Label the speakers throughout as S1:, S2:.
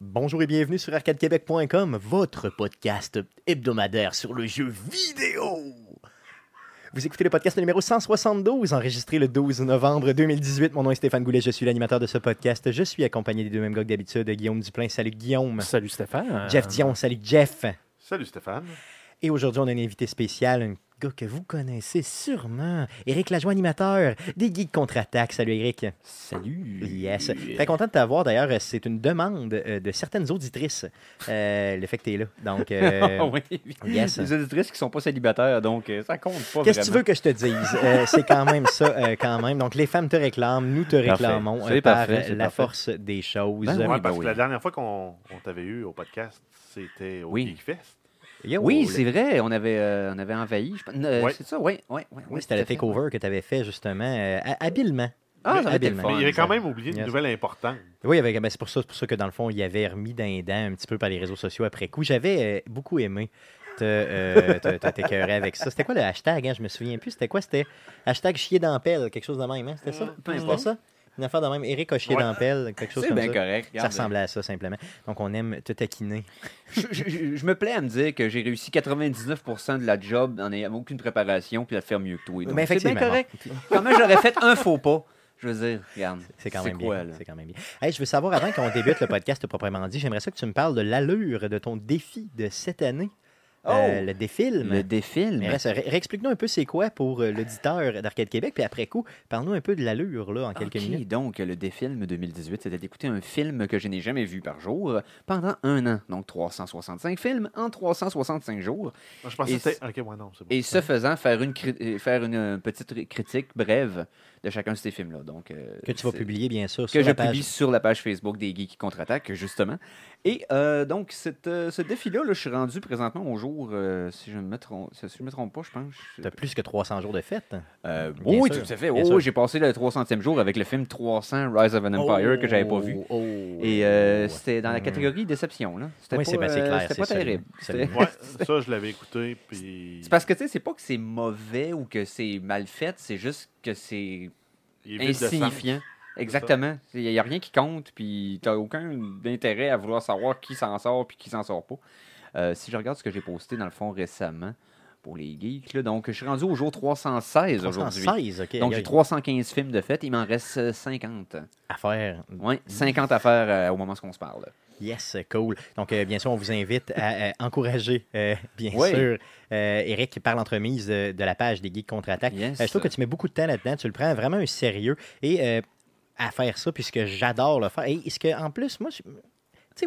S1: Bonjour et bienvenue sur arcadequebec.com, votre podcast hebdomadaire sur le jeu vidéo. Vous écoutez le podcast numéro 172, enregistré le 12 novembre 2018. Mon nom est Stéphane Goulet, je suis l'animateur de ce podcast. Je suis accompagné des deux mêmes gars que d'habitude, Guillaume Duplain. Salut Guillaume.
S2: Ben, Salut Stéphane.
S3: Ah.
S2: Euh, Ben
S1: Jeff Dion, salut Jeff.
S3: Salut Stéphane.
S1: Et aujourd'hui, on a un invité spécial, un gars que vous connaissez sûrement, Éric Lajoie, animateur des Geeks Contre-Attaque. Salut Éric.
S2: Salut. Euh,
S1: Yes. Très content de t'avoir. D'ailleurs, euh, c'est une demande euh, de certaines auditrices, euh, le fait que tu es là. Donc, euh,
S2: Ah oui.
S1: yes.
S2: Les auditrices qui sont pas célibataires, donc euh, ça compte pas
S1: Qu'est-ce que tu veux que je te dise? Euh, c'est quand même ça, euh, quand même. Donc, les femmes te réclament, nous te réclamons
S2: C'est
S1: euh, par
S2: parfait, c'est
S1: la
S2: parfait.
S1: force des choses.
S2: Ben
S3: Ouais,
S2: oui,
S3: parce
S2: ben
S3: que la dernière fois qu'on on t'avait eu au podcast, c'était au
S2: Oui.
S3: Geekfest.
S1: Yo,
S2: Oui,
S1: le-
S2: c'est vrai, on avait, euh, on avait envahi. je pense- euh,
S3: Ouais.
S2: C'est ça, oui. Ouais, ouais,
S1: oui, c'était
S2: tout
S1: le
S2: à fait.
S1: takeover que tu avais fait, justement, euh, ha- habilement.
S2: Ah, ça aurait été le
S1: Habilement.
S2: fun.
S3: Mais il avait
S1: ça.
S3: quand même oublié
S1: Yes.
S3: une nouvelle importante.
S1: Oui, avec- ben, c'est pour ça, c'est pour ça que dans le fond, il avait remis d'un dent un petit peu par les réseaux sociaux après coup. J'avais euh, beaucoup aimé te, euh, te- te- t'écœurer avec ça. C'était quoi le hashtag hein? Je me souviens plus. C'était quoi C'était hashtag chier dans la pelle, quelque chose de même. hein? C'était ça
S2: Mm, peu
S1: C'était
S2: importe.
S1: ça Une affaire de même. Eric a chié
S3: Ouais.
S1: dans la pelle, quelque chose
S2: C'est
S1: comme
S2: bien
S1: ça.
S2: correct.
S1: Ça
S2: regarde. hein.
S1: ressemblait à ça simplement. Donc on aime te taquiner.
S2: Je, je- je- je me plais à me dire que j'ai réussi 99% de la job en n'ayant aucune préparation puis à le faire mieux que toi. Donc,
S1: Mais
S2: c'est bien
S1: effectivement.
S2: correct. Comment j'aurais fait un faux pas Je veux dire, regarde.
S1: C'est quand même
S2: quoi,
S1: bien.
S2: là?
S1: C'est quand même bien. Hey, je veux savoir avant qu'on débute le podcast proprement dit, j'aimerais ça que tu me parles de l'allure de ton défi de cette année, Euh,
S2: Oh!
S1: le défilme.
S2: le défilme.
S1: Mais reste- ré- Réexplique-nous un peu c'est quoi pour euh, l'auditeur d'Arcade Québec, puis après coup, parle-nous un peu de l'allure là, en quelques
S2: Ok,
S1: minutes.
S2: donc le défilm 2018, c'était d'écouter un film que je n'ai jamais vu par jour euh, pendant un an. Donc 365 films en 365 jours.
S3: Moi, Je pensais
S2: Et
S3: que c'était. Ok, moi non, c'est bon.
S2: Et ce faisant, faire une, cri- euh, faire une euh, petite ri- critique brève de chacun de ces films-là. Donc, euh,
S1: Que tu vas
S2: c'est-
S1: publier, bien sûr,
S2: Que
S1: sur
S2: je
S1: la page.
S2: publie sur la page Facebook des Geeks qui contre-attaquent, justement. Et euh, donc, cette, euh, ce défi-là, là, je suis rendu présentement au jour, euh, si je ne me, trom- si je me trompe pas, je pense.
S1: T'as plus que 300 jours de fête.
S2: Euh,
S1: Bien
S2: oui,
S1: sûr,
S2: tout à fait.
S1: bien
S2: Oh,
S1: sûr.
S2: j'ai passé le 300e jour avec le film 300 Rise of an Empire que j'avais pas vu.
S1: Oh, oh.
S2: Et euh,
S1: Ouais.
S2: c'était dans la catégorie déception. Là. C'était
S1: Oui,
S2: pas,
S1: c'est ben, c'est
S2: euh,
S1: clair,
S2: C'était
S1: c'est
S2: pas
S1: celui-
S2: terrible.
S1: celui-
S2: C'était-
S3: Ouais, ça, je l'avais écouté. Puis.
S2: C'est parce que, tu sais, c'est pas que c'est mauvais ou que c'est mal fait, c'est juste que c'est
S3: il est vide de sens.
S2: insignifiant. Exactement. Il n'y a rien qui compte, puis t'as aucun intérêt à vouloir savoir qui s'en sort puis qui s'en sort pas. Euh, si je regarde ce que j'ai posté, dans le fond, récemment, pour les geeks, là, donc je suis rendu au jour 316 aujourd'hui.
S1: 316, ok.
S2: Donc
S1: aïe,
S2: j'ai
S1: aïe.
S2: 315 films de fait, il m'en reste euh, 50.
S1: à faire.
S2: Ouais, 50 à faire euh, au moment où on se parle.
S1: Yes, cool. Donc, euh, bien sûr, on vous invite à euh, encourager, euh, bien
S2: Oui.
S1: sûr, euh, Eric par l'entremise euh, de la page des Geeks Contre-Attaque.
S2: Yes.
S1: Euh, je trouve que tu mets beaucoup de temps là-dedans, tu le prends vraiment un sérieux et euh, à faire ça, puisque j'adore le faire. Et ce que, en plus, moi, je- tu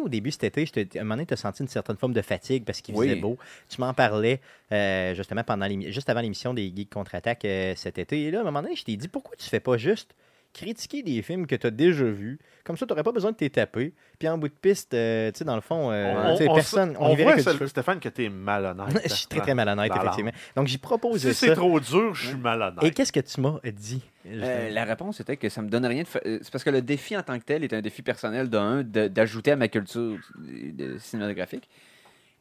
S1: sais, au début cet été, je te- à un moment donné, tu as senti une certaine forme de fatigue parce qu'il
S2: Oui.
S1: faisait beau. Tu m'en parlais euh, justement pendant l'émi- juste avant l'émission des Geeks Contre-Attaque euh, cet été. Et là, à un moment donné, je t'ai dit pourquoi tu fais pas juste critiquer des films que tu as déjà vus. Comme ça, tu n'aurais pas besoin de t'y taper. Puis en bout de piste, euh, tu sais, dans le fond, euh, tu sais,
S3: s-
S1: personne.
S3: on
S1: y verrait que
S3: voit,
S1: du
S3: Stéphane,
S1: feu.
S3: Stéphane, que t'es malhonnête.
S1: Je suis très, très malhonnête,
S3: Alors,
S1: effectivement. Donc, j'y propose
S3: bah. Si
S1: ça.
S3: c'est trop dur, je suis
S1: Et
S3: malhonnête.
S1: qu'est-ce que tu m'as dit?
S2: Euh, la réponse était que ça me donne rien de. fa- euh, C'est parce que le défi en tant que tel est un défi personnel d'un, de- d'ajouter à ma culture euh, de- cinématographique.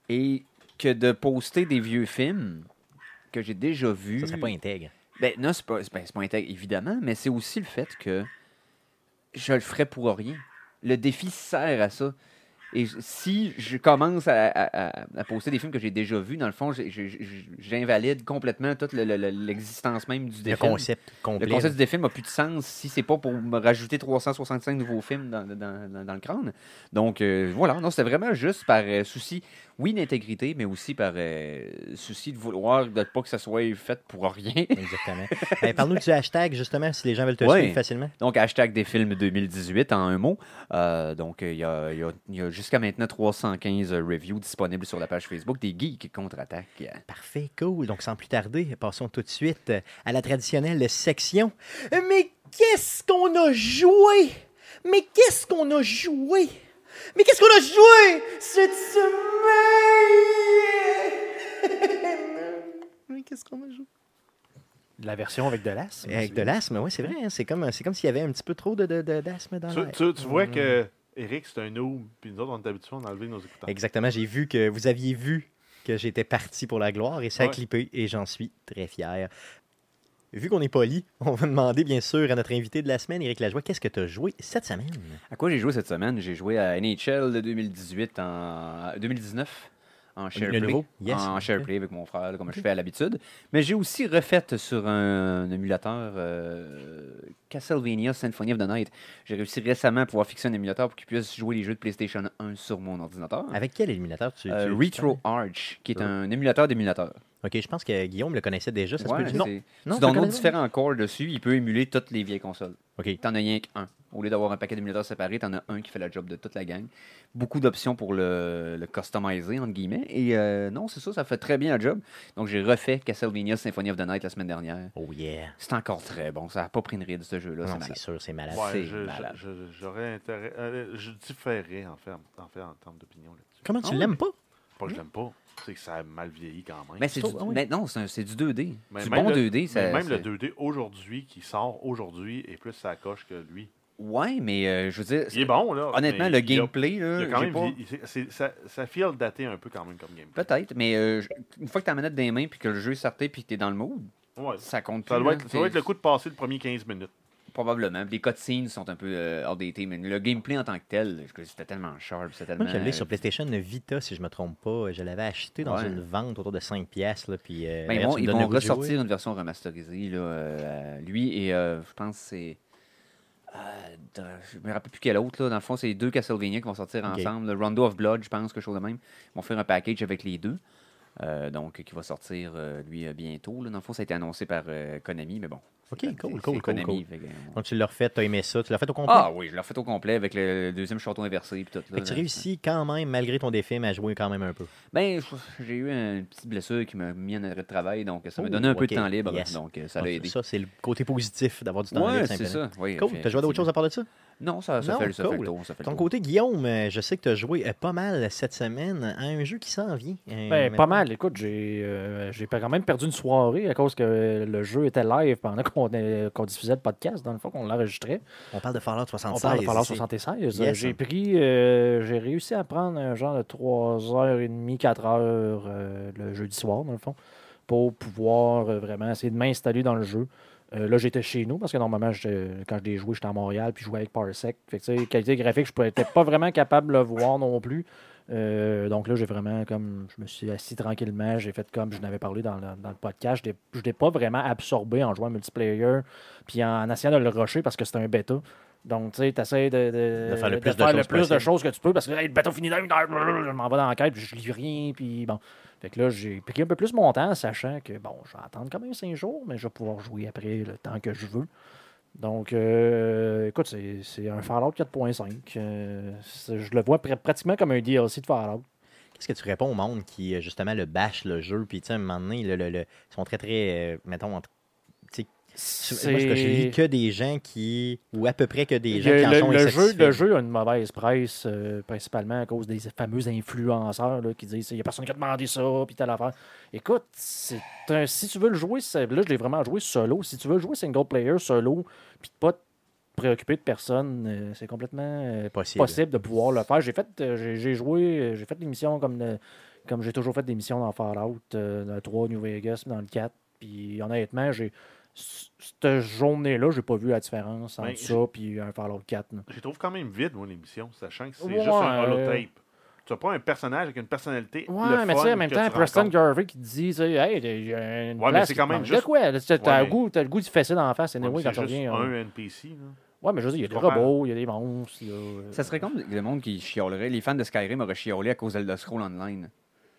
S2: Et que de poster des vieux films que j'ai déjà vus.
S1: Ça serait pas intègre.
S2: Ben non, c'est pas, c'est ben, c'est pas intègre, évidemment, mais c'est aussi le fait que je le ferais pour rien. Le défi sert à ça. Et je- si je commence à, à- à- à poster des films que j'ai déjà vus, dans le fond, j'ai- j'ai- j'ai- j'invalide complètement toute le- le- le- l'existence même du défi.
S1: Le concept complet.
S2: Le concept du défilm n'a plus de sens si c'est pas pour me rajouter 365 nouveaux films dans, dans- dans- dans le crâne. Donc euh, voilà, non, c'était vraiment juste par euh, souci, oui, d'intégrité, mais aussi par euh, souci de vouloir de pas que ça soit fait pour rien.
S1: Exactement. Euh, Parle-nous du hashtag, justement, si les gens veulent te
S2: Ouais.
S1: suivre facilement.
S2: Donc, hashtag des films 2018 en un mot. Euh, donc, il y a, il y a- il y a jusqu'à maintenant 315 reviews disponibles sur la page Facebook des Geeks contre-attaque.
S1: Parfait, cool. Donc, sans plus tarder, passons tout de suite euh, à la traditionnelle section. Euh, Mais qu'est-ce qu'on a joué? Mais qu'est-ce qu'on a joué? Mais qu'est-ce qu'on a joué cette semaine? Mais qu'est-ce qu'on a joué?
S4: La version avec de l'asthme.
S1: Avec de l'asthme, oui, c'est vrai. hein. C'est comme, c'est comme s'il y avait un petit peu trop de, de- de- d'asthme dans l'air.
S3: Tu, tu- tu vois que Eric, c'est un noob, puis nous autres, on est habitués à enlever nos écouteurs.
S1: Exactement, j'ai vu que vous aviez vu que j'étais parti pour la gloire et ça a
S3: Ouais.
S1: clippé et j'en suis très fier. Vu qu'on est poli, on va demander bien sûr à notre invité de la semaine, Éric Lajoie, qu'est-ce que tu as joué cette semaine?
S2: À quoi j'ai joué cette semaine? J'ai joué à NHL de 2018 en 2019 en SharePlay.
S1: nouveau? Yes.
S2: En
S1: Ok.
S2: SharePlay avec mon frère, là, comme je fais à l'habitude. Mais j'ai aussi refait sur un, émulateur euh, Castlevania Symphony of the Night. J'ai réussi récemment à pouvoir fixer un émulateur pour qu'il puisse jouer les jeux de PlayStation 1 sur mon ordinateur.
S1: Avec quel éliminateur tu,
S2: Ah. Euh,
S1: tu-
S2: Retro Arch, qui est un émulateur d'émulateur.
S1: Ok, je pense que Guillaume le connaissait déjà. Ça se
S2: Ouais,
S1: peut-
S2: c'est-
S1: Non.
S2: tu
S1: je le
S2: downloads
S1: connais pas.
S2: différents corps dessus, il peut émuler toutes les vieilles consoles.
S1: Ok.
S2: T'en as rien qu'un. Au lieu d'avoir un paquet d'émulateurs séparés, t'en as un qui fait la job de toute la gang. Beaucoup d'options pour le, le customiser, entre guillemets. Et euh, non, c'est ça, ça fait très bien la job. Donc j'ai refait Castlevania Symphony of the Night la semaine dernière.
S1: Oh yeah.
S2: C'est encore très bon, ça n'a pas pris une ride ce jeu-là.
S1: Non,
S2: c'est
S1: c'est
S2: malade.
S1: sûr, c'est malade.
S2: Ouais. c'est
S3: je- je-
S2: malade.
S3: je- J'aurais intérêt. euh, je différais en fait en, en fait, en termes d'opinion là-dessus.
S1: Comment
S2: Ah
S1: tu
S2: ouais.
S1: l'aimes pas?
S3: Pas que je l'aime pas, c'est que ça a mal vieilli quand même.
S2: Hmm. Mais c'est du,
S1: Ah oui.
S2: mais non, c'est un- c'est du 2D.
S3: Mais
S2: du
S3: même
S2: bon
S3: le-
S2: 2D.
S3: mais
S2: Ça,
S3: même le
S2: c'est-
S3: 2D aujourd'hui qui sort aujourd'hui est plus sa coche que lui.
S2: Ouais, mais euh, je veux dire,
S3: Il est bon là.
S2: honnêtement,
S3: mais il
S2: le
S3: a-
S2: gameplay, là,
S3: il a quand
S2: j'ai
S3: même
S2: pas-
S3: vieilli- c'est- c'est- ça, ça feel daté un peu quand même comme gameplay.
S2: Peut-être, mais euh, je- une fois que ta manette dans les mains puis que le jeu est sorti puis que t'es dans le mood,
S3: Ouais.
S2: ça compte
S3: Ça
S2: plus,
S3: doit,
S2: là.
S3: être, ça doit être le coup de passer le premier 15 minutes.
S2: Probablement. Les cutscenes sont un peu euh, outdated, mais le gameplay en tant que tel, je- c'était tellement sharp, c'était
S1: Moi,
S2: tellement... euh,
S1: je l'ai sur PlayStation Vita, si je me trompe pas. Je l'avais acheté dans
S2: Ouais.
S1: une vente autour de 5 pièces. Là, puis, euh,
S2: Ben, ils
S1: d'ailleurs,
S2: vont,
S1: tu me
S2: ils
S1: donnes
S2: vont
S1: le goût de jouer.
S2: ressortir une version remasterisée, là, euh, à lui, et euh, je pense que c'est... euh, dans- je me rappelle plus quel autre, là. Dans le fond, c'est les deux Castlevania qui vont sortir
S1: Ok.
S2: ensemble. Le Rondo of Blood, je pense, quelque chose de même. Ils vont faire un package avec les deux. euh, donc, qui va sortir, euh, lui, euh, bientôt. là. Dans le fond, ça a été annoncé par euh, Konami, mais bon.
S1: Ok,
S2: C'est-
S1: cool,
S2: c'est-
S1: cool,
S2: c'est
S1: cool,
S2: Konami,
S1: cool.
S2: fait que, euh, on-
S1: Donc, tu l'as refait, tu as aimé ça. Tu l'as fait au complet.
S2: Ah oui, je l'ai refait au complet avec le deuxième château inversé. Puis tout, là,
S1: Fait que tu
S2: là.
S1: réussis quand même, malgré ton défi, à jouer quand même un peu.
S2: Ben, je- j'ai eu une petite blessure qui m'a mis en arrêt de travail, donc ça m'a
S1: Oh,
S2: donné un peu
S1: ok,
S2: de temps libre,
S1: yes.
S2: donc euh, ça
S1: Donc,
S2: l'a aidé.
S1: Ça, c'est le côté positif d'avoir du temps
S2: ouais,
S1: libre,
S2: c'est
S1: simplement.
S2: ça. Oui,
S1: Cool. T'as joué à d'autres choses à part de ça?
S2: Non, ça, ça
S1: Non,
S2: fait, ça fait
S1: cool.
S2: le tour. Ça fait le
S1: Ton
S2: tour.
S1: côté, Guillaume, euh, je sais que tu as joué euh, pas mal cette semaine à un jeu qui s'en vient. euh,
S4: Ben,
S1: maintenant.
S4: pas mal. Écoute, j'ai euh, j'ai quand même perdu une soirée à cause que le jeu était live pendant qu'on euh, qu'on diffusait le podcast, dans le fond, qu'on l'enregistrait.
S1: On parle de Fallout
S4: On
S1: 76.
S4: parle de Fallout
S1: ici.
S4: 76.
S1: Yes.
S4: J'ai pris, euh, j'ai réussi à prendre un genre de 3h30, 4h euh, le jeudi soir, dans le fond, pour pouvoir euh, vraiment essayer de m'installer dans le jeu. Euh, là, j'étais chez nous parce que normalement, j'étais- quand je l'ai joué, j'étais à Montréal puis je jouais avec Parsec. Fait que, tu sais, qualité graphique, je n'étais pas vraiment capable de le voir non plus. Euh, donc là, j'ai vraiment comme. Je me suis assis tranquillement, j'ai fait comme je n'avais parlé dans le, dans le podcast. Je l'ai- Je n'ai pas vraiment absorbé en jouant multiplayer puis en essayant de le rusher parce que c'était un bêta. Donc, tu sais, tu essaies de, de-
S1: De faire le plus de
S4: faire
S1: choses
S4: le plus de
S1: possible.
S4: choses que tu peux parce que hey, le bêta finit dans une heure, blablabla, je m'en vais dans l'enquête, puis je lis rien, puis bon. Fait que là, j'ai pris un peu plus mon temps, sachant que, bon, je vais attendre quand même cinq jours, mais je vais pouvoir jouer après le temps que je veux. Donc, euh, écoute, c'est c'est un Fallout 4.5. Euh, c'est- je le vois pr- pratiquement comme un DLC de Fallout.
S1: Qu'est-ce que tu réponds au monde qui, euh, justement, le bâche le jeu, puis, tu sais, à un moment donné, le, le- le- ils sont très, très, euh, mettons, entre-
S4: C'est-
S1: moi, je je lis que des gens qui, ou à peu près que des gens
S4: Il y
S1: qui
S4: a
S1: en
S4: le,
S1: sont
S4: le jeu,
S1: insatisfaits.
S4: le jeu a une mauvaise presse, euh, principalement à cause des fameux influenceurs là, qui disent il n'y a personne qui a demandé ça, puis telle affaire. Écoute, c'est un- si tu veux le jouer, c'est- là, je l'ai vraiment joué solo. Si tu veux le jouer single player, solo, puis de pas te préoccuper de personne, euh, c'est complètement euh,
S1: Possible.
S4: possible de pouvoir le faire. J'ai fait, euh, j'ai, j'ai joué, euh, j'ai fait l'émission comme le- comme j'ai toujours fait des missions dans Fallout, euh, dans le 3, New Vegas, puis dans le 4. Puis honnêtement, j'ai c- cette journée-là, j'ai pas vu la différence entre
S3: Ben,
S4: ça puis un Fallout 4. là.
S3: Je les trouve quand même vide, mon émission, sachant que c'est
S4: Ouais,
S3: juste un
S4: euh,
S3: holotape. Tu as pas un personnage avec une personnalité.
S4: Ouais,
S3: le
S4: mais tu
S3: fun
S4: sais, en même
S3: que
S4: temps,
S3: tu
S4: Preston
S3: rencontres.
S4: Garvey qui dit, tu sais, hey, il y a une
S3: Ouais, mais
S4: place
S3: c'est
S4: qui
S3: quand
S4: te
S3: même
S4: manque
S3: juste-
S4: De quoi? Là, T'as t'as
S3: Ouais,
S4: le
S3: mais-
S4: goût, t'as le goût de fesser dans la face,
S3: Ouais,
S4: anyway,
S3: mais
S4: quand
S3: c'est
S4: tu
S3: juste
S4: reviens.
S3: un
S4: hein.
S3: NPC. là.
S4: Ouais, mais je veux dire, il y a
S3: Tu
S4: des
S3: comprends?
S4: robots, il y a des monstres. il y a, euh,
S2: Ça serait comme le monde qui chialerait. Les fans de Skyrim auraient chiolé à cause d'Elder Scroll Online.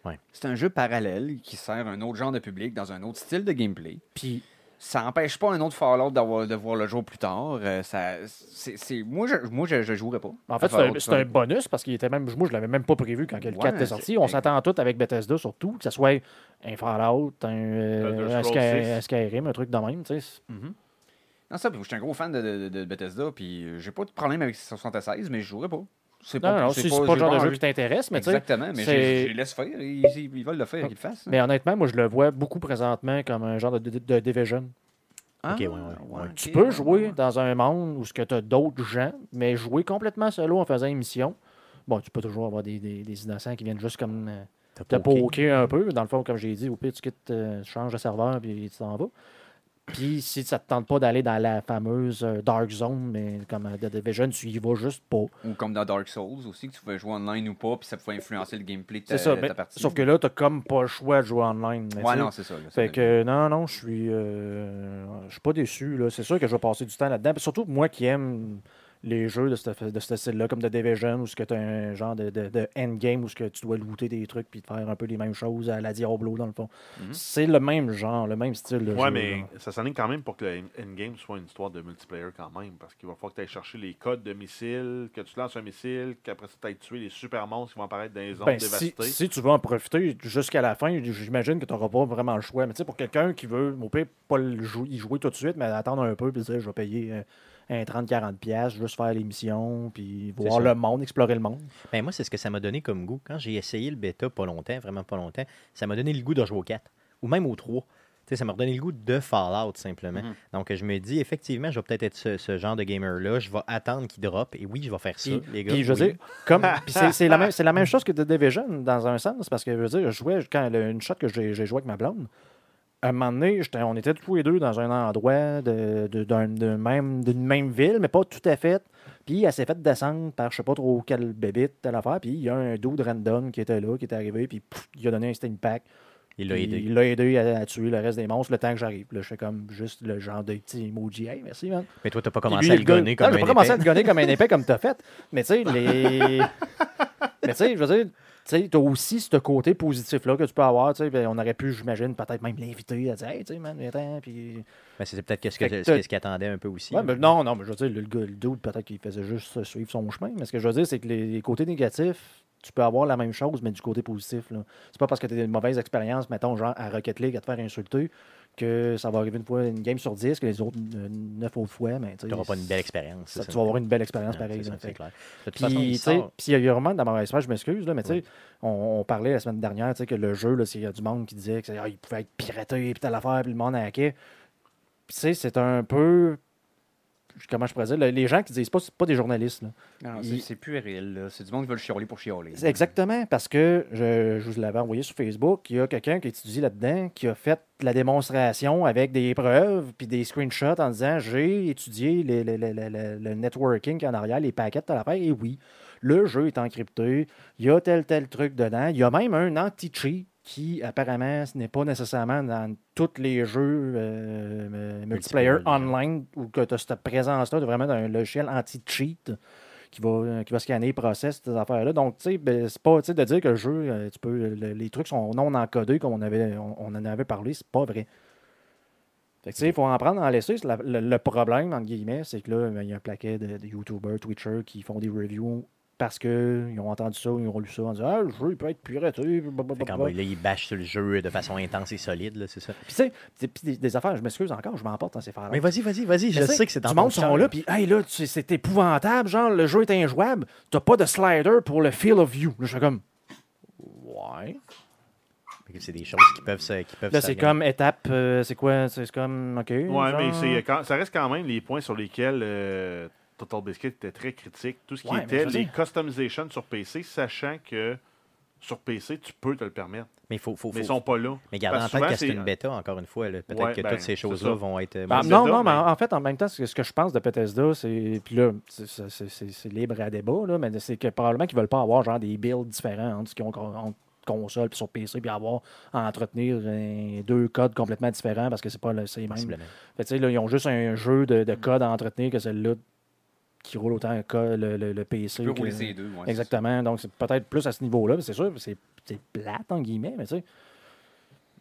S1: Ouais.
S2: C'est un jeu parallèle qui sert un autre genre de public dans un autre style de gameplay.
S4: Puis,
S2: Ça n'empêche pas un autre Fallout d'avoir- de voir le jour plus tard. Euh, ça, c'est, c'est- Moi, je, moi, je, je jouerais pas.
S4: en
S2: à
S4: fait, c'est
S2: Fallout
S4: un, c'est un bonus parce qu'il était même. Moi, je l'avais même pas prévu quand le
S2: Ouais,
S4: 4 était sorti. On
S2: c'est-
S4: s'attend tout avec Bethesda, surtout, que ce soit un Fallout, un,
S3: Elder
S4: euh, un
S3: Scrolls
S4: Sky-
S3: six.
S4: un Skyrim, un truc de même, tu sais.
S2: Non, ça, puis je suis un gros fan de, de- de Bethesda, puis euh, j'ai pas de problème avec 76, mais je jouerais pas. C'est
S4: Non, non, c'est c'est pas
S2: j'ai
S4: le genre de jeu
S2: envie.
S4: qui t'intéresse, mais tu sais.
S2: Exactement, mais
S4: c'est-
S2: je je les laisse faire. Ils, ils veulent le faire, qu'ils le fassent. hein.
S4: Mais honnêtement, moi, je le vois beaucoup présentement comme un genre de, de- de Division.
S2: Ah,
S1: Ok, ouais, ouais, ouais.
S4: Tu
S2: ok,
S4: peux
S2: ouais,
S4: jouer
S2: ouais.
S4: dans un monde où tu as d'autres gens, mais jouer complètement solo en faisant une mission. Bon, tu peux toujours avoir des, des- des innocents qui viennent juste comme euh,
S1: T'as
S4: te
S1: poké.
S4: poker un peu. Dans le fond, comme j'ai dit, au pire, tu quittes, euh, tu changes de serveur puis tu t'en vas. Puis si ça te tente pas d'aller dans la fameuse euh, Dark Zone, mais comme à The Division, tu y vas juste pas.
S2: Ou comme dans Dark Souls aussi, que tu pouvais jouer online ou pas, puis ça pouvait influencer le gameplay de ta,
S4: C'est ça.
S2: de
S4: mais-
S2: ta partie.
S4: sauf que là, t'as comme pas le choix de jouer online. mais
S2: Ouais,
S4: tu sais.
S2: non, c'est ça. là, ça
S4: Fait
S2: donne-
S4: que non, non, je suis, euh, je suis pas déçu. là. C'est sûr que je vais passer du temps là-dedans. Puis Surtout moi qui aime les jeux de ce de ce style-là, comme The Division, où tu as un genre de, de, de endgame où ce que tu dois looter des trucs puis faire un peu les mêmes choses à la Diablo, dans le fond.
S2: Mhm.
S4: C'est le même genre, le même style de
S3: Ouais,
S4: jeu.
S3: mais
S4: là.
S3: ça s'enligne quand même pour que le endgame soit une histoire de multiplayer quand même. Parce qu'il va falloir que tu ailles chercher les codes de missiles, que tu lances un missile, qu'après ça, tu ailles tuer les super monstres qui vont apparaître dans les zones
S4: Ben, si,
S3: dévastées.
S4: si tu veux en profiter jusqu'à la fin, j'imagine que tu n'auras pas vraiment le choix. Mais tu sais, pour quelqu'un qui veut, au pire, pas le jou- y jouer tout de suite, mais attendre un peu, puis dire, je vais payer euh, un 30-40$, piastres, juste faire l'émission, puis
S1: C'est
S4: voir
S1: ça.
S4: le monde, explorer le monde.
S1: Ben, moi, c'est ce que ça m'a donné comme goût. Quand j'ai essayé le bêta pas longtemps, vraiment pas longtemps, ça m'a donné le goût de jouer au 4 ou même au 3. Tu sais, ça m'a redonné le goût de Fallout simplement.
S2: Mhm.
S1: Donc, je me dis, effectivement, je vais peut-être être ce, ce genre de gamer-là. Je vais attendre qu'il drop. Et oui, je vais faire ça,
S4: Puis,
S1: les gars.
S4: puis, je veux
S1: oui.
S4: dire, comme, puis c'est, c'est la même, c'est la même chose que The Division, dans un sens, parce que je veux dire, je jouais, quand le- une shot que j'ai, j'ai joué avec ma blonde, à un moment donné, j'étais- on était tous les deux dans un endroit de, de- d'un- de même, d'une même ville, mais pas tout à fait. Puis elle s'est faite descendre par je sais pas trop quelle bébite, telle affaire. Puis il y a un dude random qui était là, qui était arrivé, puis pff, il a donné un steam pack.
S1: Il l'a
S4: Puis
S1: aidé.
S4: Il l'a aidé à, à tuer le reste des monstres le temps que j'arrive. Là, je fais comme juste le genre de petit emoji. Hey, merci, man.
S1: Mais toi, t'as pas
S4: Puis
S1: commencé
S4: lui,
S1: à le
S4: gars-
S1: gonner comme
S4: Non, j'ai
S1: un
S4: pas commencé à
S1: épais.
S4: te gonner comme un épais comme t'as fait. Mais tu sais, les. mais tu sais, je veux dire. Tu sais, t'as aussi ce côté positif-là que tu peux avoir. tu sais, ben, on aurait pu, j'imagine, peut-être même l'inviter à dire Hey, tu sais, man, attends. Puis...
S1: Ben, c'est peut-être que ce
S4: Fait que
S1: que-
S4: t'as-
S1: ce qu'il attendait un peu aussi.
S4: Ouais, mais non, non, mais je veux dire, le, le gars, le dude, peut-être qu'il faisait juste suivre son chemin. Mais ce que je veux dire, c'est que les, les côtés négatifs, tu peux avoir la même chose, mais du côté positif. là. C'est pas parce que t'as une mauvaise expérience, mettons, genre à Rocket League, à te faire insulter, que ça va arriver une fois une game sur 10, que les autres, euh, neuf autres fois. Mais, tu sais,
S1: T'auras pas une belle expérience.
S4: ça,
S1: c'est
S4: tu
S1: ça.
S4: vas avoir une belle
S1: Non,
S4: expérience pareille.
S1: c'est
S4: là,
S1: ça,
S4: fait
S1: c'est
S4: que-
S1: clair. De toute
S4: Puis,
S1: façon, il
S4: tu sais,
S1: sort-
S4: puis il y a eu vraiment dans ma espèce, je m'excuse, là, mais tu sais,
S1: Ouais.
S4: on, on parlait la semaine dernière, tu sais, que le jeu, là, c'est- il y a du monde qui disait qu'il pouvait être piraté, puis telle affaire, puis le monde hackait. Puis, tu sais, c'est un peu. Comment je pourrais dire? le- Les gens qui disent pas, c'est pas des journalistes. là.
S2: Non, non,
S4: il-
S2: c'est, c'est plus réel, là. C'est du monde qui veut le chialer pour chialer.
S4: C'est Exactement, parce que je, je vous l'avais envoyé sur Facebook, il y a quelqu'un qui étudie là-dedans, qui a fait la démonstration avec des preuves, puis des screenshots en disant j'ai étudié le, le- le- le- le- le networking en arrière, les paquets de l'affaire, et oui, le jeu est encrypté, il y a tel, tel truc dedans, il y a même un anti-cheat qui apparemment ce n'est pas nécessairement dans tous les jeux euh, euh, multiplayer
S1: Multiplayer, ouais.
S4: online où que tu as cette présence-là de vraiment d'un logiciel anti-cheat qui va, euh, qui va scanner, process ces affaires-là. Donc, tu sais, ben, c'est pas tu sais, de dire que le jeu, euh, tu peux, le- les trucs sont non encodés comme on, avait, on, on en avait parlé, c'est pas vrai. Fait que, tu sais, il faut en prendre, en laisser. C'est la- le, le problème, entre guillemets, c'est que là, ben, il y a un plaquet de, de YouTubers, Twitchers qui font des reviews parce qu'ils ont entendu ça, ils ont lu ça, en disant Ah, le jeu, il peut être piraté.
S1: Fait qu'en
S4: bah,
S1: bas, là, il bâche sur le jeu de façon intense et solide, là, c'est ça.
S4: Puis, tu sais, puis des, des affaires, je m'excuse encore, je m'emporte dans ces affaires
S1: Mais vas-y, vas-y, vas-y, je
S4: mais tu
S1: sais que c'est dans
S4: Du
S1: ton
S4: monde
S1: cœur.
S4: sont là, puis hey, là, tu sais, c'est épouvantable, genre, le jeu est injouable, t'as pas de slider pour le feel of view. Là, je fais comme. Ouais.
S1: Fait que C'est des choses qui peuvent se. Qui peuvent
S4: Là, c'est
S1: s'organiser.
S4: comme étape, euh, c'est quoi C'est c'est comme, ok.
S3: Ouais,
S4: genre-
S3: mais c'est quand- ça reste quand même les points sur lesquels euh, Total Biscuit était très critique. Tout ce qui
S4: Ouais, mais je
S3: était
S4: veux
S3: les
S4: dire-
S3: customisations sur PC, sachant que sur PC, tu peux te le permettre.
S1: Mais faut, faut,
S3: Mais ils
S1: faut-
S3: sont pas là.
S1: Mais garde en
S3: Parce que
S1: tête que
S3: souvent,
S1: c'est
S3: c'est-
S1: une bêta, encore une fois. là. Peut-être
S3: Ouais,
S1: que
S3: ben,
S1: toutes ces
S3: c'est
S1: choses-là
S3: ça.
S1: vont être. euh,
S4: Ben,
S1: moins-
S3: c'est
S4: non,
S3: ça,
S4: non, mais
S3: mais-
S4: en en fait, en même temps, ce ce que je pense de Bethesda, c'est. Puis là, c'est- c'est- c'est c'est- c'est libre à débat, là, mais c'est que probablement qu'ils veulent pas avoir genre des builds différents entre ce qu'ils ont con- entre console puis sur PC, puis avoir à entretenir euh, deux codes complètement différents parce que c'est pas le- c'est les mêmes
S1: possiblement.
S4: Fait que, tu sais, là, ils ont juste un jeu de, de code à entretenir que celle-là qui roule autant que le, le, le PC.
S2: Tu peux
S4: que-
S2: rouler ces deux, ouais, c'est
S4: Exactement. Donc, c'est peut-être plus à ce niveau-là. mais C'est sûr, c'est c'est plate, en guillemets, mais tu sais.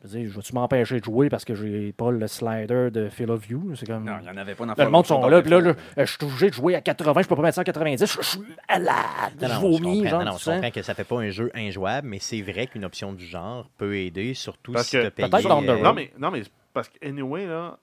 S4: Je veux dire, je vais-tu m'empêcher de jouer parce que j'ai pas le slider de Feel of View? C'est
S2: ça.
S4: comme.
S2: Non, il n'y en avait pas dans
S4: Là, le monde sont là, puis là,
S2: le
S4: là, je suis obligé de jouer à 80, je peux pas mettre ça à 90, je je suis malade,
S1: Non,
S4: je
S1: non,
S4: vomis,
S1: comprends,
S4: genre,
S1: non, non,
S4: tu
S1: je
S4: sens.
S1: comprends que ça fait pas un jeu injouable, mais c'est vrai qu'une option du genre peut aider, surtout
S3: Parce
S1: si
S3: que-
S1: tu payé.
S4: peut-être down the road.
S1: euh,
S3: Non, mais, non, mais c'est parce que, anyway, là,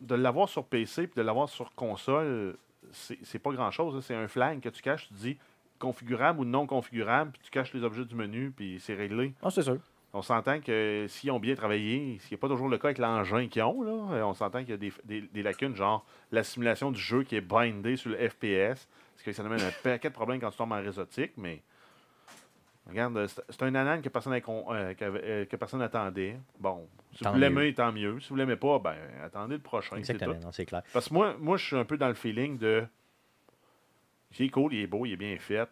S3: de l'avoir sur PC et de l'avoir sur console, c'est c'est pas grand-chose. là. C'est un flag que tu caches, tu dis configurable ou non configurable, puis tu caches les objets du menu, puis c'est réglé.
S4: Ah, c'est sûr.
S3: On s'entend que s'ils ont bien travaillé, ce qui n'est pas toujours le cas avec l'engin qu'ils ont, là, euh, on s'entend qu'il y a des, des- des lacunes, genre la simulation du jeu qui est bindée sur le FPS, ce qui fait que ça amène un paquet de problèmes quand tu tombes en réseautique, mais Regarde, c'est c'est un anane que personne, n'a con- euh, qu'avait- euh, que personne n'attendait. Bon, si
S1: Tant
S3: vous l'aimez, tant mieux. Si vous l'aimez pas, ben attendez le prochain. c'est
S1: Exactement,
S3: tout.
S1: non, c'est clair.
S3: Parce que moi, moi, je suis un peu dans le feeling de. Il est cool, il est beau, il est bien fait.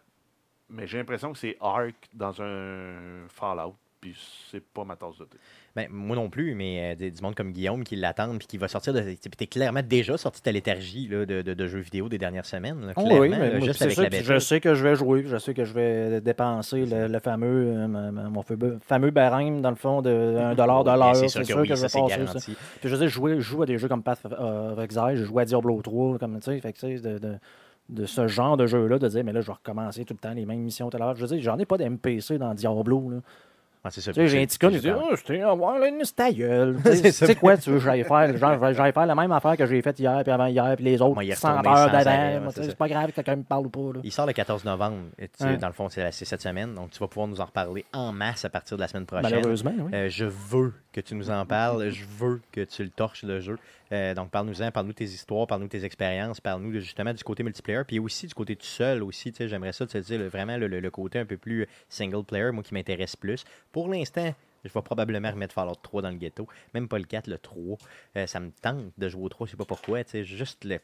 S3: Mais j'ai l'impression que c'est Ark dans un Fallout. Puis c'est pas ma tasse de thé.
S1: Ben, moi non plus, mais euh, des- du monde comme Guillaume qui l'attendent puis qui va sortir de. tu sais, puis T'es clairement déjà sorti de ta léthargie là, de, de- de jeux vidéo des dernières semaines. là,
S4: Oh
S1: clairement,
S4: oui,
S1: là,
S4: mais moi,
S1: euh, juste
S4: c'est
S1: avec
S4: ça,
S1: la
S4: puis
S1: bêta.
S4: je sais que je vais jouer, puis je sais que je vais dépenser le, le fameux, euh, mon mon fameux, fameux barème, dans le fond, de 1$ de
S1: Ben,
S4: l'heure.
S1: C'est sûr que, oui,
S4: je
S1: ça
S4: vais
S1: c'est
S4: passer ça.
S1: garanti.
S4: Puis je veux dire, je jouais- je joue à des jeux comme Path of of Exile, je joue à Diablo 3, comme tu sais, fait que, tu sais, de, de, de ce genre de jeu-là, de dire, mais là, je vais recommencer tout le temps les mêmes missions tout à l'heure. Je veux dire, j'en ai pas d'MPC dans Diablo. Là.
S1: Ouais, c'est ça,
S4: Tu sais, j'ai
S1: c'est-
S4: un petit con,
S1: c'est
S4: je dis,
S1: ça.
S4: oh, c'était un wireless, c'est ta gueule. Tu sais, Tu
S1: ça.
S4: sais quoi, tu veux que j'aille faire? Genre, je vais- j'aille faire la même affaire que j'ai faite hier, puis avant hier, puis les autres,
S1: Moi, y
S4: sans
S1: retourner
S4: peur
S1: sans arrêt, ouais,
S4: d'avant. moi,
S1: c'est
S4: tu sais,
S1: ça.
S4: C'est pas grave que quelqu'un me parle ou pas. Là.
S1: Il sort le 14 novembre. et tu sais,
S4: Ouais.
S1: Dans le fond, c'est c'est cette semaine. Donc, tu vas pouvoir nous en reparler en masse à partir de la semaine prochaine.
S4: Malheureusement, oui.
S1: Euh, je veux que tu nous en parles. Je veux que tu le torches, le jeu. Euh, donc, parle-nous-en, parle-nous de tes histoires, parle-nous de tes expériences, parle-nous de- justement du côté multiplayer, puis aussi du côté tout seul aussi. tu sais, J'aimerais ça te dire le- vraiment le, le- le côté un peu plus euh, single player, moi qui m'intéresse plus. Pour l'instant, je vais probablement remettre Fallout 3 dans le ghetto, même pas le 4, le 3. Euh, ça me tente de jouer au 3, je sais pas pourquoi. tu sais, Juste le,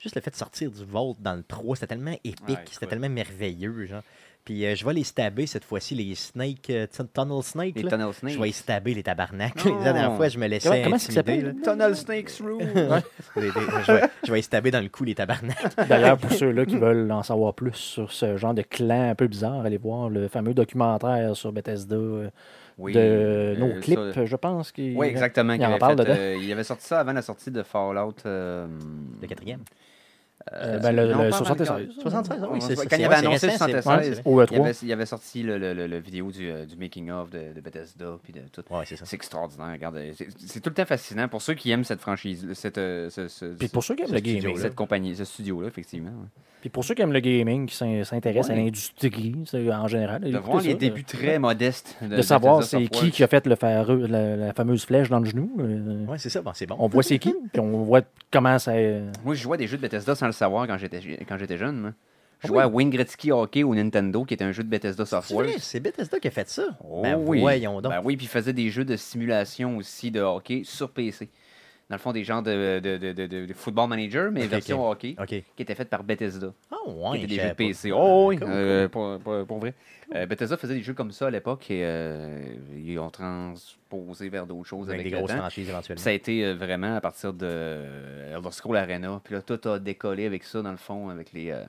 S1: juste le fait de sortir du Vault dans le 3, c'était tellement épique,
S2: Ouais,
S1: c'était
S2: écoute.
S1: tellement merveilleux. genre. Puis euh, je vais les stabber cette fois-ci, les snakes, euh, tu sais, Tunnel Snake.
S2: Les
S1: là.
S2: Tunnel
S1: Je vais y
S2: Snakes.
S1: stabber les tabarnaks.
S2: Non.
S1: La dernière fois, je me laissais
S4: Comment- comment est-ce qu'il
S1: intimider.
S4: s'appelle?
S1: là.
S2: Tunnel Snakes Rule.
S1: Des- des- je, vais, je vais y stabber dans le cou les tabarnaks.
S4: D'ailleurs, pour ceux-là qui veulent en savoir plus sur ce genre de clan un peu bizarre, allez voir le fameux documentaire sur Bethesda euh,
S2: Oui,
S4: de
S2: euh,
S4: nos clips,
S2: ça-
S4: je pense. qu'il-
S2: Oui, exactement.
S4: Il
S2: qu'il
S4: en
S2: avait
S4: parle
S2: fait,
S4: dedans.
S2: euh, il avait sorti ça avant la sortie de Fallout. euh,
S1: Le quatrième.
S2: euh,
S4: ben, le-
S2: non,
S4: le
S2: pas avant
S4: 76.
S1: 76, ah oui,
S2: Ouais,
S1: c'est- c'est-
S2: Quand il
S1: ouais,
S2: avait
S1: c'est
S2: annoncé le
S1: récent, c'est-
S2: 76,
S4: Ou le
S2: il avait,
S4: 3.
S2: il avait sorti le, le- le- le vidéo du, euh, du making-of de, de Bethesda. Puis de tout.
S1: Ouais, c'est ça.
S2: C'est extraordinaire. Regarde, euh, c'est- c'est tout le temps fascinant pour ceux qui aiment cette franchise, cette, euh, ce- ce-
S4: Puis pour ceux qui aiment
S2: ce
S4: le
S2: studio-là,
S4: gaming,
S2: cette compagnie, ce studio-là, effectivement. ouais.
S4: puis pour ceux qui aiment le gaming, qui s'in- s'intéressent
S2: Ouais.
S4: à l'industrie c'est- en général,
S2: De
S4: écoutez
S2: voir
S4: ça,
S2: les
S4: de-
S2: débuts très modestes.
S4: de savoir
S2: Bethesda
S4: c'est
S2: Software.
S4: qui qui a fait le fareux- la, la fameuse flèche dans le genou. euh,
S1: Ouais, c'est ça. Bon, c'est bon.
S4: On voit c'est qui, puis on voit comment ça. euh,
S2: Moi, je jouais à des jeux de Bethesda sans le savoir quand j'étais quand j'étais jeune. moi.
S1: Ah
S2: Je jouais à Wayne Gretzky Hockey au Nintendo, qui était un jeu de Bethesda
S1: C'est
S2: Software.
S1: vrai, C'est Bethesda qui a fait ça.
S2: Oh
S1: ben
S2: oui.
S1: voyons donc.
S2: Ben oui, puis il faisait des jeux de simulation aussi de hockey sur PC. Dans le fond, des genres de, de, de, de- de- de football manager, mais
S1: Ok,
S2: version hockey,
S1: OK.
S2: qui était faite par Bethesda.
S1: Ah ouais.
S2: qui étaient
S1: je
S2: des jeux
S1: savais
S2: de
S1: pas.
S2: PC. Oh oui,
S1: Cool,
S2: euh, pour, pour- pour vrai. Euh, Bethesda faisait des jeux comme ça à l'époque et euh, ils ont transposé vers d'autres choses
S1: Avec des
S2: avec, le
S1: grosses
S2: temps.
S1: franchises éventuellement.
S2: Puis Ça a été euh, vraiment à partir de euh, Elder Scrolls Arena. Puis là, tout a décollé avec ça, dans le fond, avec les. euh,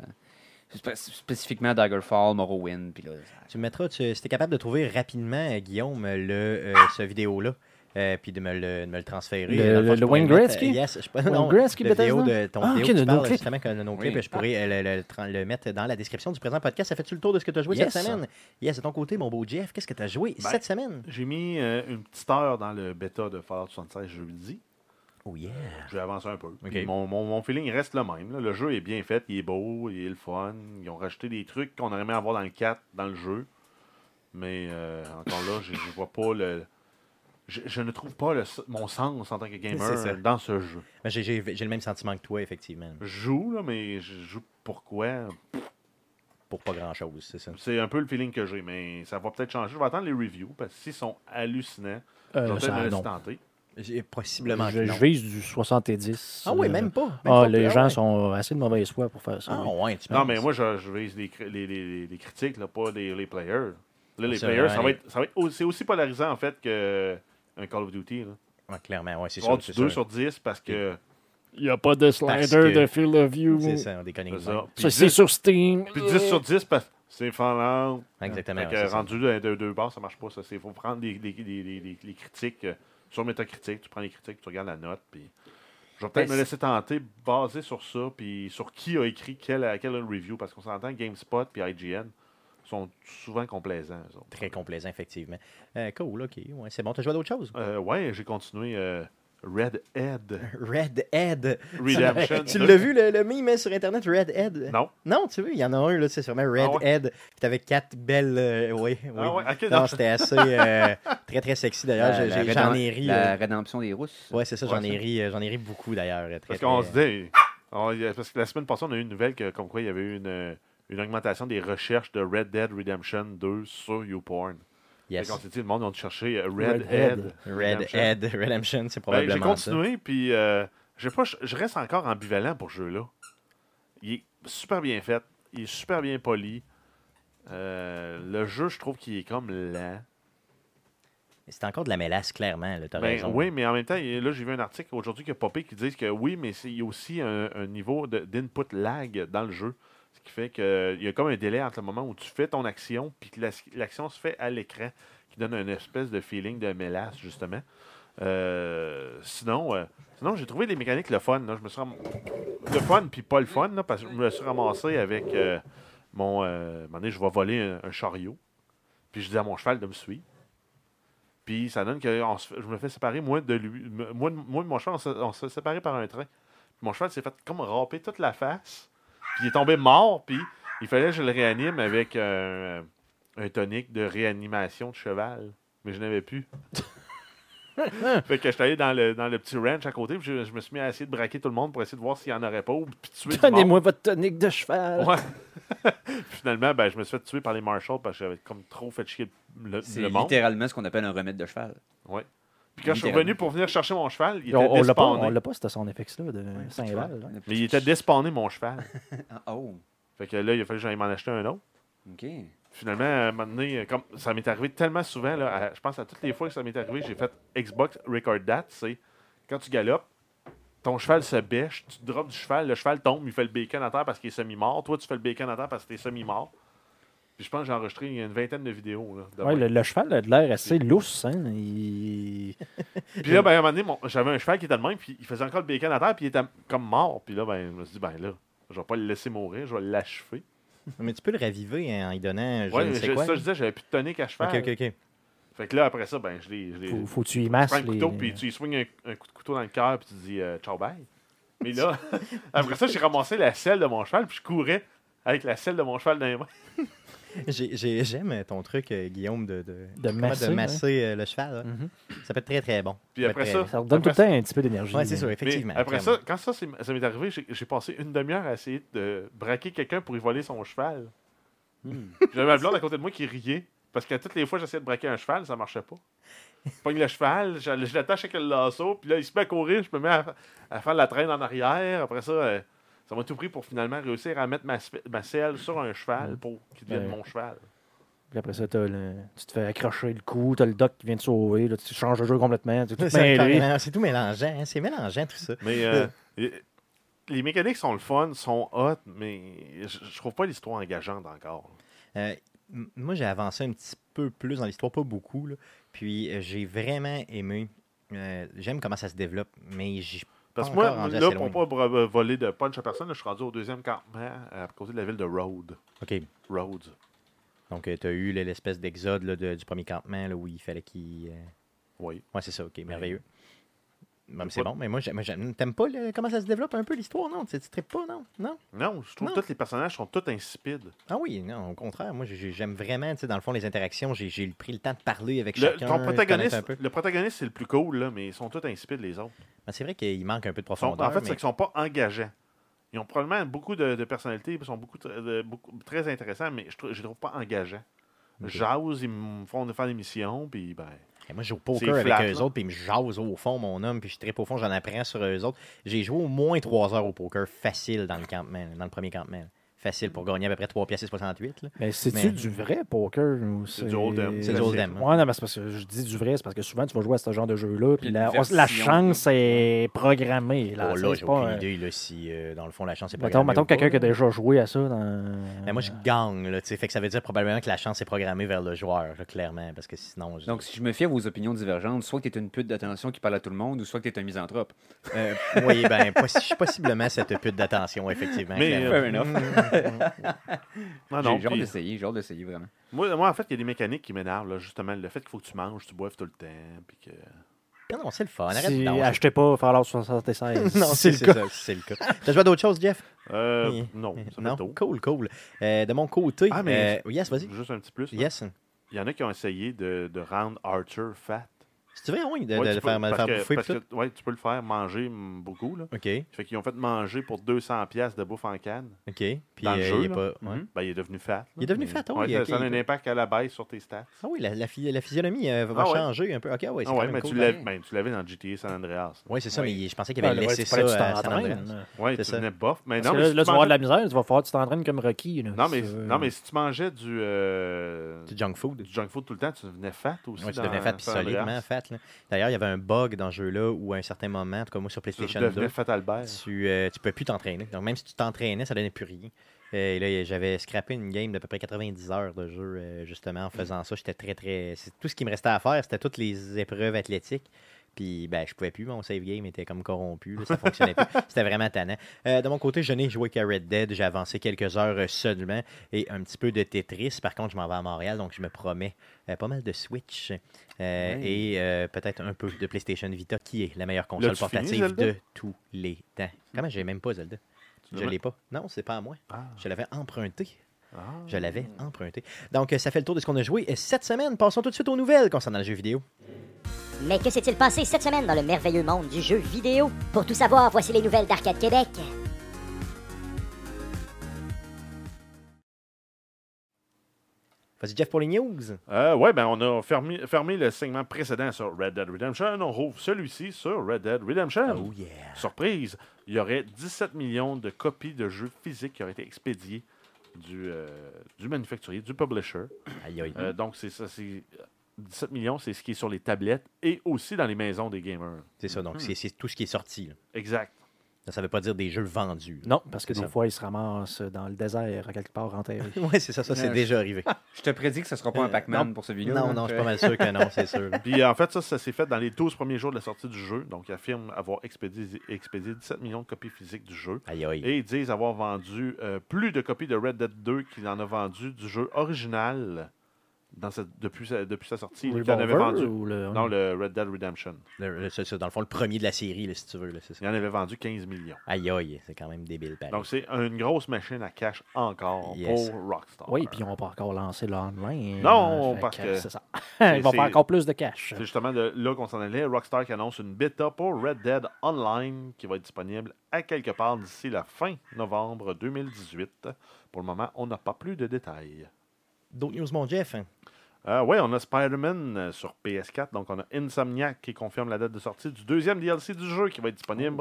S2: spé- spécifiquement Daggerfall, Morrowind. Puis là, ça-
S1: Tu me mettras, tu, si t'es capable de trouver rapidement, euh, Guillaume, le, euh, ce vidéo-là, euh, puis de me le, de me le transférer.
S4: Le-
S1: Dans fond,
S4: le
S1: je pourrais
S4: Wayne
S1: mettre,
S4: Gretzky?
S1: euh, yes, je,
S4: Wayne
S1: non,
S4: Gretzky,
S1: le vidéo
S4: Bethesda?
S1: de ton
S4: Ah,
S1: vidéo
S4: ok,
S1: que
S4: de
S1: tu
S4: nos
S1: parles,
S4: clips.
S1: justement, que de nos clips,
S2: Oui.
S1: je pourrais euh, le, le- tra- le mettre dans la description du présent podcast. Ça fait-tu le tour de ce que tu as joué
S4: Yes.
S1: cette semaine? Yes, de ton côté, mon beau Jeff, qu'est-ce que tu as joué
S3: Ben.
S1: cette semaine?
S3: J'ai mis euh, une petite heure dans le bêta de Fallout 76 jeudi.
S1: Oh yeah.
S3: Je vais avancer un peu. Puis
S1: Ok.
S3: Mon, mon, mon feeling reste le même. là. Le jeu est bien fait, il est beau, il est le fun. Ils ont rajouté des trucs qu'on aurait aimé avoir dans le 4, dans le jeu. Mais euh, encore là, je ne vois pas le. Je, je ne trouve pas le s- mon sens en tant que
S1: C'est ça.
S3: gamer dans ce jeu.
S1: Ben, J'ai j'ai- j'ai le même sentiment que toi, effectivement.
S3: Je joue, là, mais je joue pourquoi
S1: Pour pas grand-chose, c'est ça.
S3: C'est un peu le feeling que j'ai, mais ça va peut-être changer. Je vais attendre les reviews parce que s'ils sont hallucinants,
S1: Euh,
S3: je vais peut-être me laisser tenter.
S1: J'ai Possiblement que
S4: euh, je,
S1: non.
S4: je vise du 70.
S1: Ah oui,
S4: euh,
S1: même pas. même
S4: Ah,
S1: pas.
S4: les gens
S1: ouais.
S4: sont assez de mauvaise foi pour faire ça.
S1: Ah
S4: oui.
S1: ouais, tu
S3: Non,
S1: penses?
S3: mais moi, je, je vise les, cri- les, les- les critiques, là, pas les, les players. Là, les
S1: C'est
S3: players,
S1: vrai,
S3: ça va
S1: les-
S3: être, ça va être au- c'est aussi polarisant, en fait, que un Call of Duty. Là.
S1: Ouais, clairement, ouais, c'est
S3: Tu vas avoir
S1: sûr.
S3: du
S1: c'est
S3: 2
S1: sûr.
S3: sur 10 parce que...
S4: Il n'y a pas de
S1: Parce que-
S4: field of view.
S1: C'est ça, on déconne.
S3: c'est ça. Puis,
S4: Ça, c'est
S3: 10,
S4: sur Steam.
S3: puis 10 sur 10 parce que c'est Fallout.
S1: Exactement.
S3: Hein? Fait que,
S1: ouais, c'est ça.
S3: rendu de, de deux barres, ça marche pas. Il faut prendre les, les- les- les- les- les critiques euh, sur Metacritic. Tu prends les critiques, tu regardes la note. Puis je vais peut-être
S2: Ben,
S3: me laisser tenter basé sur ça, puis sur qui a écrit quelle, quelle review. Parce qu'on s'entend, GameSpot puis IGN sont souvent complaisants. eux autres.
S1: Très complaisant, effectivement. Euh, cool, ok. Ouais, c'est bon, t'as joué à d'autres choses?
S3: Euh, ouais, j'ai continué euh, Red Head
S1: Red Head.
S3: Redemption.
S1: tu l'as vu, le, le meme hein, sur Internet, Red Head?
S3: Non.
S1: Non, tu vois, il y en a un, là, c'est sûrement Red
S3: Ah ouais?
S1: Head. Puis t'avais quatre belles... euh, oui, oui.
S3: Ah ouais, ok,
S1: non,
S3: non.
S1: c'était assez... euh, très, très sexy, d'ailleurs.
S2: la-
S1: J'ai-
S2: la
S1: j'ai- J'en
S2: rédem-
S1: ai ri.
S2: La
S1: euh,
S2: rédemption des Russes.
S1: Ouais, c'est ça, j'en
S3: Ouais,
S1: ai
S3: c'est-
S1: ri. euh, J'en ai ri beaucoup, d'ailleurs. euh, très,
S3: Parce qu'on
S1: très-
S3: se dit. on- parce que la semaine passée, on a eu une nouvelle que, comme quoi il y avait eu une, une augmentation des recherches de Red Dead Redemption 2 sur YouPorn.
S1: Yes.
S3: Quand dit, le monde a dû chercher euh, Red,
S4: Red Head.
S3: Head.
S1: Red
S3: Redemption.
S1: Dead Redemption, c'est
S3: Ben,
S1: probablement
S3: j'ai Ben, continué, puis euh, je sais pas, je, je reste encore ambivalent pour ce jeu-là. Il est super bien fait, il est super bien poli. Euh, le jeu, je trouve qu'il est comme lent.
S1: ça. C'est encore de la mélasse, clairement. là, T'as
S3: Ben,
S1: raison.
S3: oui, mais en même temps, il- là, j'ai vu un article aujourd'hui qui a popé qui dit que oui, mais c'est- il y a aussi un, un niveau de- d'input lag dans le jeu. Ce qui fait qu'il y a comme un délai entre le moment où tu fais ton action puis que la- l'action se fait à l'écran, qui donne une espèce de feeling de mélasse, justement. Euh, sinon, euh, sinon j'ai trouvé des mécaniques le fun. là. Je me suis ram- Le fun puis pas le fun, là, parce que je me suis ramassé avec euh, mon. Euh, à un moment donné, je vais voler un- un chariot. Puis je dis à mon cheval de me suivre. Puis ça donne que on se fait- je me fais séparer, moi, de lui. m- Moi, de- moi de mon cheval, on se- on s'est séparés par un train. Puis mon cheval s'est fait comme râper toute la face. Puis il est tombé mort, puis il fallait que je le réanime avec un, un tonique de réanimation de cheval. Mais je n'avais plus. fait que je suis allé dans le, dans le petit ranch à côté, puis je, je me suis mis à essayer de braquer tout le monde pour essayer de voir s'il n'y en aurait pas ou puis tuer du monde.
S4: Donnez-moi votre tonique de cheval.
S3: Ouais. Finalement, ben, je me suis fait tuer par les marshals parce que j'avais comme trop fait chier le,
S2: C'est
S3: le monde.
S2: littéralement ce qu'on appelle un remède de cheval.
S3: Puis quand je suis
S2: littéralement.
S3: revenu pour venir chercher mon cheval, il
S4: on,
S3: était
S4: on l'a pas,
S3: despawné.
S4: on l'a pas, c'était son effet là, de hein. Saint-Val. là.
S3: Mais il était despawné, mon cheval.
S2: Oh,
S3: Fait que là, il a fallu que j'aille m'en acheter un autre.
S2: OK.
S3: Finalement, à un moment donné, comme ça m'est arrivé tellement souvent, là, à- je pense à toutes les fois que ça m'est arrivé, j'ai fait Xbox Record That, c'est quand tu galopes, ton cheval se bêche, tu drops du cheval, le cheval tombe, il fait le bacon à terre parce qu'il est semi-mort, toi tu fais le bacon à terre parce que t'es semi-mort. Puis je pense que j'ai enregistré une vingtaine de vidéos. Là, de
S4: Ouais,
S3: même.
S4: le, le cheval a de l'air assez lousse. Hein? Il-
S3: Puis là, ben, à un moment donné, mon- j'avais un cheval qui était le même, puis il faisait encore le bacon à terre, puis il était comme mort. Puis là, ben, je me suis dit, ben là, je vais pas le laisser mourir, je vais l'achever.
S1: Mais tu peux le raviver hein, en y donnant je
S3: Ouais,
S1: ne
S3: mais
S1: sais
S3: je-
S1: quoi.
S3: ça, je disais, j'avais plus de tonique à cheval.
S1: Ok, ok, ok.
S3: Fait que là, après ça, ben, je l'ai. je l'ai-
S4: Faut, faut que tu y
S3: Tu
S4: masses.
S3: prends le couteau,
S4: les-
S3: puis tu y swings un, un coup de couteau dans le cœur, puis tu dis euh, ciao, bye. Mais là, après ça, j'ai ramassé la selle de mon cheval, puis je courais avec la selle de mon cheval dans les mains.
S1: J'ai- j'ai- J'aime ton truc, euh, Guillaume, de, de,
S4: De
S1: comment
S4: masser,
S1: de masser euh, le cheval. là.
S4: Mhm.
S1: Ça peut être très, très bon.
S3: Puis
S1: peut
S3: après
S1: être
S3: ça,
S1: très-
S4: Ça redonne tout le temps un petit peu d'énergie.
S1: Ouais, c'est sûr,
S3: Mais
S1: effectivement.
S3: après
S1: clairement.
S3: ça, quand ça, c'est- ça m'est arrivé, j'ai- j'ai passé une demi-heure à essayer de braquer quelqu'un pour y voler son cheval. J'avais ma blonde à côté de moi qui riait. Parce que toutes les fois, j'essayais de braquer un cheval, ça marchait pas. Je pogne le cheval, je, je l'attache avec le lasso, puis là, il se met à courir, je me mets à, à faire la traîne en arrière. Après ça, euh, ça m'a tout pris pour finalement réussir à mettre ma, sp- ma selle sur un cheval pour qu'il devienne
S4: Ben,
S3: mon cheval.
S4: Puis après ça, t'as le- tu te fais accrocher le cou, t'as le doc qui vient te sauver, là, tu changes de jeu complètement, tu es tout
S1: C'est
S4: mêlé.
S1: carrément- C'est tout mélangeant, hein, c'est mélangeant tout ça.
S3: Mais euh, euh, les mécaniques sont le fun, sont hot, mais je, je trouve pas l'histoire engageante encore.
S1: Euh, m- moi, j'ai avancé un petit peu plus dans l'histoire, pas beaucoup. là. Puis euh, j'ai vraiment aimé. Euh, J'aime comment ça se développe, mais j'ai
S3: Parce que
S1: Pas
S3: moi,
S1: encore rendu
S3: là,
S1: assez
S3: pour pas bra- euh, voler de punch à personne, là, je suis rendu au deuxième campement euh, à côté de la ville de Rhodes.
S1: OK.
S3: Rhodes.
S1: Donc, tu as eu là, l'espèce d'exode là, de- du premier campement là, où il fallait qu'il. euh,
S3: Oui.
S1: Ouais, c'est ça, ok, merveilleux. Même
S3: C'est
S1: c'est
S3: pas-
S1: bon, mais moi, j'ai- moi, j'aime. T'aimes pas le- comment ça se développe un peu l'histoire, non? Tu tu tripes pas, non? Non?
S3: Non, je trouve
S1: Non.
S3: que tous les personnages sont tous insipides.
S1: Ah oui, non, au contraire. Moi, j'ai- j'aime vraiment, tu sais, dans le fond, les interactions. J'ai- J'ai pris le temps de parler avec
S3: Le,
S1: chacun.
S3: ton
S1: de connaître
S3: protagoniste,
S1: un peu.
S3: le protagoniste, c'est le plus cool, là, mais ils sont tous insipides, les autres.
S1: Ben, c'est vrai qu'il manque un peu de
S3: Ils sont-
S1: profondeur.
S3: en fait, c'est
S1: mais-
S3: qu'ils sont pas engageants. Ils ont probablement beaucoup de, de personnalités, ils sont beaucoup, tr- de- beaucoup- très intéressants, mais je trou- je les trouve pas engageants.
S1: Ok.
S3: J'ose, ils me font faire des missions, puis ben.
S1: Et moi, je joue au poker
S3: C'est
S1: avec
S3: flat,
S1: eux
S3: là.
S1: autres, puis ils me jasent au fond, mon homme, puis je tripe au fond, j'en apprends sur eux autres. J'ai joué au moins trois heures au poker facile dans le campement, dans le premier campement. Facile pour gagner à peu près 3 pièces et 68. là.
S4: Mais c'est-tu
S1: Mais-
S4: du vrai poker ou c'est
S3: du Hold'em.
S1: C'est du Hold'em.
S4: Ouais, non, mais c'est parce que je dis du vrai, c'est parce que souvent tu vas jouer à ce genre de jeu-là, puis
S2: Puis
S4: la,
S2: une
S4: la
S2: version.
S4: chance est programmée. Là,
S1: Oh
S4: tu
S1: là,
S4: sais,
S1: j'ai
S4: c'est
S1: aucune
S4: pas un-
S1: idée là, si, euh, dans le fond, la chance est
S4: Mettons,
S1: programmée
S4: mettons
S1: ou pas,
S4: quelqu'un qui a
S1: là.
S4: déjà joué à ça dans.
S1: Mais moi, je gagne, là, tu sais. Fait que ça veut dire probablement que la chance est programmée vers le joueur, là, clairement, parce que sinon. je-
S2: Donc, si je me fie à vos opinions divergentes, soit que tu es une pute d'attention qui parle à tout le monde, ou soit que tu es un misanthrope.
S1: Euh, oui, ben, possi- possiblement cette pute d'attention, effectivement.
S3: Mais, euh,
S1: clairement.
S2: Fair enough.
S3: Non, non,
S2: J'ai j'ai hâte
S3: puis-
S2: d'essayer, j'ai hâte d'essayer, vraiment.
S3: moi, moi, en fait, il y a des mécaniques qui m'énervent, là, justement. Le fait qu'il faut que tu manges, tu boives tout le temps, puis que.
S1: Non, non, c'est le fun. Arrête de
S4: Si,
S1: danser.
S4: achetez pas Fallout 76.
S1: Non, c'est c'est ça, c'est le cas. T'as joué à d'autres choses, Jeff?
S3: Euh,
S1: Oui.
S3: Non, ça
S1: Non?
S3: fait tôt.
S1: Cool, cool. Euh, de mon côté,
S3: Ah, mais-
S1: euh, yes, vas-y.
S3: Juste un petit plus. là.
S1: Yes.
S3: Il y en a qui ont essayé de, de rendre Archer fat.
S1: Si tu veux, oui, de,
S3: Ouais,
S1: de
S3: tu
S1: le
S3: peux-
S1: faire, de le faire
S3: parce que-
S1: bouffer.
S3: parce
S1: pis tout.
S3: que, ouais, tu peux le faire manger mm, beaucoup. Là.
S1: OK,
S3: Fait qu'ils ont fait manger pour 200 pièces de bouffe en canne.
S1: OK. Puis
S3: Dans le
S1: euh,
S3: jeu,
S1: il est
S3: là.
S1: pas. ouais.
S2: Mhm.
S3: Ben, il est devenu fat. là.
S1: Il est devenu
S3: Mais-
S1: fat, ah oui,
S3: ouais, ça-
S1: ok,
S3: Ça a
S1: il-
S3: un impact à la baisse sur tes stats.
S1: Ah oui, la, la, phy- la physionomie euh, va
S3: Ah ouais.
S1: changer un peu. OK, ah ouais, c'est
S3: Ah
S1: quand
S3: ouais,
S1: même
S3: mais
S1: cool.
S3: tu l'avais ben, tu l'avais dans GTA San Andreas.
S1: Oui, c'est ça,
S2: Oui.
S1: mais je pensais qu'il
S3: Ah,
S4: Ben,
S1: avait
S4: ouais,
S1: laissé
S4: tu parlais
S1: ça
S4: du temps
S1: à San
S4: d'entraîne,
S1: Andreas.
S4: là.
S3: Ouais,
S1: C'est
S3: tu
S1: ça.
S3: venais bof. Mais
S4: Parce
S3: non,
S4: que
S3: mais
S4: là,
S3: si
S4: là, tu
S3: tu
S4: vas avoir
S3: mangeais-
S4: de la misère, tu vas faire, tu t'entraînes comme Rocky. là. Euh,
S3: non, mais,
S4: Ça,
S3: non, mais si tu mangeais du, euh,
S1: Du junk food.
S3: du junk food tout le temps, tu devenais fat aussi.
S1: Ouais, tu
S3: dans
S1: devenais fat puis
S3: San Andreas.
S1: solidement fat. là. D'ailleurs, il y avait un bug dans ce jeu-là où à un certain moment, en tout cas moi sur
S3: Tu
S1: PlayStation 2,
S3: devenais fat Albert.
S1: tu ne peux plus t'entraîner. Donc, même si tu t'entraînais, ça donnait plus rien. Euh, Et là, j'avais scrappé une game d'à peu près 90 heures de jeu, euh, justement, en faisant ça. J'étais très, très. c'est- Tout ce qui me restait à faire, c'était toutes les épreuves athlétiques. Puis, ben, je pouvais plus. Mon save game était comme corrompu. là, ça fonctionnait plus. C'était vraiment tannant. Euh, de mon côté, je n'ai joué qu'à Red Dead. J'ai avancé quelques heures euh, seulement et un petit peu de Tetris. Par contre, je m'en vais à Montréal, donc je me promets euh, pas mal de Switch euh,
S2: Ouais.
S1: et euh, peut-être un peu de PlayStation Vita, qui est la meilleure console
S3: L'as-tu fini,
S1: portative
S3: Zelda? Hmm.
S1: de tous les temps. Comment j'ai même pas Zelda
S3: Tu
S1: Je
S3: l'as-
S1: l'ai pas. Non, c'est pas à moi.
S3: Ah,
S1: Je l'avais emprunté.
S3: ah.
S1: Je l'avais emprunté. Donc, euh, ça fait le tour de ce qu'on a joué euh, cette semaine. Passons tout de suite aux nouvelles concernant le jeu vidéo.
S5: Mais que s'est-il passé cette semaine dans le merveilleux monde du jeu vidéo Pour tout savoir, voici les nouvelles d'Arcade Québec.
S1: Vas-y, Jeff, pour les news.
S3: Euh, ouais, ben on a fermé, fermé le segment précédent sur Red Dead Redemption. On rouvre celui-ci sur Red Dead Redemption.
S1: Oh yeah.
S3: Surprise, il y aurait 17 millions de copies de jeux physiques qui auraient été expédiées du, euh, du manufacturier, du publisher.
S1: Aïe, aïe.
S3: Euh, donc, c'est ça, c'est 17 millions, c'est ce qui est sur les tablettes et aussi dans les maisons des gamers.
S1: c'est ça,
S3: hmm.
S1: donc c'est- c'est tout ce qui est sorti. là.
S3: Exact.
S1: Ça, ça veut pas dire des jeux vendus.
S4: Non, parce que
S1: C'est
S4: des
S1: ça.
S4: fois, ils se ramassent dans le désert, à quelque part, enterrés.
S1: ouais, c'est ça, ça c'est
S2: Ouais,
S1: déjà arrivé.
S2: Je te prédis que ce hein. sera pas un
S1: Euh,
S2: Pac-Man
S1: non.
S2: pour celui-là.
S1: Non,
S2: là.
S1: non, je suis pas mal sûr que non, c'est sûr. là.
S3: Puis en fait, ça, ça s'est fait dans les 12 premiers jours de la sortie du jeu. Donc, ils affirment avoir expédié, expédié 17 millions de copies physiques du jeu.
S1: Aïe, aïe.
S3: Et ils disent avoir vendu euh, plus de copies de Red Dead 2 qu'il en a vendu du jeu original dans sa- depuis, sa, depuis sa sortie. Il en avait
S4: Revolver
S3: vendu.
S4: ou le-
S3: Non, le Red Dead Redemption.
S1: Le- le- c'est ça, dans le fond, le premier de la série, là, si tu veux. là, c'est ça.
S3: Il en avait vendu 15 millions.
S1: Aïe, aïe, c'est quand même débile. pareil.
S3: Donc, c'est une grosse machine à cash encore
S1: Yes.
S3: pour Rockstar.
S4: Oui, puis on pas encore lancé le online.
S3: Non,
S4: Fait
S3: parce que-
S4: C'est ça. Ils vont
S3: c'est-
S4: faire encore plus de cash.
S3: C'est justement de là qu'on s'en allait. Rockstar qui annonce une bêta pour Red Dead Online qui va être disponible à quelque part d'ici la fin novembre 2018. Pour le moment, on n'a pas plus de détails.
S1: D'autres news, mon Jeff. hein?
S3: Euh, oui, on a Spider-Man euh, sur PS4. Donc, on a Insomniac qui confirme la date de sortie du deuxième DLC du jeu qui va être disponible,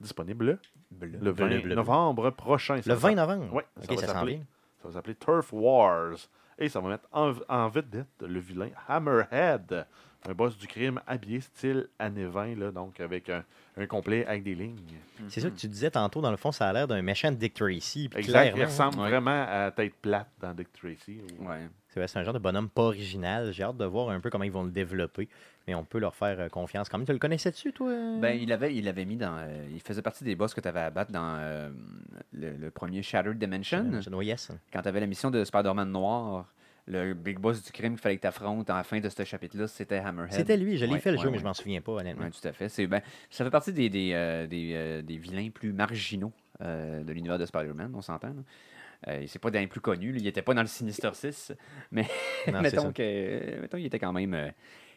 S3: disponible le 20
S1: Oh. Bleu, bleu.
S3: novembre prochain. Ça
S1: Le
S3: va
S1: 20 novembre.
S3: Ouais,
S1: Ok,
S3: ça va
S1: ça s'en
S3: s'appeler.
S1: vient.
S3: Ça va s'appeler Turf Wars. Et ça va mettre en, en vedette le vilain Hammerhead, un boss du crime habillé style années 20, là, donc avec un, un complet avec des lignes.
S1: C'est ça que tu disais tantôt, dans le fond, ça a l'air d'un méchant Dick Tracy. puis
S3: Exact, il
S1: clairement,
S3: ressemble
S2: Ouais.
S3: vraiment à Tête Plate dans Dick Tracy. ou-
S2: Ouais.
S1: C'est vrai, c'est un genre de bonhomme pas original. J'ai hâte de voir un peu comment ils vont le développer. Mais on peut leur faire euh, confiance quand même. Tu le connaissais-tu, toi euh?
S2: Ben, il avait, il avait mis dans. euh, il faisait partie des boss que tu avais à battre dans euh, le, le premier Shattered Dimension.
S1: John Wayes.
S2: Quand tu avais la mission de Spider-Man Noir, le big boss du crime qu'il fallait que tu affrontes à la fin de ce chapitre-là, c'était Hammerhead.
S1: C'était lui, je l'ai
S2: Ouais,
S1: fait le
S2: ouais,
S1: jeu,
S2: ouais.
S1: mais je m'en souviens pas, honnêtement.
S2: Oui, tout à fait. C'est- ben, ça fait partie des, des, euh, des, euh, des vilains plus marginaux euh, de l'univers de Spider-Man, on s'entend. là. Euh, c'est pas dans les plus connus. là. Il était pas dans le Sinister 6, mais
S1: Non, c'est ça.
S2: mettons, que, euh, mettons il était quand même. euh,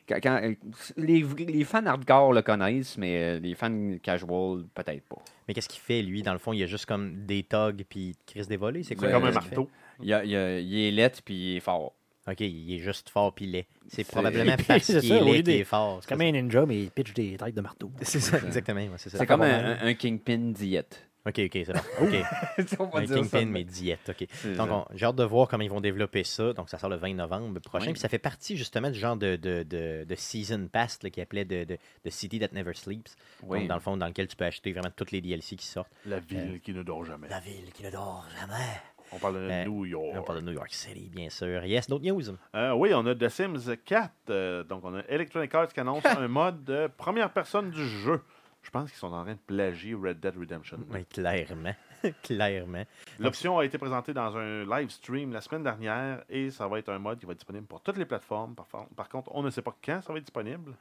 S2: quand- quand, euh, les, les fans hardcore le connaissent, mais euh, les fans casual, peut-être pas.
S1: Mais qu'est-ce qu'il fait, lui Dans le fond, il a juste comme des togs puis Chris des volets. C'est
S3: C'est
S1: quoi
S2: Ouais,
S3: comme un
S1: qu'est-ce qu'il fait?
S3: marteau.
S2: Il, a- il a- il est lettre puis il est fort.
S1: Ok, il est juste fort puis laid. C'est
S2: C'est-
S1: probablement
S4: Puis,
S1: parce
S4: c'est
S1: qu'il
S4: ça,
S1: est
S4: au lieu
S1: laid qu'il
S4: des-
S1: est fort.
S4: C'est comme un ninja, mais il pitch des têtes de marteau.
S1: C'est ça, exactement. ouais, c'est ça.
S2: C'est comme un, un- un Kingpin diète.
S1: Ok, ok, c'est bon. Ok.
S2: on va
S1: Un
S2: dire ça
S1: Kingpin,
S2: de
S1: mais
S2: même.
S1: diète. OK.
S2: C'est
S1: Donc,
S2: ça.
S1: on- j'ai hâte de voir comment ils vont développer ça. Donc, ça sort le 20 novembre prochain.
S2: Oui.
S1: Puis, ça fait partie justement du genre de, de, de, de Season Pass là, qui appelait de, de, de City That Never Sleeps.
S2: Oui.
S1: Donc, dans le fond, dans lequel tu peux acheter vraiment toutes les DLC qui sortent.
S3: La ville qui ne dort jamais.
S1: La ville qui ne dort jamais.
S3: Euh. On parle de
S1: Euh,
S3: New
S1: On
S3: York.
S1: parle de New York City, bien sûr. Yes, d'autres news.
S3: Euh, oui, on a The Sims 4. euh, donc, on a Electronic Arts qui annonce un mode de première personne du jeu. Je pense qu'ils sont en train de plagier Red Dead Redemption.
S1: Oui, clairement. clairement.
S3: L'option a été présentée dans un live stream la semaine dernière et ça va être un mode qui va être disponible pour toutes les plateformes. Par, fon- par contre, on ne sait pas quand ça va être disponible,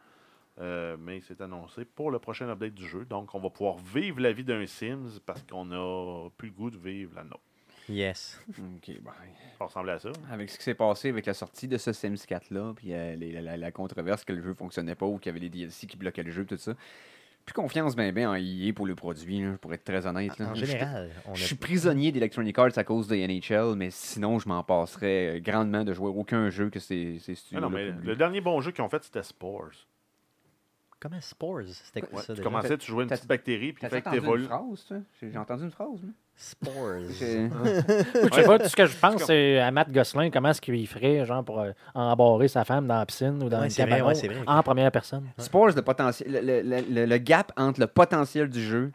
S3: euh, mais c'est annoncé pour le prochain update du jeu. Donc, on va pouvoir vivre la vie d'un Sims parce qu'on n'a plus le goût de vivre la nôtre.
S1: Yes.
S2: OK, bye.
S3: Ça ressemblait à ça.
S2: Avec ce qui s'est passé avec la sortie de ce Sims 4-là, puis euh, les- la, la- la controverse que le jeu fonctionnait pas ou qu'il y avait les DLC qui bloquaient le jeu, tout ça. Plus confiance, ben, ben, en IA pour le produit, là, pour être très honnête. là.
S1: En
S2: Je-
S1: général, on a...
S2: Je suis prisonnier d'Electronic Arts à cause de NHL, mais sinon, je m'en passerais euh, grandement de jouer aucun jeu que ces, ces
S3: Ah
S2: studios.
S3: non, mais le dernier bon jeu qu'ils ont fait, c'était Spores.
S1: Comment Spores C'était quoi
S3: Ouais,
S1: ça
S3: tu
S1: déjà?
S3: commençais, tu jouais une
S2: T'as-
S3: petite bactérie, puis il
S2: T'as
S3: fait que
S2: entendu une
S3: t'évolues.
S2: phrase, toi? J'ai j'ai entendu une phrase, moi.
S1: Spores.
S2: C'est-
S4: Je sais pas, tout ce que je pense, c'est à Matt Gosselin, comment est-ce qu'il ferait, genre, pour euh, embarrer sa femme dans la piscine ou dans
S1: Ouais,
S4: le
S1: c'est vrai,
S4: cabanon
S1: ouais, c'est vrai.
S4: en première personne.
S2: Spores, le, potentiel, le, le- le- le gap entre le potentiel du jeu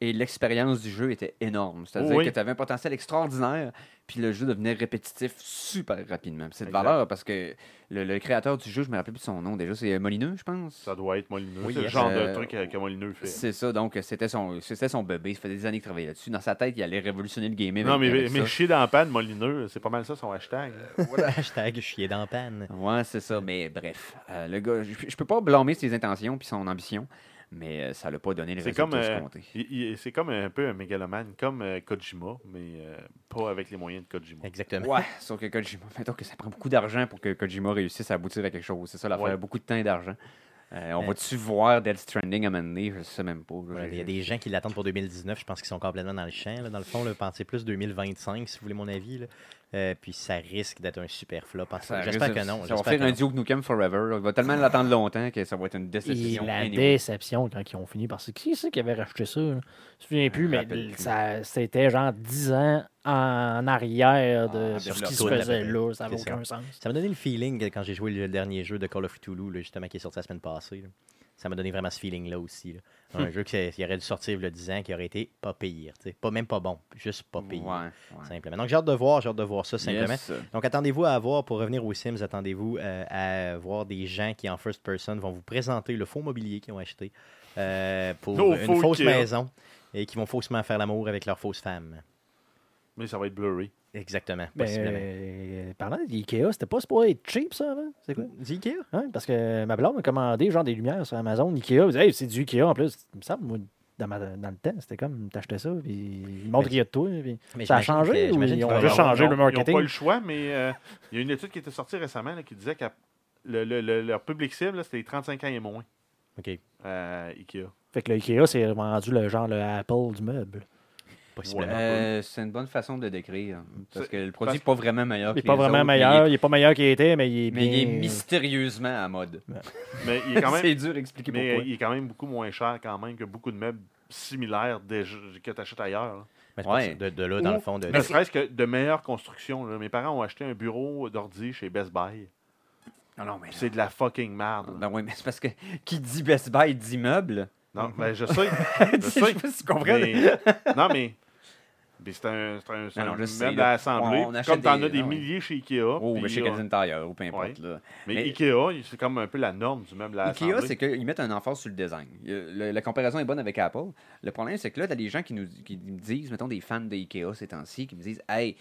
S2: et l'expérience du jeu était énorme. C'est-à-dire
S3: Oui.
S2: que tu avais un potentiel extraordinaire, puis le jeu devenait répétitif super rapidement. Puis C'est de
S3: Exact.
S2: valeur parce que le, le créateur du jeu, je me rappelle plus de son nom déjà, c'est euh, Molineux, je pense.
S3: Ça doit être Molineux.
S1: Oui,
S3: c'est le
S1: yes.
S3: genre
S2: Euh,
S3: de truc que, que Molineux fait.
S2: C'est ça, donc euh, c'était son, c'était son bébé. Ça faisait des années qu'il travaillait là-dessus. Dans sa tête, il allait révolutionner le gaming.
S3: Non,
S2: avec-
S3: mais,
S2: avec
S3: mais
S2: ça. Euh,
S3: chier dans la panne, Molineux, c'est pas mal ça son hashtag.
S1: Hashtag chier dans la panne.
S2: Ouais, c'est ça. Mais bref, euh, le gars, je je peux pas blâmer ses intentions puis son ambition, mais euh, ça l'a pas donné les
S3: C'est
S2: résultats
S3: comme, euh,
S2: escomptés.
S3: il- il- c'est comme un peu un mégalomane, comme euh, Kojima, mais euh, pas avec les moyens de Kojima.
S1: Exactement.
S2: Ouais, sauf que Kojima, mettons que ça prend beaucoup d'argent pour que Kojima réussisse à aboutir à quelque chose. C'est ça l'affaire,
S3: Ouais.
S2: beaucoup de temps et d'argent. Euh, on
S1: Euh.
S2: va-tu voir Dead Stranding à un moment donné? Je sais même pas. là.
S1: Ouais, Il y
S2: J'ai-
S1: a des gens qui l'attendent pour 2019. Je pense qu'ils sont complètement dans le champ. là. Dans le fond, là, pensez plus 2025, si vous voulez mon avis. là. Euh, puis ça risque d'être un super flop. en tout
S2: Ça
S1: cas. J'espère
S2: risque-
S1: que non.
S2: Ça va
S1: j'espère
S2: faire
S1: que
S2: un
S1: non.
S2: duo Nukem Forever. Il va tellement l'attendre longtemps que ça va être une
S4: Et
S2: déception.
S4: la
S2: anyway.
S4: déception quand ils ont fini. Parce que qui c'est qui avait racheté ça? là? Je me souviens plus, mais
S2: rappelle plus.
S4: ça- c'était genre 10 ans en arrière de
S2: Ah,
S4: sur ce
S2: développé,
S4: qui se
S1: à peu
S4: faisait
S1: près.
S4: là. Ça n'avait
S1: C'est
S4: aucun sens.
S1: Ça m'a donné le feeling que quand j'ai joué le dernier jeu de Call of Cthulhu, là, justement, qui est sorti la semaine passée. là. Ça m'a donné vraiment ce feeling-là aussi. là. Un
S2: Hmm.
S1: jeu qui qui aurait dû sortir le 10 ans, qui aurait été pas pire. tu sais. Pas, même pas bon, juste pas
S2: Ouais,
S1: pire.
S2: ouais.
S1: Simplement. Donc j'ai hâte de voir, j'ai hâte de voir ça simplement.
S2: Yes.
S1: Donc, attendez-vous à avoir, pour revenir aux Sims, attendez-vous euh, à voir des gens qui, en first person, vont vous présenter le faux mobilier qu'ils ont acheté euh, pour
S3: No
S1: une
S3: faux
S1: fausse
S3: kid.
S1: maison et qui vont faussement faire l'amour avec leur fausse femme.
S3: Mais ça va être blurry.
S1: Exactement,
S4: Ben,
S1: possiblement.
S4: euh, parlant d'IKEA, c'était pas supposé être cheap ça avant? C'est quoi?
S1: Dis Ikea?
S4: Hein, Parce que ma blonde m'a commandé genre des lumières sur Amazon, Ikea. Elle me disait, Hey, c'est du Ikea en plus. Il me semble, moi, dans, ma- dans le temps, c'était comme t'achetais ça, puis il montre qu'il y a de toi. puis
S1: Mais
S4: ça a
S1: j'imagine
S4: changé
S1: que-
S4: ou
S1: j'imagine
S4: ils
S1: qu'il
S4: ont
S1: va y
S4: juste
S1: avoir-
S4: changé
S3: ils ont-
S4: le
S3: Ils n'ont pas
S4: marketing?
S3: le choix, mais euh, il y a une étude qui était sortie récemment là, qui disait que le, le- le- leur public cible, là, c'était les 35 ans et moins.
S1: OK.
S3: Euh, Ikea.
S4: Fait que le Ikea, c'est rendu le genre le Apple du meuble.
S1: Possiblement.
S2: Euh, c'est une bonne façon de le décrire. hein, Parce
S3: C'est-
S2: que le produit n'est
S3: parce-
S2: pas vraiment meilleur
S4: Il n'est
S2: que
S4: pas
S2: les
S4: vraiment
S2: autres, mais il est-
S4: meilleur, il n'est pas meilleur qu'il était, mais il est
S2: Mais
S4: bien...
S2: il est mystérieusement à mode.
S3: Mais il est quand même,
S2: C'est dur à expliquer
S3: mais euh,
S2: pourquoi.
S3: il est quand même beaucoup moins cher quand même que beaucoup de meubles similaires déjà- que tu achètes ailleurs. là.
S1: Mais c'est pas
S2: ouais.
S1: ça, de, de là, dans
S3: Oh.
S2: Ou-
S1: le fond, de,
S3: Ne serait-ce que de meilleures constructions. là. Mes parents ont acheté un bureau d'ordi chez Best Buy.
S2: Non, non, mais
S3: C'est de la fucking merde. là.
S2: Ben oui, mais c'est parce que qui dit Best Buy dit meuble.
S3: Non, ben, je sais.
S2: je
S3: Je sais.
S2: sais pas si tu comprends.
S3: mais- non, mais. mais c'est un, c'est un, c'est
S2: Non,
S3: un
S2: non, je sais,
S3: meuble
S2: là.
S3: à assembler.
S2: On- on achète
S3: Comme t'en
S2: des-
S3: as des
S2: non, oui.
S3: milliers chez Ikea.
S2: Oh, mais
S3: puis,
S2: chez
S3: euh,
S2: Canadian Tire, ou peu importe.
S3: Ouais.
S2: Là.
S3: Mais,
S2: Mais-
S3: Ikea, c'est comme un peu la norme du meuble à assembler.
S2: Ikea, c'est qu'ils mettent un emphase sur le design. Euh, le- la comparaison est bonne avec Apple. Le problème, c'est que là, t'as des gens qui, nous, qui me disent, mettons des fans de Ikea ces temps-ci, qui me disent Hey,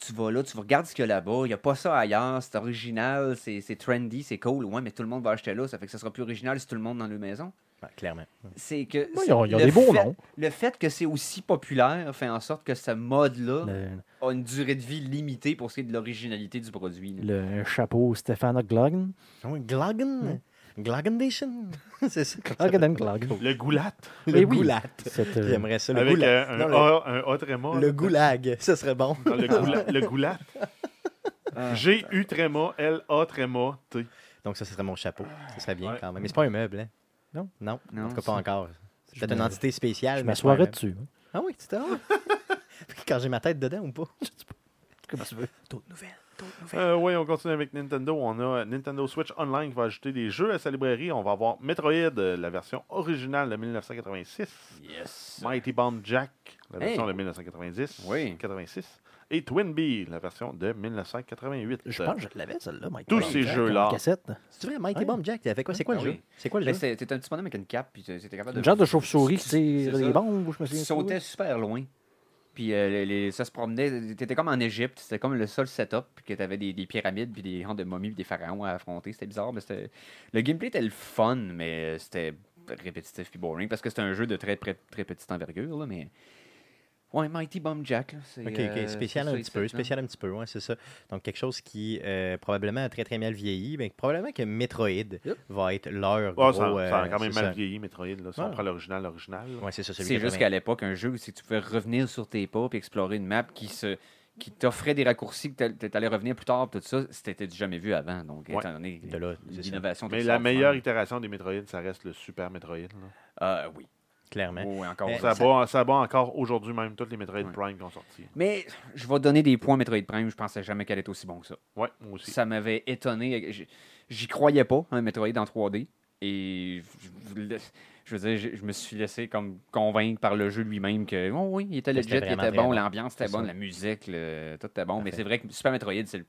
S2: tu vas là, tu regardes ce qu'il y a là-bas, il n'y a pas ça ailleurs, c'est original, c'est c'est trendy, c'est cool, ouais, mais tout le monde va acheter là, ça fait que ça sera plus original si tout le monde dans la maison.
S1: Ouais, clairement.
S2: C'est que.
S4: Ouais, ils ont- ils ont
S2: le
S4: des beaux
S2: fait-
S4: noms.
S2: Le fait que c'est aussi populaire fait en sorte que ce mode-là
S4: Le,
S2: a une durée de vie limitée pour ce qui est de l'originalité du produit. là.
S4: le chapeau Stéphane Glogn.
S1: Oh, Glagan. Glagandation. c'est ça.
S4: Glogden Glog.
S3: Le goulat.
S1: Le
S4: Mais oui.
S1: goulat.
S4: C'est, euh,
S1: J'aimerais ça. Le
S3: Avec
S1: goulat.
S3: euh, un,
S1: Non, le-
S3: A- un A tréma.
S1: le
S3: là.
S1: goulag. Ce serait bon.
S3: Non, Le goulat. Le goulat.
S2: Ah.
S3: G-U tréma, L-A tréma, T.
S1: Donc ça, ce serait mon chapeau. Ce serait bien
S3: Ouais.
S1: quand même. Mais c'est pas un meuble, hein?
S4: Non.
S1: Non,
S2: Non,
S1: en tout cas
S2: c'est-
S1: pas encore. C'est
S4: Je
S1: peut-être une
S4: me-
S1: entité spéciale.
S4: Je
S1: mais c'est pas un
S4: m'assoirais
S1: meuble.
S4: dessus. hein.
S1: Ah oui, tu t'en Quand j'ai ma tête dedans ou pas?
S4: Comment tu veux?
S1: D'autres nouvelles, d'autres nouvelles.
S3: Euh, oui, on continue avec Nintendo. On a euh, Nintendo Switch Online qui va ajouter des jeux à sa librairie. On va avoir Metroid, euh, la version originale de 1986.
S2: Yes.
S3: Mighty Bomb Jack, la
S2: Hey.
S3: version de 1990.
S2: Oui.
S3: 86. Et Twin Bee, la version de 1988.
S4: Je pense que je l'avais, celle-là, Mike.
S3: Tous
S4: Ouais,
S3: ces
S4: Jack,
S3: jeux-là.
S4: en Cassette.
S1: C'est vrai, Mighty
S4: Ouais.
S1: Bomb Jack, t'avais quoi? C'est quoi le
S2: Ah
S1: jeu?
S2: oui.
S1: C'est quoi le
S2: Ben,
S1: jeu?
S2: c'est- T'es un petit bonhomme avec une cape, puis t'es- t'étais capable de.
S4: Une genre de chauve-souris qui
S2: C'est-
S4: tire
S2: c'est
S4: des
S2: ça.
S4: bombes, ou je me
S2: Tu
S4: souviens.
S2: sautais super loin. Puis euh, les- les- ça se promenait. T'étais comme en Égypte. C'était comme le seul setup. Puis que t'avais des, des pyramides, puis des rangs de momies, puis des pharaons à affronter. C'était bizarre, mais c'était. Le gameplay était le fun, mais euh, c'était répétitif puis boring. Parce que c'était un jeu de très, très, très petite envergure, là, mais. Ouais, Mighty Bomb Jack. là, c'est,
S1: Ok,
S2: euh,
S1: ok, spécial
S2: c'est
S1: un
S2: ça,
S1: petit peu,
S2: exactement.
S1: spécial un petit peu, ouais, c'est ça. Donc quelque chose qui euh, probablement a très très mal vieilli, mais probablement que Metroid va être leur
S3: Ah,
S1: gros,
S3: ça, ça a
S1: euh,
S3: quand même
S1: c'est ça.
S3: mal vieilli, Metroid. Là, si
S1: Ouais.
S3: on prend l'original, l'original. là.
S1: Ouais, c'est ça, celui
S2: C'est
S1: de 80.
S2: juste qu'à l'époque, un jeu, si tu pouvais revenir sur tes pas et explorer une map qui se qui t'offrait des raccourcis que tu allais revenir plus tard, tout ça, c'était jamais vu avant. Donc,
S3: Ouais.
S2: étant donné
S1: De là, c'est ça.
S2: l'innovation.
S3: Mais
S2: tout
S3: la
S2: ça,
S3: meilleure itération des Metroid, ça reste le Super Metroid. là.
S2: Ah oui.
S1: clairement.
S2: Oui, encore.
S1: Mais-
S3: Ça,
S2: ça.
S1: ça-
S3: bat, ça bat encore aujourd'hui même toutes les Metroid
S2: Ouais.
S3: Prime qui ont sorti.
S2: Mais je vais donner des points à Metroid Prime. Je pensais jamais qu'elle était aussi bon que ça.
S3: Ouais, moi aussi.
S2: Ça m'avait étonné. J- J'y croyais pas, un Metroid en 3D. Et je- je veux dire, je- je me suis laissé comme convaincre par le jeu lui-même que oh oui, il était
S1: Que
S2: legit,
S1: c'était
S2: il
S1: vraiment
S2: était
S1: très
S2: bon,
S1: bon.
S2: l'ambiance était
S1: C'est
S2: bonne,
S1: ça.
S2: la musique, le- tout était bon. Mais
S1: Parfait.
S2: c'est vrai que Super Metroid, c'est le-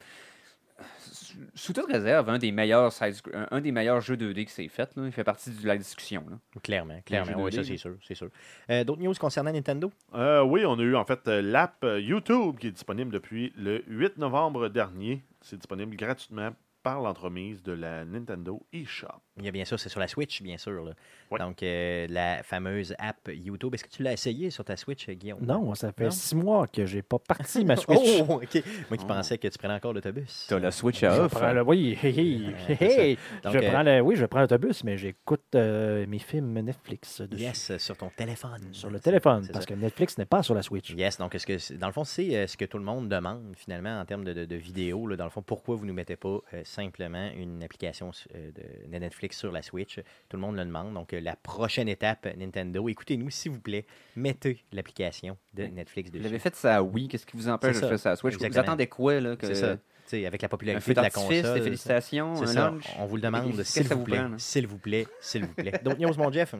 S2: sous- sous toute réserve, un des meilleurs side un, un des meilleurs jeux 2D qui s'est fait. là. Il fait partie de la discussion. là.
S1: Clairement,
S2: jeux
S1: clairement. Oui,
S2: 2D,
S1: ça,
S2: là.
S1: c'est sûr. c'est sûr. Euh, D'autres news concernant Nintendo
S3: Euh, oui, on a eu en fait euh, l'app euh, YouTube qui est disponible depuis le 8 novembre dernier. C'est disponible gratuitement par l'entremise de la Nintendo eShop.
S1: Il y a bien sûr, c'est sur la Switch, bien sûr. là.
S3: Ouais.
S1: Donc, euh, la fameuse app YouTube. Est-ce que tu l'as essayé sur ta Switch, euh, Guillaume
S4: Non, ça fait
S1: Non.
S4: six mois que j'ai pas parti ma Switch.
S1: Oh, OK. Moi qui
S2: Oh.
S1: pensais que tu prenais encore l'autobus.
S2: la Switch
S4: Je prends
S1: hein?
S4: le, oui, hé, hé,
S1: Ouais,
S4: hé,
S1: c'est
S4: hé.
S1: Donc,
S4: je
S1: euh,
S4: prends le- oui, je prends l'autobus, mais j'écoute euh, mes films Netflix dessus.
S1: Yes, sur ton téléphone.
S4: sur le téléphone,
S1: C'est
S4: parce
S1: ça.
S4: que Netflix n'est pas sur la Switch.
S1: Yes, donc est-ce que c'est- dans le fond, c'est euh, ce que tout le monde demande finalement en termes de, de, de vidéos. là. dans le fond, pourquoi vous ne mettez pas euh, simplement une application euh, de, de Netflix sur la Switch Tout le monde le demande. Donc euh, la prochaine étape, Nintendo, écoutez-nous s'il vous plaît, mettez l'application de Netflix
S2: Vous
S1: dessus.
S2: l'avez fait ça à Wii. Qu'est-ce qui vous empêche
S1: C'est
S2: de faire
S1: ça.
S2: ça à Switch Vous
S1: Exactement.
S2: attendez quoi là, que...
S1: C'est ça. Tu sais, avec la
S2: Un
S1: popularité
S2: feu
S1: de la
S2: d'artifice,
S1: console.
S2: des félicitations,
S1: c'est
S2: un
S1: ça.
S2: lunch.
S1: On vous le
S2: Qu'est-ce
S1: demande,
S2: que
S1: s'il
S2: ça
S1: vous,
S2: vous
S1: plaît,
S2: prend, là?
S1: s'il vous plaît, s'il vous plaît. D'autres news, mon Jeff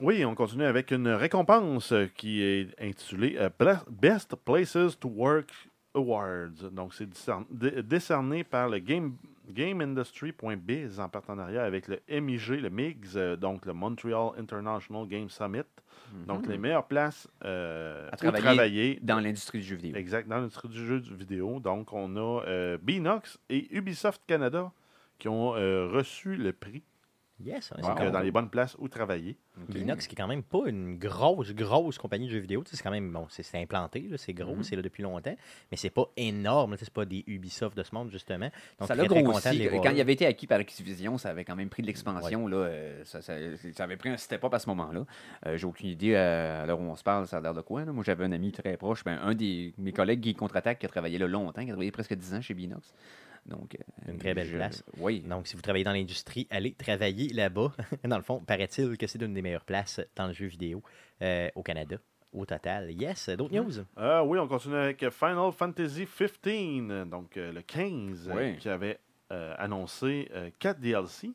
S3: Oui, on continue avec une récompense euh, qui est intitulée euh, Bla- Best Places to Work Awards. Donc, c'est discern- dé- décerné par le Game, GameIndustry.biz en partenariat avec le MIG, le MIGS, euh, donc le Montreal International Game Summit. Donc, les meilleures places euh,
S2: Mm-hmm. À
S3: où
S2: travailler
S3: travailler
S2: Dans l'industrie du jeu vidéo.
S3: Exact, dans l'industrie du jeu du vidéo. Donc, on a euh, Beenox et Ubisoft Canada qui ont euh, reçu le prix
S1: Yes, on est
S3: donc,
S2: Wow.
S3: euh, dans les bonnes places où travailler.
S2: Ok.
S1: Linux, qui est quand même pas une grosse, grosse compagnie de jeux vidéo. Tu sais, C'est quand même, bon, c'est c'est implanté, là, c'est gros,
S2: Mhm.
S1: c'est là depuis longtemps, mais c'est pas énorme. là, C'est pas des Ubisoft de ce monde, justement. Donc,
S2: ça
S1: très,
S2: l'a
S1: très content de
S2: grossi.
S1: les voir.
S2: Quand il avait été acquis par Activision, ça avait quand même pris de l'expansion. là, euh, Ça, ça- ça avait pris un step-up à ce moment-là. Euh, J'ai aucune idée euh, à l'heure où on se parle, ça a l'air de quoi. là. Moi, j'avais un ami très proche, ben, un des mes collègues qui contre-attaque, qui a travaillé là longtemps, qui a travaillé presque 10 ans chez Binox. Donc, euh,
S1: Une très belle place.
S2: Oui.
S1: Donc, si vous travaillez dans l'industrie, allez travailler là-bas. dans le fond, paraît-il que c'est une des meilleures places dans le jeu vidéo euh, au Canada, au total. Yes, d'autres
S2: Hein?
S1: news?
S3: Euh, oui, on continue avec Final Fantasy 15, donc euh, le 15, euh,
S2: Oui.
S3: qui avait euh, annoncé 4 DLC.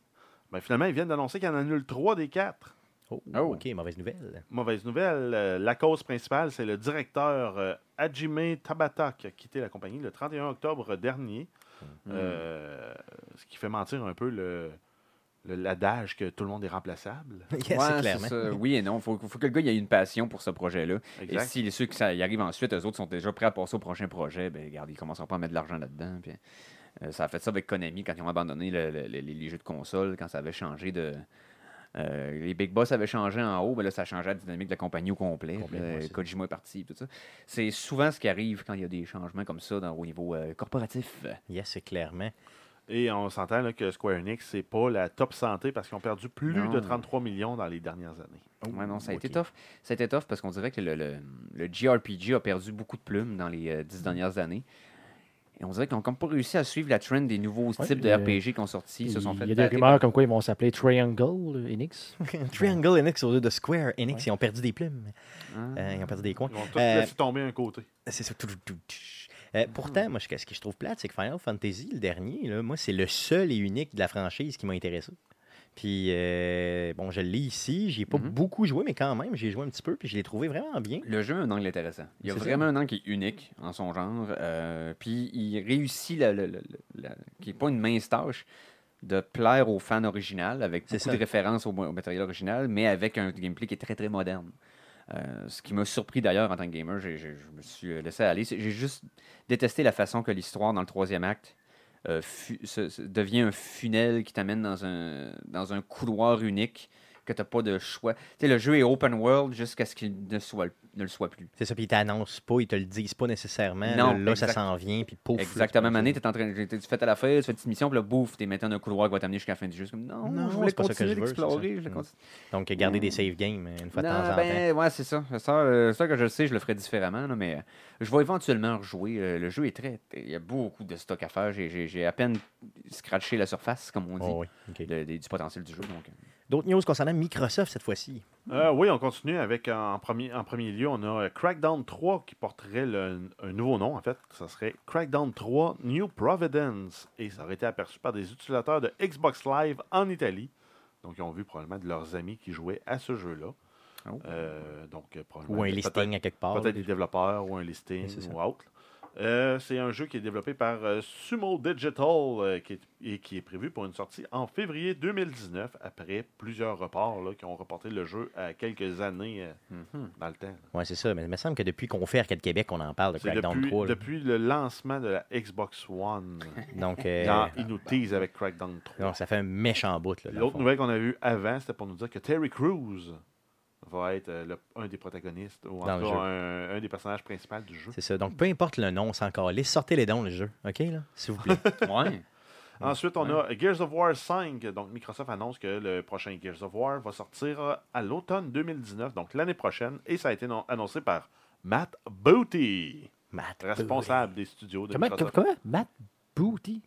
S3: Ben, finalement, ils viennent d'annoncer qu'ils en annulent 3 des 4.
S1: Oh,
S2: Oh.
S1: OK, mauvaise nouvelle.
S3: Mauvaise nouvelle, euh, la cause principale, c'est le directeur euh, Hajime Tabata qui a quitté la compagnie le 31 octobre dernier.
S2: Mm.
S3: Euh, ce qui fait mentir un peu le, le- l'adage que tout le monde est remplaçable.
S1: Yes,
S2: Ouais, c'est
S1: clairement.
S2: ça. Oui et non. Il faut, faut que le gars il ait une passion pour ce projet-là. Et
S3: Exact.
S2: si les- ceux qui ça- y arrivent ensuite, eux autres sont déjà prêts à passer au prochain projet, ben regarde, ils commenceront pas à mettre de l'argent là-dedans. puis, euh, ça a fait ça avec Konami quand ils ont abandonné le- le- le- les jeux de console, quand ça avait changé de. euh, les Big Boss avaient changé en haut, ben là, ça changeait la dynamique de la compagnie au complet. puis là,
S1: Complètement, c'est-
S2: Kojima est parti, tout ça. C'est souvent ce qui arrive quand il y a des changements comme ça dans- au niveau euh, corporatif.
S1: Yes, clairement.
S3: Et on s'entend là, que Square Enix, c'est pas la top santé parce qu'ils ont perdu plus
S2: Non.
S3: de 33 millions dans les dernières années.
S4: Oh,
S2: Ouais, non, ça a été
S1: ok.
S2: tough. Ça a été tough parce qu'on dirait que le, le- le JRPG a perdu beaucoup de plumes dans les euh,
S4: Mm.
S2: dix dernières années. Et on dirait qu'ils n'ont comme pas réussi à suivre la trend des nouveaux
S4: Ouais,
S2: types de
S4: euh,
S2: RPG qui ont sorti. Ils se sont fait
S4: Il y a des
S2: battre.
S4: rumeurs comme quoi ils vont s'appeler Triangle euh, Enix.
S1: Triangle Enix au lieu de Square Enix,
S4: Ouais.
S1: ils ont perdu des plumes.
S2: Hein?
S1: Euh, ils ont perdu des coins.
S3: Ils vont tous
S1: Euh,
S3: laisser tomber un côté.
S1: C'est ça. tout, tout, tout, tch. Euh,
S2: Hmm.
S1: pourtant, moi, je- ce que je trouve plate, c'est que Final Fantasy, le dernier, là, moi, c'est le seul et unique de la franchise qui m'a intéressé. Puis, euh, bon, je l'ai ici, j'y ai pas
S2: Mhm.
S1: beaucoup joué, mais quand même, j'ai joué un petit peu, puis je l'ai trouvé vraiment bien.
S2: Le jeu a un angle intéressant. Il y a
S1: C'est ça.
S2: vraiment un angle qui est unique en son genre. euh, puis il réussit, la, la- la- la- qui n'est pas une mince tâche, de plaire aux fans original avec
S1: C'est
S2: beaucoup
S1: ça.
S2: de références au, au matériel original, mais avec un gameplay qui est très très moderne. Euh, ce qui m'a surpris d'ailleurs en tant que gamer, j'ai- j'ai- je me suis euh, laissé aller. C'est- J'ai juste détesté la façon que l'histoire dans le troisième acte euh, fu- se- se- devient un funnel qui t'amène dans un, dans un couloir unique que t'as pas de choix. Tu sais, le jeu est open world jusqu'à ce qu'il ne, soit, ne le soit plus.
S1: C'est ça, puis ils t'annoncent pas, ils te le disent pas nécessairement.
S2: Non,
S1: là, là, ça
S2: exact-
S1: s'en vient, puis pouf. là,
S2: Exactement,
S1: tu
S2: Mané, t'es en train de- t'es- tu fais à la fête, tu fais une petite mission, puis là, bouf, t'es maintenant dans un couloir qui va t'amener jusqu'à la fin du jeu. C'est comme, non,
S1: Non,
S2: je voulais
S1: c'est pas ça que
S2: continuer
S1: je veux, c'est ça.
S2: d'explorer, je voulais
S1: Mm.
S2: continuer.
S1: Donc, garder des save games euh, une fois de temps
S2: Hmm. Non,
S1: en temps.
S2: ben, ouais, c'est ça. Ça, euh, ça que je le sais, je le ferai différemment, là, mais euh, je vais éventuellement rejouer. Euh, le jeu est très. Il y a beaucoup de stock à faire. J'ai- J'ai j'ai à peine scratché la surface, comme on dit,
S1: Oh, oui. ok.
S2: de- de- du potentiel du jeu. Donc, euh,
S1: D'autres news concernant Microsoft cette fois-ci.
S3: Euh, oui, on continue avec, euh, en premier, en premier lieu, on a euh, Crackdown 3 qui porterait le- un nouveau nom, en fait. Ça serait Crackdown 3 New Providence. Et ça aurait été aperçu par des utilisateurs de Xbox Live en Italie. Donc, ils ont vu probablement de leurs amis qui jouaient à ce jeu-là.
S2: Oh.
S3: Euh, donc, euh, probablement.
S1: Ou un
S3: peut-être-
S1: listing à quelque part.
S3: Peut-être des développeurs ou un listing
S1: Oui, c'est ça.
S3: ou autre. Euh, c'est un jeu qui est développé par euh, Sumo Digital euh, qui est- et qui est prévu pour une sortie en février 2019 après plusieurs reports là, qui ont reporté le jeu à quelques années euh,
S2: mhm.
S3: dans le temps.
S1: Oui, c'est ça. Mais il me semble que depuis qu'on fait Arcade Québec, on en parle de
S3: C'est
S1: Crackdown
S3: depuis,
S1: 3. là.
S3: depuis le lancement de la Xbox One.
S1: Donc, euh,
S3: Quand ils nous teasent avec Crackdown 3.
S1: non, ça fait un méchant bout. là, dans le
S3: L'autre
S1: fond.
S3: nouvelle qu'on a vue avant, c'était pour nous dire que Terry Crews va être euh, le- un des protagonistes ou en
S1: Dans
S3: tout
S1: le
S3: cas un, un des personnages principaux du jeu.
S1: C'est ça. Donc, peu importe le nom, c'est encore les sortez les dons, le jeu. OK, là? S'il vous plaît.
S2: Ouais.
S3: Ensuite, on a Gears of War 5. Donc, Microsoft annonce que le prochain Gears of War va sortir euh, à l'automne 2019, donc l'année prochaine. Et ça a été non- annoncé par Matt Booty,
S1: Matt.
S3: responsable des studios de
S4: Comment, comme-
S3: Microsoft.
S4: comment? Matt Booty?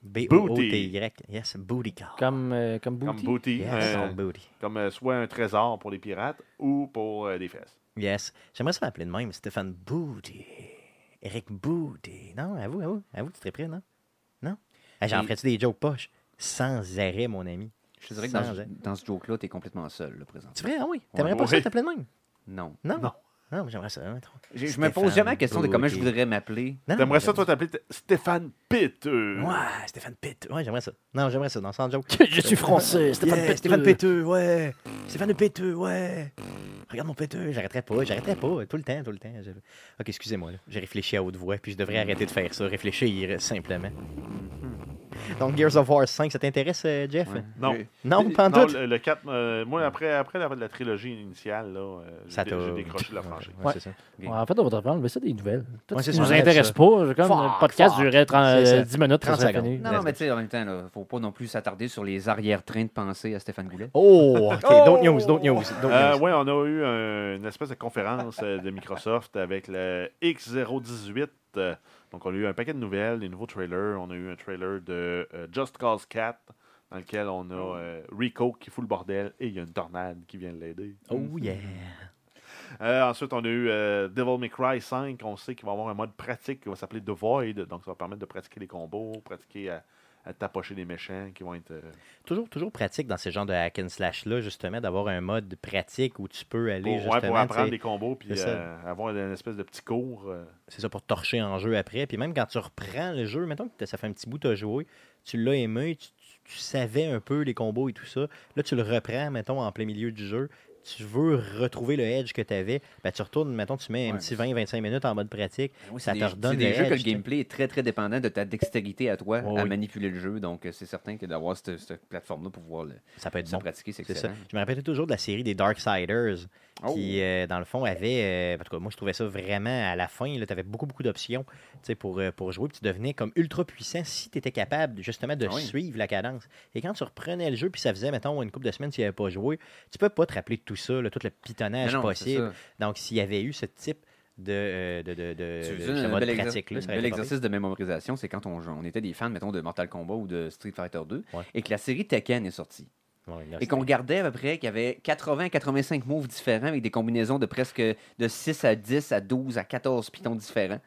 S1: B-O-O-T-Y. Yes, Booty Call.
S4: Comme, euh, comme Booty?
S3: Comme Booty,
S1: Yes,
S3: euh,
S1: son Booty.
S3: comme euh, soit un trésor pour les pirates ou pour euh, des fesses.
S1: Yes. J'aimerais ça l'appeler de même. Stéphane Booty. Eric Booty. Non, avoue, avoue. Avoue, tu serais prêt, non? Non? Ah, J'en
S2: Et-
S1: ferais-tu des jokes poches? Sans arrêt, mon ami.
S2: Je te dirais que
S1: Sans
S2: dans, ce-
S1: arrêt.
S2: dans ce joke-là, t'es complètement seul, le présent.
S1: Tu ferais? Ah oui. T'aimerais pas
S3: Ouais.
S1: ça t'appeler de même?
S2: Non.
S1: Non?
S3: Non.
S1: Non, mais j'aimerais ça. hein, trop.
S2: J'ai- Je me
S1: Stéphane
S2: pose jamais la question de comment je
S1: Bouquet.
S2: voudrais m'appeler.
S1: Non,
S3: T'aimerais ça,
S1: Ah, j'aime-
S3: toi, t'appeler t- Stéphane Pitt. euh.
S1: Ouais, Stéphane Pitt. Ouais, j'aimerais ça. Non, j'aimerais ça, dans sans joke.
S4: Je suis français, Stéphane
S1: Yeah,
S4: Péteux.
S1: Stéphane Péteux, ouais. Stéphane Péteux, ouais. Regarde mon Péteux. J'arrêterai pas, j'arrêterai pas. Tout le temps, tout le temps. Je- Ok, excusez-moi. là. J'ai réfléchi à haute voix, puis je devrais
S2: Hmm.
S1: arrêter de faire ça. Réfléchir euh, simplement. Donc, Gears of War 5, ça t'intéresse, euh, Jeff?
S2: Ouais.
S3: Non.
S2: J'ai-
S1: Non, pas en doute.
S3: le, le 4, euh, moi, après, après la, la trilogie initiale, là, euh, j'ai
S1: Ça
S3: dé-
S1: t'a-
S3: j'ai décroché de la franchise.
S1: Ouais, c'est ça.
S4: Ouais, en fait, on va te mais ça des nouvelles. Toi,
S1: Ouais,
S4: tu
S1: c'est
S4: nous
S1: ça, on
S4: intéresse
S1: aime
S4: pas. Comme
S1: Fuck,
S4: le podcast
S1: fuck.
S4: durait 30,
S1: C'est ça.
S4: 10 minutes, ça
S1: 30
S4: serait
S1: secondes.
S4: fini.
S2: Non,
S1: Let's
S2: mais tu sais, en même temps, là, faut pas non plus s'attarder sur les arrière-trains de pensée à Stéphane Goulet.
S1: Oh, ok. D'autres news, d'autres news. d'autres
S3: Euh,
S1: news.
S3: oui, on a eu un- une espèce de conférence euh, de Microsoft avec le X018. euh, donc, on a eu un paquet de nouvelles, des nouveaux trailers. On a eu un trailer de euh, Just Cause 4, dans lequel on a
S1: Oh.
S3: euh, Rico qui fout le bordel et il y a une tornade qui vient l'aider.
S1: Oh, yeah.
S3: Euh, ensuite, on a eu euh, Devil May Cry 5. On sait qu'il va avoir un mode pratique qui va s'appeler The Void. Donc, ça va permettre de pratiquer les combos, pratiquer à, à tapocher les méchants qui vont être. euh,
S1: Toujours, toujours pratique dans ce genre de hack and slash-là, justement, d'avoir un mode pratique où tu peux aller
S3: pour, ouais,
S1: justement.
S3: pour apprendre
S1: tu sais,
S3: les combos puis
S1: c'est ça.
S3: euh, avoir une espèce de petit cours. euh,
S1: c'est ça pour te torcher en jeu après. Puis même quand tu reprends le jeu, mettons que t'as- ça fait un petit bout que tu as joué, tu l'as aimé, tu, tu- tu savais un peu les combos et tout ça. Là, tu le reprends, mettons, en plein milieu du jeu. Tu veux retrouver le edge que tu avais, ben, tu retournes, mettons, tu mets un
S2: Ouais,
S1: petit 20-25 minutes en mode pratique.
S2: Ben oui,
S1: Ça
S2: c'est
S1: te
S2: des-
S1: redonne
S2: C'est des
S1: le
S2: jeux que
S1: edge,
S2: le gameplay est très très dépendant de ta dextérité à toi
S1: Oh
S2: à
S1: oui.
S2: manipuler le jeu. Donc euh, c'est certain que d'avoir cette, cette plateforme-là pour pouvoir le,
S1: Ça peut être
S2: se
S1: bon.
S2: pratiquer, c'est
S1: C'est ça.
S2: excellent.
S1: Je me rappelle toujours de la série des Darksiders,
S2: Oh.
S1: qui, euh, dans le fond, avait. euh, en tout cas, moi, je trouvais ça vraiment à la fin. Tu avais beaucoup, beaucoup d'options tu sais, pour, euh, pour jouer. Puis tu devenais comme ultra puissant si tu étais capable, justement, de
S2: Ah oui.
S1: suivre la cadence. Et quand tu reprenais le jeu, puis ça faisait, mettons, une couple de semaines, tu n'y avais pas joué, tu peux pas te rappeler de tout ça, là, tout le
S2: Mais
S1: pitonnage
S2: non, c'est
S1: possible.
S2: ça.
S1: Donc, s'il y avait eu ce type de, euh, de, de, de-
S2: Tu
S1: de-
S2: faisais
S1: ce
S2: un
S1: mode
S2: bel, exer-
S1: pratique-là,
S2: un
S1: ça
S2: bel
S1: aurait été pas
S2: exercice de mémorisation, c'est quand on, on était des fans, mettons, de Mortal Kombat ou de Street Fighter 2,
S1: Ouais.
S2: et que la série Tekken est sortie.
S1: pire. Ouais, là,
S2: Et qu'on
S1: c'était-
S2: regardait à peu près qu'il y avait 80-85 moves différents avec des combinaisons de presque de 6 à 10 à 12 à 14 pitons différents.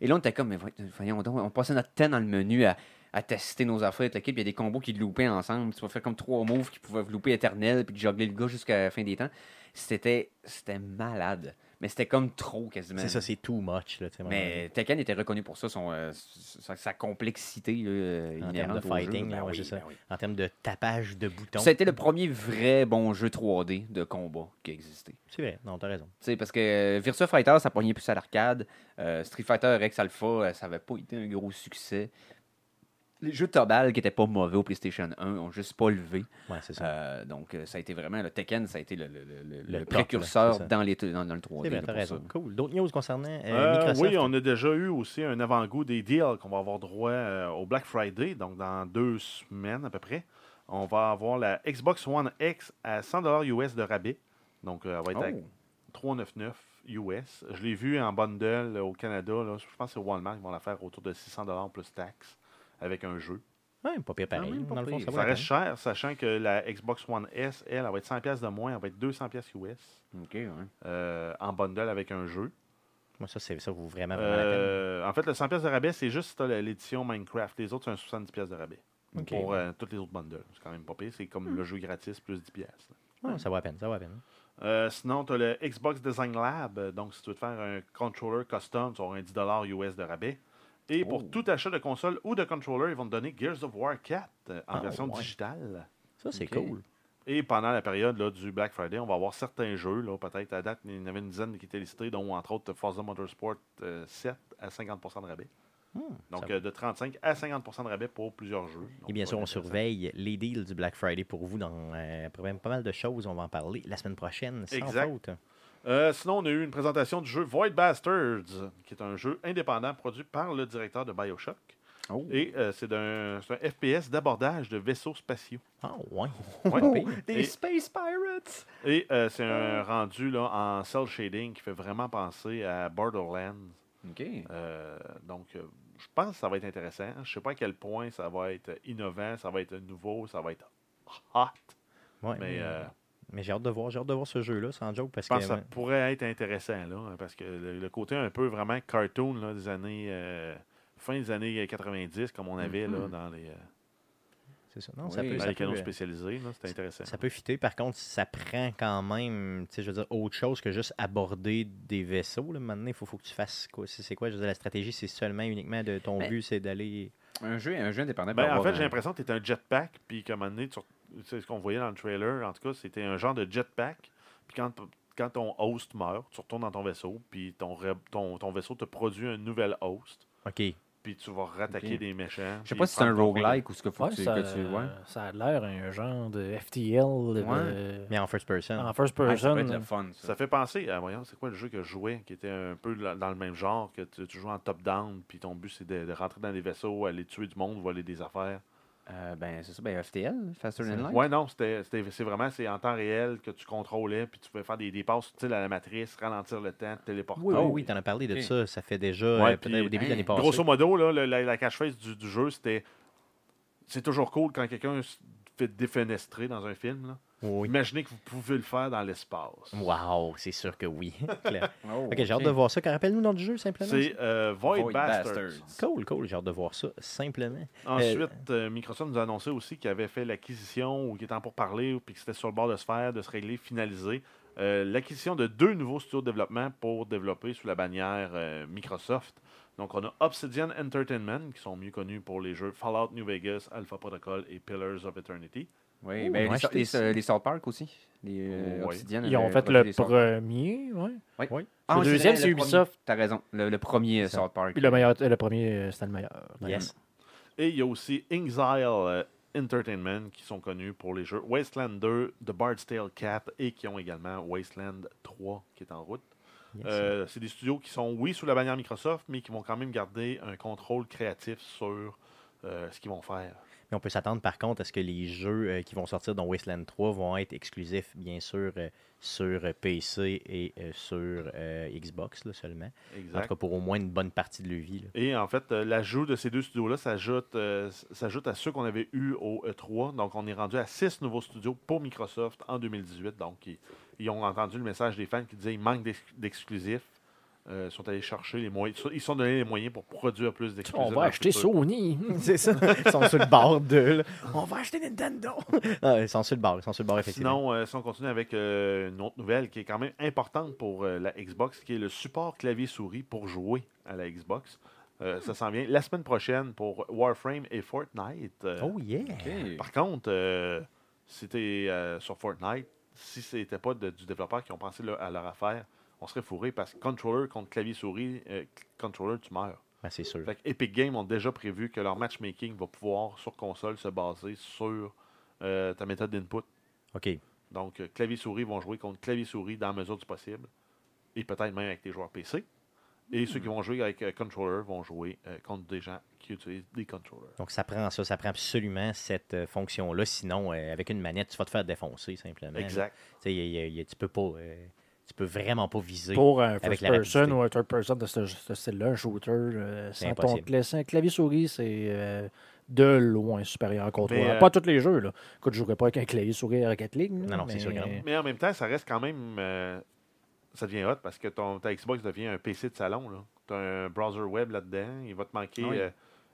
S2: Et là, on était comme, mais voy- voyons donc, on passait notre temps dans le menu à, à tester nos affaires avec l'équipe. Il y a des combos qui loupaient ensemble. Tu vas faire comme trois moves qui pouvaient louper éternel puis de juggler le gars jusqu'à la fin des temps. C'était c'était malade. Mais c'était comme trop quasiment.
S1: C'est ça, c'est too much. Là, tu sais,
S2: Mais Tekken était reconnu pour ça, son, euh, sa, sa complexité là, euh,
S1: En termes
S2: inhérente
S1: de
S2: au jeu.
S1: fighting,
S2: Ben
S1: là, ouais,
S2: oui,
S1: c'est ça.
S2: ben oui.
S1: en termes de tapage de boutons.
S2: Ça a été le premier vrai bon jeu 3D de combat qui a existé.
S1: C'est vrai, non, t'as raison.
S2: Tu sais, parce que euh, Virtua Fighter, ça pognait plus à l'arcade. Euh, Street Fighter X Alpha, euh, ça n'avait pas été un gros succès. les jeux de Tobal qui n'étaient pas mauvais au PlayStation 1 ont juste pas levé.
S1: Ouais, c'est ça.
S2: Euh, donc, euh, ça a été vraiment. Le Tekken, ça a été le, le- le- le- le
S1: top, là,
S2: précurseur
S1: c'est ça.
S2: dans, les, dans, dans le 3D.
S1: C'est bien,
S2: là,
S1: t'as
S2: pour ça.
S1: raison. Cool. D'autres news concernant euh,
S3: Euh,
S1: Microsoft?
S3: oui, on a déjà eu aussi un avant-goût des deals qu'on va avoir droit euh, au Black Friday, donc dans deux semaines à peu près. On va avoir la Xbox One X à 100 US de rabais. Donc, euh, elle va être
S2: Oh.
S3: à 3,99 US. Je l'ai vu en bundle au Canada. là. Je pense que c'est Walmart qui vont la faire autour de 600 plus taxes avec un jeu.
S1: Ouais, pas pire pareil.
S2: Ah oui, pas
S1: dans le fond,
S2: pire.
S1: ça vaut
S3: Ça
S1: la
S3: reste
S1: peine.
S3: cher, sachant que la Xbox One S, elle, elle va être 100 pièces de moins. Elle va être 200 pièces US
S2: Ok, ouais.
S3: euh, en bundle avec un jeu.
S1: Moi, ça, c'est- ça vaut vraiment, vraiment la
S3: Euh, en fait, le 100 pièces de rabais, c'est juste si t'as la- l'édition Minecraft. Les autres, c'est un 70 pièces de rabais.
S1: peine. Ok. Hmm.
S3: Pour euh, toutes les autres bundles. C'est quand même pas pire. C'est comme le jeu gratis plus 10 pièces.
S1: Ouais, ça vaut la peine, ça vaut la peine.
S3: Euh, sinon, tu as le Xbox Design Lab. Euh, Donc, si tu veux te faire un controller custom, tu auras un 10 US de rabais. Et pour
S2: Oh.
S3: tout achat de console ou de controller, ils vont te donner Gears of War 4 euh, en
S1: Ah,
S3: version
S1: ouais.
S3: digitale.
S1: Ça, c'est
S2: Ok.
S1: cool.
S3: Et pendant la période là, du Black Friday, on va avoir certains jeux. là, Peut-être à date, il y en avait une dizaine qui étaient listés, dont entre autres Forza Motorsport euh, 7 à 50 de rabais.
S1: Hmm, ça
S3: Donc
S1: va.
S3: euh, de 35 à 50 de rabais pour plusieurs jeux. Donc,
S1: Et bien
S3: ça
S1: sûr,
S3: va
S1: on
S3: être intéressant.
S1: surveille les deals du Black Friday pour vous dans euh, après même pas mal de choses. On va en parler la semaine prochaine, sans
S3: Exact.
S1: faute.
S3: Euh, sinon, on a eu une présentation du jeu Void Bastards, qui est un jeu indépendant produit par le directeur de Bioshock.
S2: Oh.
S3: Et euh, c'est d'un c'est un FPS d'abordage de vaisseaux spatiaux.
S1: Ah, ouais.
S3: Ouais.
S2: Oh, des
S3: Et-
S2: Space Pirates!
S3: Et euh, c'est un rendu là, en cell shading qui fait vraiment penser à Borderlands.
S2: Ok.
S3: Euh, donc, euh, je pense que ça va être intéressant. Je ne sais pas à quel point ça va être innovant, ça va être nouveau, ça va être hot.
S1: Ouais,
S3: Mais euh,
S1: mais j'ai hâte de voir, j'ai hâte de voir ce jeu-là, sans joke, parce
S3: je
S1: que.
S3: pense que ça
S1: ouais.
S3: pourrait être intéressant, là, hein, parce que le, le côté un peu vraiment cartoon là, des années. euh, fin des années 90, comme on avait là, dans les, euh,
S1: C'est ça. Non, ça
S2: Oui.
S1: peut.
S3: dans
S1: Ça
S3: les
S1: peut,
S3: canaux
S1: euh,
S3: spécialisés. là, C'était intéressant.
S1: Ça peut fitter, par contre, ça prend quand même, tu sais, je veux dire, autre chose que juste aborder des vaisseaux. Là. Maintenant, il faut, faut que tu fasses quoi. C'est c'est quoi, je veux dire, la stratégie, c'est seulement, uniquement, de ton
S2: Mais-
S1: but, c'est d'aller...
S2: Un jeu, un jeu indépendant. peut
S3: Ben, en
S2: avoir
S3: fait,
S2: un-
S3: j'ai l'impression que tu un jetpack, puis qu'à un moment donné, tu re- tu sais, ce qu'on voyait dans le trailer, en tout cas, c'était un genre de jetpack. Puis quand, quand ton host meurt, tu retournes dans ton vaisseau, puis ton, re- ton, ton vaisseau te produit un nouvel host,
S1: OK.
S3: puis tu vas rattaquer
S2: Ok.
S3: des méchants.
S2: Je sais
S3: puis
S2: pas si c'est un
S3: prendre ton
S2: roguelike ou ce que faut
S4: Ouais,
S2: que tu.
S4: ça,
S2: que tu- ouais.
S4: ça a l'air un genre de FTL de-
S2: Ouais.
S1: Mais en first person.
S4: en first
S2: Ah, ça
S4: person.
S2: peut être le fun, ça.
S3: Ça fait penser à, voyons, c'est quoi le jeu que je jouais, qui était un peu la- dans le même genre, que tu, tu joues en top-down, puis ton but c'est de, de rentrer dans des vaisseaux, aller tuer du monde, voler des affaires.
S2: Euh, ben, c'est ça, ben, FTL, Faster Than Light.
S3: Ouais, non, c'était, c'était- c'est vraiment c'est en temps réel que tu contrôlais, puis tu pouvais faire des dépasses utiles à la matrice, ralentir le temps, te téléporter.
S1: Oui, oui, oui, t'en as parlé de
S2: Ok.
S1: ça. Ça fait déjà
S3: Ouais,
S1: euh, peut-être
S3: puis-
S1: au début
S2: hein,
S1: de l'année passée.
S3: Grosso modo, là, le- la, la catchphrase du, du jeu, c'était c'est toujours cool quand quelqu'un se fait défenestrer dans un film. là.
S1: Oui.
S3: Imaginez que vous pouvez le faire dans l'espace.
S1: Wow, c'est sûr que oui. Claire.
S2: Oh,
S1: OK, j'ai hâte de voir ça. Car- Rappelle-nous le nom du jeu, simplement.
S3: C'est euh, Void,
S2: Void
S3: Bastards.
S2: Bastards.
S1: Cool, cool. J'ai hâte de voir ça, simplement.
S3: Ensuite, euh, Microsoft nous a annoncé aussi qu'il avait fait l'acquisition ou qu'il était en pourparlers puis que c'était sur le bord de se faire, de se régler, finaliser euh, l'acquisition de deux nouveaux studios de développement pour développer sous la bannière euh, Microsoft. Donc, on a Obsidian Entertainment, qui sont mieux connus pour les jeux Fallout New Vegas, Alpha Protocol et Pillars of Eternity.
S2: Oui,
S1: Ouh,
S2: ben,
S1: moi,
S2: les,
S1: j'étais
S2: les-
S1: ici.
S2: les South Park aussi. Les euh,
S3: Ouais.
S2: Obsidian
S4: Ils ont
S2: avaient
S4: fait
S2: repris
S4: le
S2: les South Park.
S4: premier, ouais.
S2: Ah,
S4: le
S2: oui,
S4: deuxième,
S2: vrai,
S4: c'est
S2: le premier.
S4: Ubisoft.
S2: T'as raison. Le, le premier South Park.
S4: Puis le meilleur, le premier, euh, c'était le meilleur.
S1: Yes.
S3: Et il y a aussi Exile euh, Entertainment qui sont connus pour les jeux Wasteland 2, The Bard's Tale 4 et qui ont également Wasteland 3 qui est en route.
S1: Yes.
S3: Euh, c'est des studios qui sont, oui, sous la bannière Microsoft, mais qui vont quand même garder un contrôle créatif sur euh, ce qu'ils vont faire.
S1: Mais on peut s'attendre, par contre, à ce que les jeux euh, qui vont sortir dans Wasteland 3 vont être exclusifs, bien sûr, euh, sur euh, PC et euh, sur euh, Xbox là, seulement. En tout
S3: Exact.
S1: cas, pour au moins une bonne partie de leur vie. là.
S3: Et en fait, euh, l'ajout de ces deux studios-là s'ajoute euh, s- s'ajoute à ceux qu'on avait eu au E3. Donc, on est rendu à six nouveaux studios pour Microsoft en 2018. Donc, ils, ils ont entendu le message des fans qui disaient qu'il manque d'ex- d'exclusifs. Euh, ils sont allés chercher les moyens. ils sont- Ils se sont donnés les moyens pour produire plus d'exclusifs.
S4: On
S3: dans
S4: va
S3: le
S4: acheter
S3: futur.
S4: Sony.
S1: C'est ça. Ils sont sur le bord de. là. On va acheter Nintendo. Ah, ils sont sur le bord. Ils sont sur le bord, effectivement.
S3: Sinon, euh, si on continue avec euh, une autre nouvelle qui est quand même importante pour euh, la Xbox, qui est le support clavier-souris pour jouer à la Xbox. Euh, ça s'en vient la semaine prochaine pour Warframe et Fortnite. Euh,
S1: Oh yeah.
S2: Ok.
S3: Par contre, euh, si t'es, euh, sur Fortnite, si c'était pas de- du développeur qui ont pensé là, à leur affaire, on serait fourré parce que controller contre clavier-souris, euh, c- controller, tu meurs.
S1: Ben, c'est sûr.
S3: Fait que Epic Games ont déjà prévu que leur matchmaking va pouvoir, sur console, se baser sur euh, ta méthode d'input.
S1: OK.
S3: Donc, euh, clavier-souris vont jouer contre clavier-souris dans la mesure du possible, et peut-être même avec des joueurs PC. Et ceux qui
S2: Hmm.
S3: vont jouer avec euh, controller vont jouer euh, contre des gens qui utilisent des controllers.
S1: Donc, ça prend ça, ça prend absolument cette euh, fonction-là. Sinon, euh, avec une manette, tu vas te faire défoncer
S2: Ben
S1: simplement. là.
S3: Exact.
S1: Tu sais, y a- y a- y a- tu peux pas. euh, tu peux vraiment pas viser.
S4: Pour un
S1: Avec
S4: first
S1: la
S4: person
S1: rapidité.
S4: ou un third person de ce, ce style-là, un shooter, euh,
S1: C'est
S4: sans ton
S1: impossible.
S4: cla- sans clavier-souris, c'est euh, de loin supérieur contre
S3: Mais,
S4: moi.
S3: euh,
S4: Pas tous les jeux, là. Écoute, je jouerais pas avec un clavier-souris à Rocket League. là,
S1: Non, non, c'est sûr que non.
S4: mais-
S3: Mais en même temps, ça reste quand même. euh, ça devient hot parce que ton, ta Xbox devient un PC de salon. Tu as un browser web là-dedans. Il va te manquer
S2: Ah Oui.
S3: euh,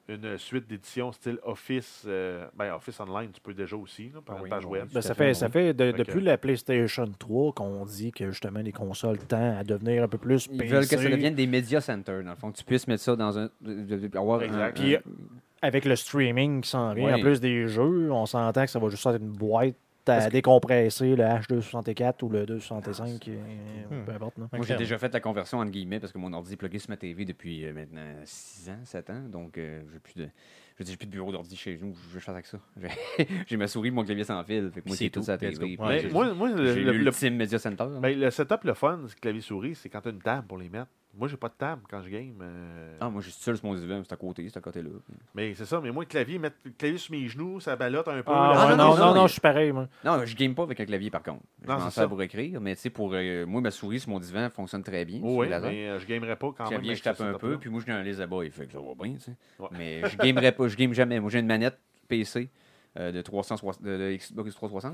S3: une suite d'éditions style Office. euh, ben, Office Online, tu peux déjà aussi, là, par
S2: Ah
S3: une
S2: oui,
S3: page
S2: oui.
S3: web.
S4: Ben,
S2: Tout
S4: ça
S2: à fait,
S4: fait, ça fait de-
S3: Fait que-
S4: depuis la PlayStation 3 qu'on dit que justement les consoles tendent à devenir un peu plus
S2: Ils veulent que ça
S4: PC,
S2: devienne des media centers, dans le fond. Que tu puisses mettre ça dans un. de- de- avoir un-
S3: Exact.
S2: un-
S4: Puis, euh, avec le streaming qui s'en vient,
S2: Oui.
S4: en plus des jeux, on s'entend que ça va juste être une boîte à décompresser, le H264 ou le
S2: Ah,
S4: 265, euh, peu importe. non?
S2: Moi, j'ai
S1: Incroyable.
S2: déjà fait la conversion entre guillemets parce que mon ordi est plugué sur ma TV depuis euh, maintenant 6 ans, 7 ans. Donc, euh, j'ai plus de. Je veux dire, j'ai plus de bureau d'ordi chez nous. Je veux faire avec ça. J'ai- J'ai ma souris, mon clavier sans fil. Fait que moi,
S1: C'est
S2: c'est tout
S1: tout.
S2: ça à la
S1: Let's
S2: TV.
S1: go.
S2: Puis
S1: Ouais,
S3: Mais
S2: j'ai-
S3: moi, moi, le,
S2: j'ai
S3: le- le-
S2: l'ultime media center. là.
S3: ben, le setup, le fun, c'est clavier-souris, c'est quand tu as une table pour les mettre. Moi, j'ai pas de table quand je game. euh,
S2: Ah, moi, je suis seul sur mon divan. C'est à côté, c'est à côté là.
S3: Mais c'est ça, mais moi, le clavier, mettre le clavier sur mes genoux, ça balotte un peu.
S4: Ah,
S3: là.
S2: non, non,
S4: ouais, non, non,
S2: non,
S4: non,
S2: il-
S4: je suis pareil. moi.
S2: Non, je game pas avec un clavier par contre. Je
S3: Non,
S2: m'en
S3: c'est
S2: sers
S3: ça.
S2: pour écrire, mais tu sais, pour euh, moi, ma souris sur mon divan fonctionne très bien. sur
S3: Oui,
S2: le laser.
S3: mais euh, je gamerais pas quand
S2: Clavier,
S3: même.
S2: je tape un peu,
S3: Puis...
S2: puis moi, je suis un boy, fait que ça va bien, tu sais.
S3: Ouais.
S2: Mais je gamerais pas, je game jamais. Moi, j'ai une manette PC euh, de, 360, de, de Xbox 360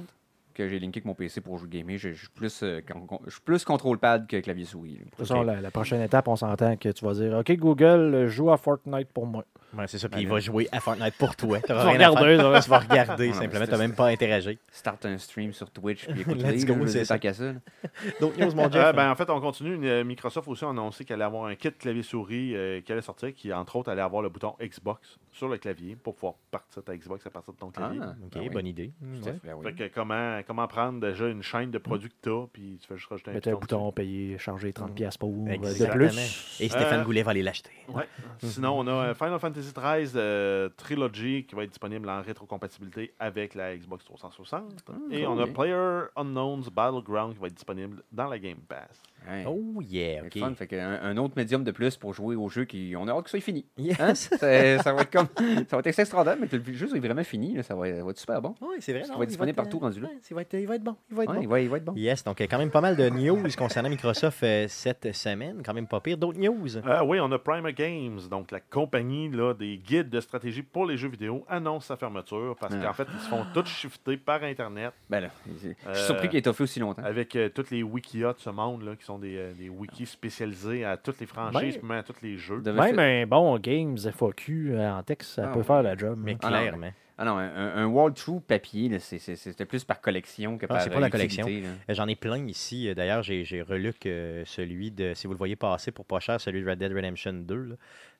S2: que j'ai linké avec mon PC pour jouer gamer. Je je suis plus, euh, con- con- je suis plus contrôle pad que clavier souris. là.
S4: De toute façon, la, la prochaine étape, on s'entend que tu vas dire OK, Google, euh, joue à Fortnite pour moi.
S1: Ouais, c'est ça. Puis il va jouer à Fortnite pour toi. Ben Tu
S4: vas regarder, ça va.
S1: Tu vas regarder
S2: Ouais,
S1: simplement.
S2: mais
S1: Tu n'as même pas interagi.
S2: Start un stream sur Twitch, puis écoute
S1: Let's
S2: les
S1: go,
S2: là,
S1: c'est
S2: c'est
S1: ça.
S2: ça. qu'à ça. là.
S1: D'autres news, mon Jeff.
S3: Ah, ben, en fait, on continue. Euh, Microsoft aussi a annoncé qu'elle allait avoir un kit clavier-souris euh, qui allait sortir, qui, entre autres, allait avoir le bouton Xbox sur le clavier pour pouvoir partir ta Xbox à partir de ton
S2: Ah,
S3: clavier.
S1: OK,
S2: ben oui.
S1: bonne idée. Mm,
S2: Tout à
S1: ouais.
S2: fait, ben oui.
S3: Fait que comment, comment prendre déjà une chaîne de produits que t'as, puis tu fais juste rajouter un
S4: Mettez un
S3: bouton
S4: bouton, payer, charger
S2: Mm.
S4: 30$ pour euh, de
S1: Exactement.
S4: plus.
S1: Et Stéphane
S3: Euh,
S1: Goulet va aller l'acheter.
S3: Ouais. Sinon, on a euh, Final Fantasy XIII euh, Trilogy qui va être disponible en rétrocompatibilité avec la Xbox 360.
S1: Hmm,
S3: Et on a
S2: cool.
S3: Player Unknown's Battleground qui va être disponible dans la Game Pass.
S2: Ouais.
S1: Oh yeah,
S2: Fait
S1: OK.
S2: que fun, fait que un, un autre médium de plus pour jouer au jeu qui. On a hâte que ça soit fini.
S1: Yes.
S2: Hein? C'est- ça va être comme. Ça va être extraordinaire, mais que le jeu est vraiment fini. là. Ça, va, ça va être super bon.
S1: Oui, c'est vrai.
S2: Ça
S1: non,
S2: va être
S1: il
S2: disponible
S1: euh,
S2: partout rendu là.
S1: ouais, il, va être, il va être bon. Il va être
S2: Ouais,
S1: bon.
S2: il, va, il va être bon.
S1: Yes, donc euh, quand même pas mal de news concernant Microsoft euh, cette semaine. Quand même pas pire. D'autres news.
S3: Ah oui, on a Primer Games, donc la compagnie là, des guides de stratégie pour les jeux vidéo, annonce sa fermeture parce
S2: Ah.
S3: qu'en fait, ils se font tous shifter par Internet
S2: Ben là, je je suis
S3: Euh,
S2: surpris qu'il ait toffé aussi
S1: Ah.
S2: longtemps.
S3: avec euh, toutes les wikias de ce monde là, qui sont des, euh, des wikis spécialisés à toutes les franchises,
S4: Ben-
S3: puis même à toutes les jeux.
S2: Devait
S4: Même
S2: faire-
S4: un bon Games FAQ euh, en texte, ça
S2: Ah
S4: peut
S2: oui.
S4: faire la job.
S1: Mais
S4: hein.
S2: Ah non, mais-
S1: clairement.
S2: Ah non, un, un wall-through papier, là, c'est- c'est- c'était plus par collection que
S1: Ah,
S2: par
S1: c'est pas la
S2: euh, utilité, là.
S1: Euh, J'en ai plein ici. Euh, D'ailleurs, j'ai, j'ai reluc euh, celui de, si vous le voyez passer pour pas cher, celui de Red Dead Redemption 2. là.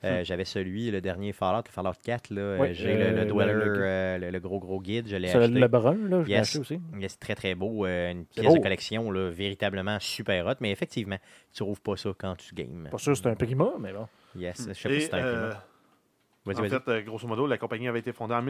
S1: Euh, J'avais celui, le dernier Fallout, le Fallout 4. Là, Euh,
S4: Oui,
S1: j'ai
S4: Hmm. euh,
S1: le, le
S4: le-
S1: Dweller,
S4: le-
S1: euh, le, le gros gros guide, je l'ai
S4: C'est
S1: acheté.
S4: le brun, là, je l'ai
S1: Yes.
S4: acheté aussi.
S1: Mais C'est très très beau, euh, une
S4: C'est
S1: pièce de
S4: beau.
S1: collection là, véritablement super hot. Mais effectivement, tu trouves pas ça quand tu games. Mm.
S4: Pas sûr que c'est un prima, mais bon.
S1: Yes, je sais pas si
S3: Et,
S1: c'est un
S3: euh,
S1: climat. Vas-y,
S3: en
S1: vas-y.
S3: fait, euh, grosso modo, la compagnie avait été fondée en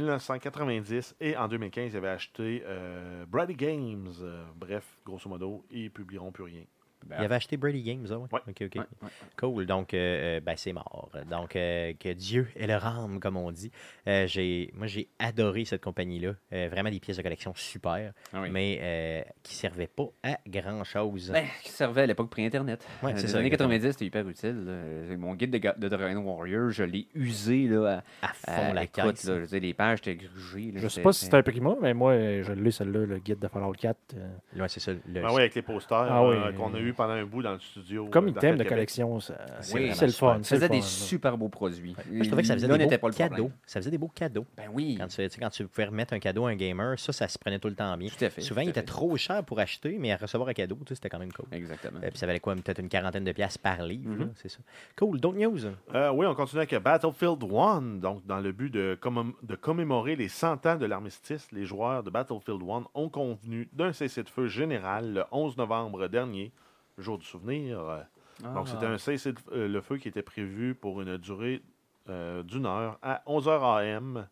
S3: 1990 et en 2015, ils avaient acheté euh, Brady Games. Euh, bref, grosso modo, ils publieront plus rien.
S2: Ben,
S1: Il avait acheté Brady Games, ah ouais?
S3: Ouais.
S1: Ok, ok.
S2: ouais, ouais.
S1: Cool. Donc, euh, euh, ben, c'est mort. Donc, euh, que Dieu et leur âme, comme on dit. Euh, j'ai, moi, j'ai adoré cette compagnie-là. Euh, vraiment des pièces de collection super,
S2: Ah oui.
S1: mais euh, qui ne servaient pas à grand-chose.
S2: Ben, qui servait à l'époque pré-internet.
S1: Ouais,
S2: Euh,
S1: c'est
S2: les
S1: ça,
S2: années
S1: exactement.
S2: 90, c'était hyper utile. là. Euh, Mon guide de, ga- de Dragon Warrior, je l'ai usé là,
S1: à
S2: à,
S1: fond
S2: à
S1: la
S2: Euh, écoute,
S1: caisse.
S2: là. Je veux dire, les pages étaient grugées. là.
S4: Je sais
S2: C'était-
S4: pas si c'est un prima, mais moi, euh, je l'ai celle-là, le guide de Fallout 4. euh,
S1: Ouais, c'est ça. le-
S3: Ah oui, avec les posters
S4: Ah oui.
S3: euh, qu'on a eu pendant un bout dans le studio.
S4: Comme
S3: euh,
S4: une
S3: dans
S4: thème
S3: Arcade
S4: de
S3: Québec.
S4: collection, ça-
S1: C'est
S4: c'est
S1: vraiment
S4: c'est le
S1: super.
S4: fun.
S2: Ça
S4: c'est le
S2: faisait des
S4: fun, là.
S2: super beaux produits.
S1: Moi, je trouvais que ça faisait
S2: Là,
S1: des
S2: n'était
S1: beaux
S2: pas le problème.
S1: cadeaux. Ça faisait des beaux cadeaux.
S2: Ben oui.
S1: Quand tu, tu sais, quand tu pouvais remettre un cadeau à un gamer, ça, ça se prenait tout le temps bien.
S2: Tout à fait,
S1: Souvent,
S2: tout
S1: il
S2: à
S1: était
S2: fait.
S1: trop cher pour acheter, mais à recevoir un cadeau, tu sais, c'était quand même cool.
S2: Exactement.
S1: Euh, Puis ça valait quoi, peut-être une quarantaine de pièces par livre,
S2: Mm-hmm.
S1: là, c'est ça. Cool, d'autres news?
S3: Euh, oui, on continue avec Battlefield 1. Donc, dans le but de, commom- de commémorer les 100 ans de l'armistice, les joueurs de Battlefield 1 ont convenu d'un cessez-le-feu général le 11 novembre dernier, jour du souvenir. Euh,
S2: Ah.
S3: Donc, c'était un cessez-le-feu qui était prévu pour une durée euh, d'une heure à 11h AM.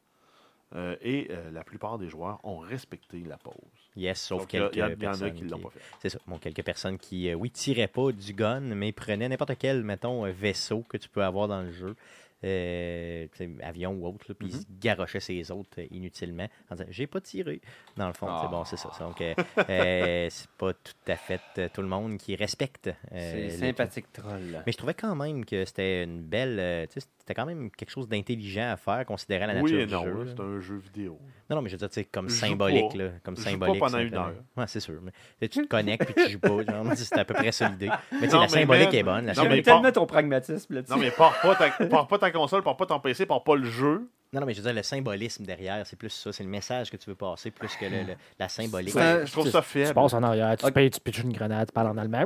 S3: euh, et euh, la plupart des joueurs ont respecté la pause.
S1: Yes, sauf
S3: Donc, il y a-
S1: quelques
S3: il y, a- il y en a
S1: personnes
S3: qui ne l'ont
S1: qui-
S3: pas fait.
S1: C'est ça. Bon, quelques personnes qui, euh, oui, tiraient pas du gun, mais prenaient n'importe quel, mettons, euh, vaisseau que tu peux avoir dans le jeu, euh, tu sais, avion ou autre, là, puis
S3: Mhm.
S1: ils garochaient ses autres euh, inutilement en disant J'ai pas tiré. Dans le fond, c'est bon, c'est
S3: Ah.
S1: ça. Donc, euh, euh, c'est pas tout à fait euh, tout le monde qui respecte. euh,
S2: C'est
S1: le-
S2: sympathique troll.
S1: Mais je trouvais quand même que c'était une belle. euh, tu sais, c'était quand même quelque chose d'intelligent à faire, considérant la
S3: oui
S1: nature
S3: et
S1: du
S3: non,
S1: jeu.
S3: là,
S1: là.
S3: c'est un jeu vidéo.
S1: Non, non, mais je veux dire, tu sais, comme
S3: Je joue
S1: symbolique,
S3: pas.
S1: là. Comme
S3: Je joue pas
S1: symbolique.
S3: pendant une
S1: simplement.
S3: heure.
S1: Ouais, c'est sûr. Mais, tu sais, tu te connectes puis tu joues pas. Genre, moi, c'est à peu près ça l'idée. Mais tu sais,
S3: Non,
S1: la
S3: mais
S1: symbolique
S3: même-
S1: est bonne. La
S3: non,
S1: symbolique- non,
S2: J'aime
S3: mais
S2: tellement
S3: pas-
S2: ton pragmatisme là-dessus.
S3: Non, mais pars pas, ta, pars pas ta console, pars pas ton PC, pars pas le jeu.
S1: non, mais je veux dire, le symbolisme derrière, c'est plus ça. C'est le message que tu veux passer plus que le- le- la symbolique.
S2: C'est un-
S3: Je trouve ça faible.
S4: Tu passes en arrière, tu
S2: Ok.
S4: payes, tu pitches une grenade, tu parles en allemand.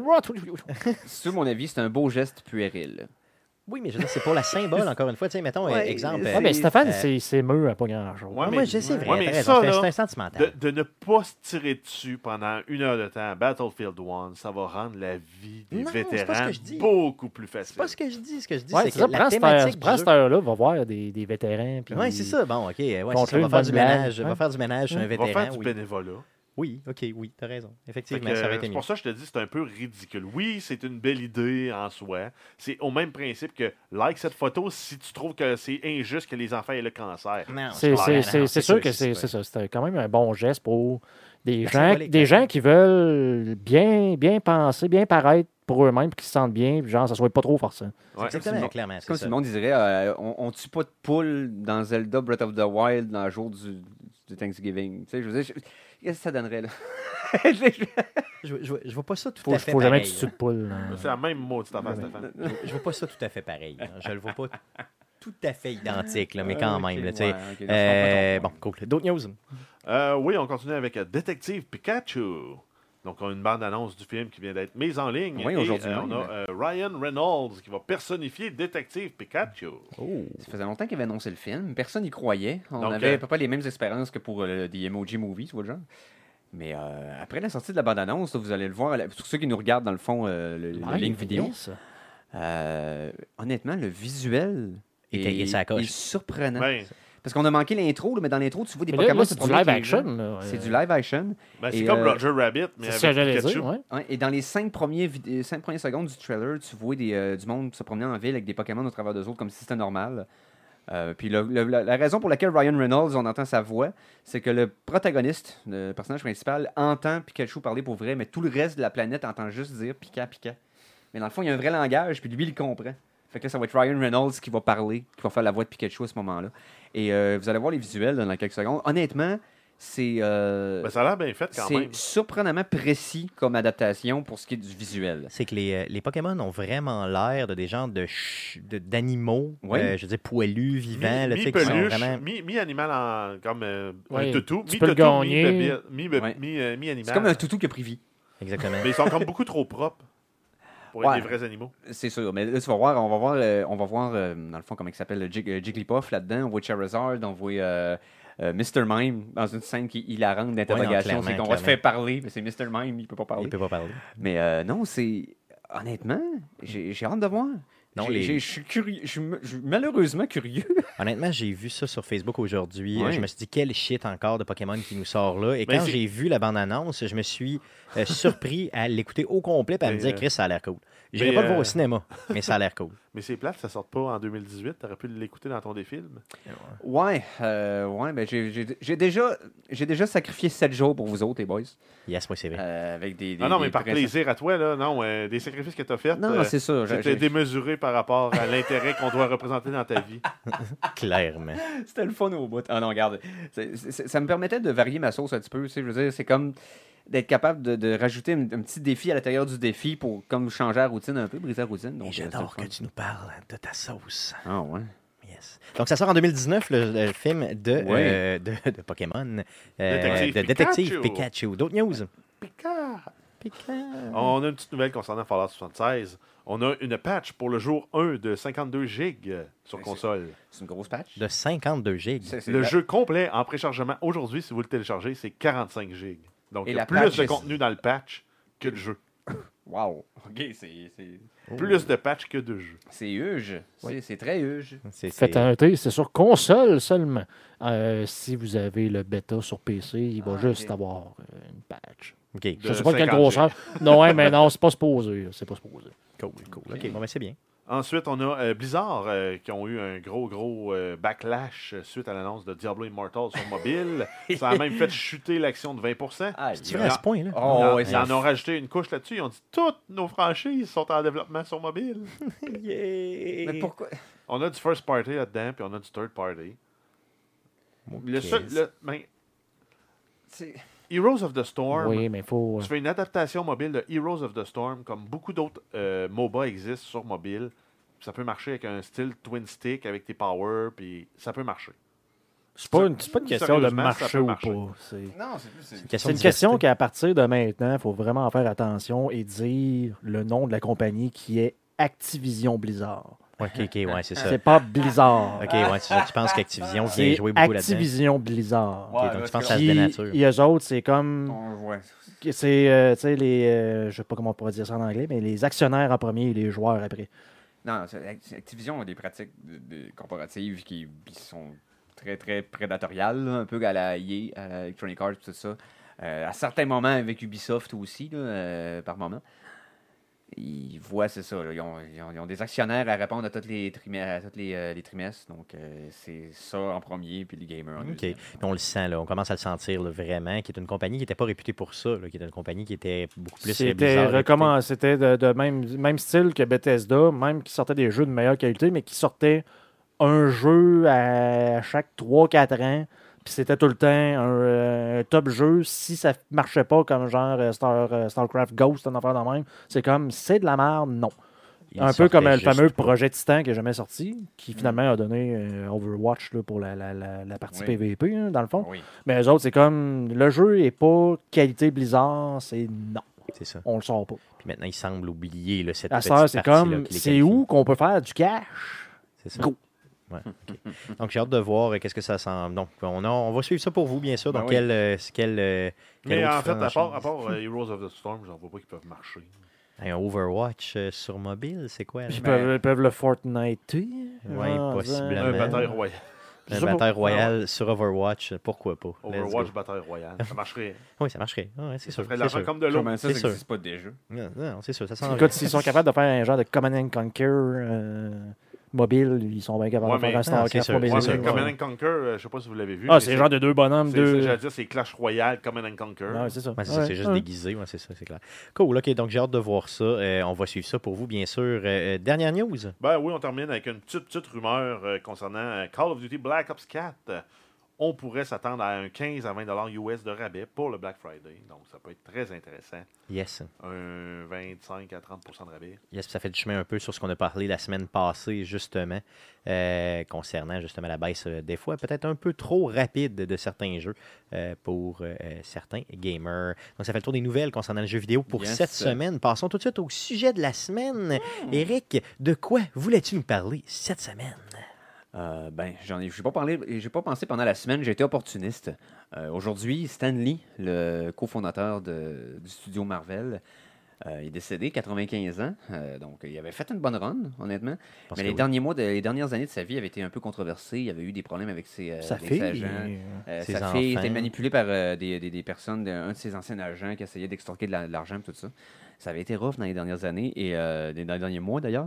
S2: Sur mon avis, c'est un beau geste puéril.
S1: Oui, mais je veux dire, c'est pour la symbole, encore une fois. Tu sais, mettons,
S2: Ouais,
S1: exemple.
S2: c'est-
S1: euh,
S4: Ouais, mais Stéphane,
S1: euh,
S4: c'est c'est meux à pas grand-chose.
S3: Ouais,
S1: moi, je sais,
S3: ouais,
S1: vrai,
S3: mais
S1: t'as
S3: ça,
S1: raison, c'est un-
S3: là,
S1: c'est un sentimental.
S3: De, de ne pas se tirer dessus pendant une heure de temps à Battlefield 1, ça va rendre la vie des
S1: Non, c'est pas ce
S3: vétérans
S1: que je dis.
S3: beaucoup plus
S1: C'est
S3: facile.
S1: pas ce que je dis. Ce que je dis,
S4: Ouais,
S1: c'est
S4: c'est
S1: que
S4: ça,
S1: la
S4: prends cette heure-
S1: thématique.
S4: prends cette heure-là, va voir des, des vétérans. puis-
S1: Oui, c'est ça. Bon, OK. ouais, c'est
S4: Contre
S1: ça, on va
S4: une
S1: faire du
S4: bonne blague,
S1: ménage. On va
S4: hein.
S1: faire du ménage sur un
S3: On va faire
S1: vétéran.
S3: du
S1: oui.
S3: bénévolat.
S1: Oui, OK, oui, t'as raison.
S3: Fait
S1: Effectivement,
S3: que,
S1: ça aurait été
S3: C'est
S1: mieux.
S3: pour ça que je te dis c'est un peu ridicule. Oui, c'est une belle idée en soi. C'est au même principe que like cette photo si tu trouves que c'est injuste que les enfants aient le cancer.
S1: Non,
S4: C'est-
S1: pas vrai,
S4: C'est
S1: non, non,
S4: c'est- c'est sûr que c'est
S1: pas-
S4: c'est ça. C'était quand même un bon geste pour des,
S1: Ben,
S4: gens,
S1: symbolique,
S4: des
S1: hein.
S4: gens qui veulent bien, bien penser, bien paraître pour eux-mêmes, puis qui se sentent bien, puis genre, ça soit pas trop forçant.
S3: Ouais.
S1: Exactement,
S2: Simon.
S1: clairement,
S2: C'est
S1: c'est
S2: comme
S1: ça.
S2: si le monde dirait euh, on, on tue pas de poule dans Zelda Breath of the Wild dans le jour du, du Thanksgiving. Tu sais, je veux dire, je- qu'est-ce que ça donnerait là
S1: Je, je, je vois pas ça tout
S4: Faut,
S1: à fait
S4: faut jamais
S1: pareil.
S4: que tu tues de poule. euh, là.
S3: C'est la même maudite affaire, Stéphane.
S1: hein. Je, je vois pas ça tout à fait pareil. hein. Je le vois pas tout à fait identique, là, mais quand
S2: Ah, ok,
S1: même. là, tu sais.
S2: ouais, ok, non,
S1: Euh,
S2: je comprends
S1: bon, cool. D'autres news?
S3: Euh, oui, on continue avec euh, Détective Pikachu. Donc, on a une bande-annonce du film qui vient d'être mise en ligne.
S2: Oui,
S3: Et,
S2: aujourd'hui
S3: euh, on
S2: même.
S3: a euh, Ryan Reynolds qui va personnifier Détective Pikachu.
S1: Oh.
S2: ton- Ça faisait longtemps qu'il avait annoncé le film. Personne n'y croyait. On
S3: Donc,
S2: avait
S3: euh,
S2: à peu près les mêmes expériences que pour euh, des Emoji Movies ou le genre. Mais euh, après la sortie de la bande-annonce, là, vous allez le voir, là, pour ceux qui nous regardent dans le fond, euh, le- la
S4: Ouais,
S2: ligne
S4: c'est
S2: vidéo,
S4: bien, ça.
S2: euh, honnêtement, le visuel
S1: Il
S2: est,
S1: était- il s'accroche.
S2: est surprenant.
S3: Ben,
S2: Parce qu'on a manqué l'intro, là, mais dans l'intro, tu vois des
S4: Mais là,
S2: Pokémon
S4: là,
S2: qui se
S4: c'est du
S2: promenaient
S4: live
S2: avec les gens.
S4: action. là.
S2: C'est du live action.
S3: ben,
S2: Et,
S3: c'est comme
S2: euh,
S3: Roger Rabbit, mais
S4: C'est ce que
S3: avec
S4: j'allais
S3: Pikachu.
S4: dire, ouais.
S2: Ouais, et dans les cinq, premiers vid- euh, cinq premières secondes du trailer, tu vois des, euh, du monde se promener en ville avec des Pokémon au travers d'eux autres comme si c'était normal. Euh, puis le- le- la, la raison pour laquelle Ryan Reynolds, on entend sa voix, c'est que le protagoniste, le personnage principal, entend Pikachu parler pour vrai, mais tout le reste de la planète entend juste dire Pika, Pika. Mais dans le fond, il y a un vrai langage, puis lui, il le comprend. Fait que là, ça va être Ryan Reynolds qui va parler, qui va faire la voix de Pikachu à ce moment-là. Et euh, vous allez voir les visuels dans quelques secondes. Honnêtement, c'est. euh,
S3: Ben, ça a l'air bien fait quand même.
S2: c'est surprenamment précis comme adaptation pour ce qui est du visuel.
S1: C'est que les, euh, les Pokémon ont vraiment l'air de des genres de ch- de- d'animaux,
S2: Oui.
S1: euh, je veux dire, poilus, vivants, là, tu sais, qui sont
S3: Mi-peluche,
S1: vraiment...
S3: mi- mi-animal en, comme euh,
S4: Ouais,
S3: un toutou,
S4: tu peux le
S3: mi-toutou,
S4: gagner.
S3: mi-bébé- mi-bébé-
S2: Ouais.
S3: mi- euh, mi-animal.
S2: C'est comme un toutou qui a pris vie.
S1: Exactement.
S3: Mais ils sont comme beaucoup trop propres pour
S2: Ouais.
S3: être des vrais animaux.
S2: C'est sûr. Mais là, tu vas voir, on va voir, euh, on va voir euh, dans le fond, comment il s'appelle, le Jig- euh, Jigglypuff là-dedans. On voit Charizard, on voit euh, euh, Mr. Mime dans une scène qui est hilarante
S1: Ouais, non,
S2: d'interrogation.
S1: clairement,
S2: c'est qu'on va
S1: clairement.
S2: se faire parler, mais c'est Mr. Mime, il peut pas
S1: Il
S2: parler.
S1: peut pas parler.
S2: Mais euh, non, c'est. Honnêtement, j'ai j'ai hâte de voir.
S1: Non,
S2: J'ai-
S1: les-
S2: j'ai- Je suis curieux. Je suis m- je suis malheureusement curieux.
S1: Honnêtement, j'ai vu ça sur Facebook aujourd'hui. Euh,
S2: Ouais.
S1: Je me suis dit, quel shit encore de Pokémon qui nous sort là. Et
S3: Ben,
S1: quand
S3: c'est-
S1: j'ai vu la bande-annonce, je me suis euh, surpris à l'écouter au complet et à me
S3: Mais,
S1: dire,
S3: euh,
S1: Chris, ça a l'air cool. J'irai
S3: mais,
S1: pas le voir
S3: euh,
S1: au cinéma, mais ça a l'air cool.
S3: Mais c'est plate, ça sort pas en 2018. T'aurais pu l'écouter dans ton des films.
S2: Ouais, euh, ouais, ben j'ai- j'ai j'ai déjà, j'ai déjà sacrifié 7 jours pour vous autres, les boys.
S1: Yes, oui, c'est vrai.
S2: Euh, avec des, des-
S3: ah non, mais
S2: des
S3: par
S2: présents.
S3: plaisir à toi, là, non, euh, des sacrifices que t'as faits,
S2: Non,
S3: euh,
S2: c'est ça. je-
S3: c'était
S2: je-
S3: démesuré par rapport à l'intérêt qu'on doit représenter dans ta vie.
S1: Clairement.
S2: C'était le fun au bout. Ah non, regarde. c'est- c'est- ça me permettait de varier ma sauce un petit peu. tu sais, je veux dire, c'est comme d'être capable de, de rajouter un, un petit défi à l'intérieur du défi pour comme changer la routine un peu, briser la routine. Donc,
S1: Et
S2: euh, c'était
S1: j'adore
S2: le
S1: que
S2: fun.
S1: tu nous parles de ta sauce.
S2: Ah ouais.
S1: Yes. Donc, ça sort en 2019, le, le film de,
S2: Ouais.
S1: euh, de, de Pokémon. euh,
S3: Détective
S1: de Détective
S3: Pikachu.
S1: Pikachu. D'autres news?
S3: Picard!
S1: Pikachu.
S3: On a une petite nouvelle concernant Fallout 76. On a une patch pour le jour 1 de 52 gigs sur
S2: Mais
S3: console.
S2: Ben, C'est une grosse patch.
S1: De 52 gigs.
S2: C'est- c'est
S3: Le
S2: la-
S3: jeu complet en préchargement aujourd'hui, si vous le téléchargez, c'est 45 gigs. Donc,
S2: Et
S3: il y a
S2: la
S3: plus
S2: patch,
S3: de
S2: c'est-
S3: contenu dans le patch que le jeu.
S2: Wow. OK, c'est... c'est-
S3: Plus de patchs que de jeux.
S2: C'est huge. C'est- C'est très huge.
S1: C'est- c'est-
S4: Faites un test, c'est sur console seulement. Euh, si vous avez le bêta sur PC, il va
S2: Ah,
S4: juste
S2: ok.
S4: avoir euh, une patch.
S1: OK,
S3: De
S4: Je sais pas quelle
S3: 50
S4: grosseur. Non, hein, mais non, c'est pas supposé. là, C'est pas supposé.
S1: cool, cool. OK, bon, ben, c'est bien.
S3: Ensuite, on a euh, Blizzard euh, qui ont eu un gros, gros euh, backlash suite à l'annonce de Diablo Immortal sur mobile. Ça a même fait chuter l'action de 20%.
S2: Ah,
S1: Tu vas à ce point-là? Ah,
S2: Oh,
S3: Ils en-
S2: ouais,
S3: ils
S2: ça
S3: en ont rajouté une couche là-dessus. Ils ont dit toutes nos franchises sont en développement sur mobile.
S1: Yeah.
S2: Mais pourquoi
S3: On a du first party là-dedans, puis on a du third party. Le
S1: Ok.
S3: seul, le- ben,
S2: c'est-
S3: Heroes of the Storm,
S4: Oui, mais il faut. euh,
S3: tu fais une adaptation mobile de Heroes of the Storm, comme beaucoup d'autres euh, MOBA existent sur mobile. Ça peut marcher avec un style twin stick, avec tes powers, puis ça peut marcher.
S4: C'est pas, une- c'est pas une question de
S3: Sérieusement, ça peut
S4: marcher ou
S3: marcher.
S4: pas. C'est
S2: Non, c'est plus. c'est-
S4: c'est une question qu'à partir de maintenant, il faut vraiment faire attention et dire le nom de la compagnie qui est Activision Blizzard.
S1: OK, OK, ouais, c'est ça.
S4: C'est pas Blizzard.
S1: OK, ouais, c'est ça. Tu penses qu'Activision vient
S4: C'est
S1: jouer beaucoup là-dedans?
S4: Activision Blizzard.
S2: Ouais,
S1: Ok, donc
S2: parce
S1: tu penses
S2: que-
S1: que ça se
S4: Puis, euh,
S1: dénature.
S4: et eux autres, c'est comme.
S2: On voit.
S4: C'est, euh, tu sais, les. euh, je sais pas comment on pourrait dire ça en anglais, mais les actionnaires en premier et les joueurs après.
S2: Non, non, c'est- Act- Activision a des pratiques de- de- corporatives qui qui sont très, très prédatoriales, là, un peu à la EA, à la Electronic Arts, tout ça. Euh, à certains moments, avec Ubisoft aussi, là, euh, par moment. Ils voient, c'est ça, là, ils, ont, ils ont- ils ont des actionnaires à répondre à tous les, trimestres- à toutes les, euh, les trimestres. Donc, euh, c'est ça en premier, puis les gamers en
S1: OK.
S2: deuxième.
S1: Puis on le sent, là, on commence à le sentir là, vraiment, qui est une compagnie qui n'était pas réputée pour ça, là, qui était une compagnie qui était beaucoup plus
S4: C'était
S1: bizarre,
S4: recommand- c'était de, de même, même style que Bethesda, même qui sortait des jeux de meilleure qualité, mais qui sortait un jeu à chaque 3-4 ans. Puis c'était tout le temps un euh, top jeu. Si ça marchait pas comme genre euh, Star, euh, StarCraft Ghost, un affaire de même, c'est comme c'est de la merde, non.
S1: Il
S4: un peu comme euh, le
S1: sortait
S4: fameux
S1: juste Mm. pas.
S4: projet Titan qui n'est jamais sorti, qui finalement a donné euh, Overwatch là, pour la, la- la- la partie
S2: Oui.
S4: PVP, hein, dans le fond.
S2: Oui.
S4: Mais eux autres, c'est comme le jeu est pas qualité Blizzard, c'est non,
S1: C'est ça.
S4: on le sort pas.
S1: Puis maintenant, il semble oublier là, cette
S4: À
S1: petite
S4: cette heure, c'est
S1: partie-là
S4: comme
S1: qui les
S4: c'est
S1: qualifie.
S4: où qu'on peut faire du cash
S1: C'est ça.
S4: Go.
S1: Ouais, ok. Donc, j'ai hâte de voir euh, qu'est-ce que ça semble. Donc, on, a- on va suivre ça pour vous, bien sûr.
S2: Ben
S1: Donc,
S2: oui.
S1: quelle, euh, c'est quelle, euh, quelle
S3: Mais
S1: autre
S3: en fait, à
S1: franchise?
S3: part, à part, euh, Heroes of the Storm, j'en vois pas qu'ils peuvent marcher.
S1: Hey, Un Overwatch euh, sur mobile, c'est quoi? là?
S4: Puis Ils
S2: Ben-
S4: peuvent, ils peuvent le Fortnite.
S1: Ouais,
S4: Ah,
S1: possiblement.
S3: Un
S1: mais-
S3: bataille royale.
S4: je
S1: Un
S4: sais pas.
S1: bataille royale sur Overwatch, pourquoi pas? Let's go.
S3: Overwatch bataille royale. Ça marcherait.
S1: Oui, ça marcherait. Ah ouais, c'est
S3: Ça
S1: sûr.
S3: ferait de
S1: c'est
S3: l'argent
S1: sûr.
S3: comme de l'eau.
S2: Comment ça,
S1: C'est
S2: ça
S1: sûr.
S2: n'existe pas déjà?
S1: Non, non, c'est sûr, ça sent
S4: Écoute, s'ils sont capables de faire un genre de Command and Conquer euh, mobile, ils sont bien capables
S3: Ouais,
S4: de faire
S3: mais-
S4: un
S1: c'est
S4: StarCraft
S1: sûr,
S4: mobile.
S1: c'est
S3: Ouais,
S1: sûr,
S3: mais
S1: ouais.
S3: Command and Conquer, euh, je sais pas si vous l'avez vu.
S4: Ah,
S3: mais
S4: c'est genre de deux bonhommes,
S3: c'est-
S4: deux.
S3: c'est- j'allais dire, c'est Clash Royale, Command and Conquer.
S4: Ouais, c'est ça.
S1: Ouais, c'est ça,
S4: Ouais,
S1: c'est juste
S4: ouais.
S1: déguisé, ouais, c'est ça, c'est clair. Cool, ok, donc j'ai hâte de voir ça. Euh, on va suivre ça pour vous, bien sûr. Euh, euh, dernière news.
S3: Ben oui, on termine avec une petite, petite rumeur euh, concernant euh, Call of Duty Black Ops 4. Euh, On pourrait s'attendre à un 15 à 20 US de rabais pour le Black Friday. Donc, ça peut être très intéressant.
S1: Yes.
S3: Un 25 à 30 de rabais.
S1: Yes, puis ça fait du chemin un peu sur ce qu'on a parlé la semaine passée, justement, euh, concernant justement la baisse euh, des fois, peut-être un peu trop rapide de certains jeux euh, pour euh, euh, certains gamers. Donc, ça fait le tour des nouvelles concernant le jeu vidéo pour
S2: Yes. Hmm.
S1: cette semaine. Passons tout de suite au sujet de la semaine. Eric, de quoi voulais-tu nous parler cette semaine?
S2: Euh, ben, j'en ai, j'ai pas parlé, j'ai pas pensé pendant la semaine, j'ai été opportuniste. Euh, aujourd'hui, Stan Lee, le cofondateur de- du studio Marvel, euh, est décédé, 95 ans. Euh, donc, il avait fait une bonne run, honnêtement.
S1: Je pense
S2: Mais
S1: que
S2: les
S1: oui.
S2: derniers mois, de- les dernières années de sa vie avaient été un peu controversées. Il avait eu des problèmes avec ses, euh,
S4: Sa
S2: avec
S4: fille.
S2: ses agents.
S4: euh,
S2: Euh,
S1: Ses
S2: sa fille
S1: enfants.
S2: était manipulée par euh, des, des- des personnes, de- un de ses anciens agents qui essayait d'extorquer de la- de l'argent, tout ça. Ça avait été rough dans les dernières années et euh, des- dans les derniers mois d'ailleurs.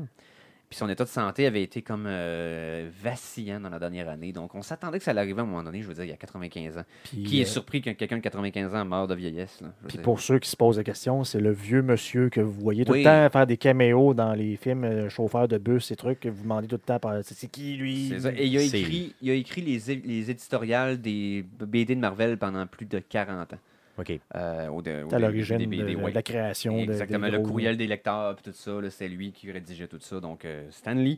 S2: Puis son état de santé avait été comme euh, vacillant dans la dernière année. Donc on s'attendait que ça allait arriver à un moment donné, je veux dire, il y a 95 ans.
S4: puis,
S2: qui est
S4: euh,
S2: surpris que quelqu'un de 95 ans meure de vieillesse? là? Je veux
S4: Puis
S2: dire.
S4: pour ceux qui se posent la question, c'est le vieux monsieur que vous voyez tout
S2: Oui.
S4: le temps faire des caméos dans les films euh, chauffeurs de bus et trucs que vous demandez tout le temps par- c'est c'est qui lui
S2: C'est ça. Et il a
S1: C'est-
S2: écrit, il a écrit les, é- les éditoriales des BD de Marvel pendant plus de 40 ans.
S1: OK.
S2: Euh, au de- au
S4: à
S2: début
S4: l'origine
S2: des
S4: de,
S2: BD,
S4: de
S2: ouais.
S4: la création de-
S2: Exactement,
S4: des
S2: le
S4: gros-
S2: courriel des lecteurs, puis tout ça, là, c'est lui qui rédigeait tout ça. Donc, euh, Stanley.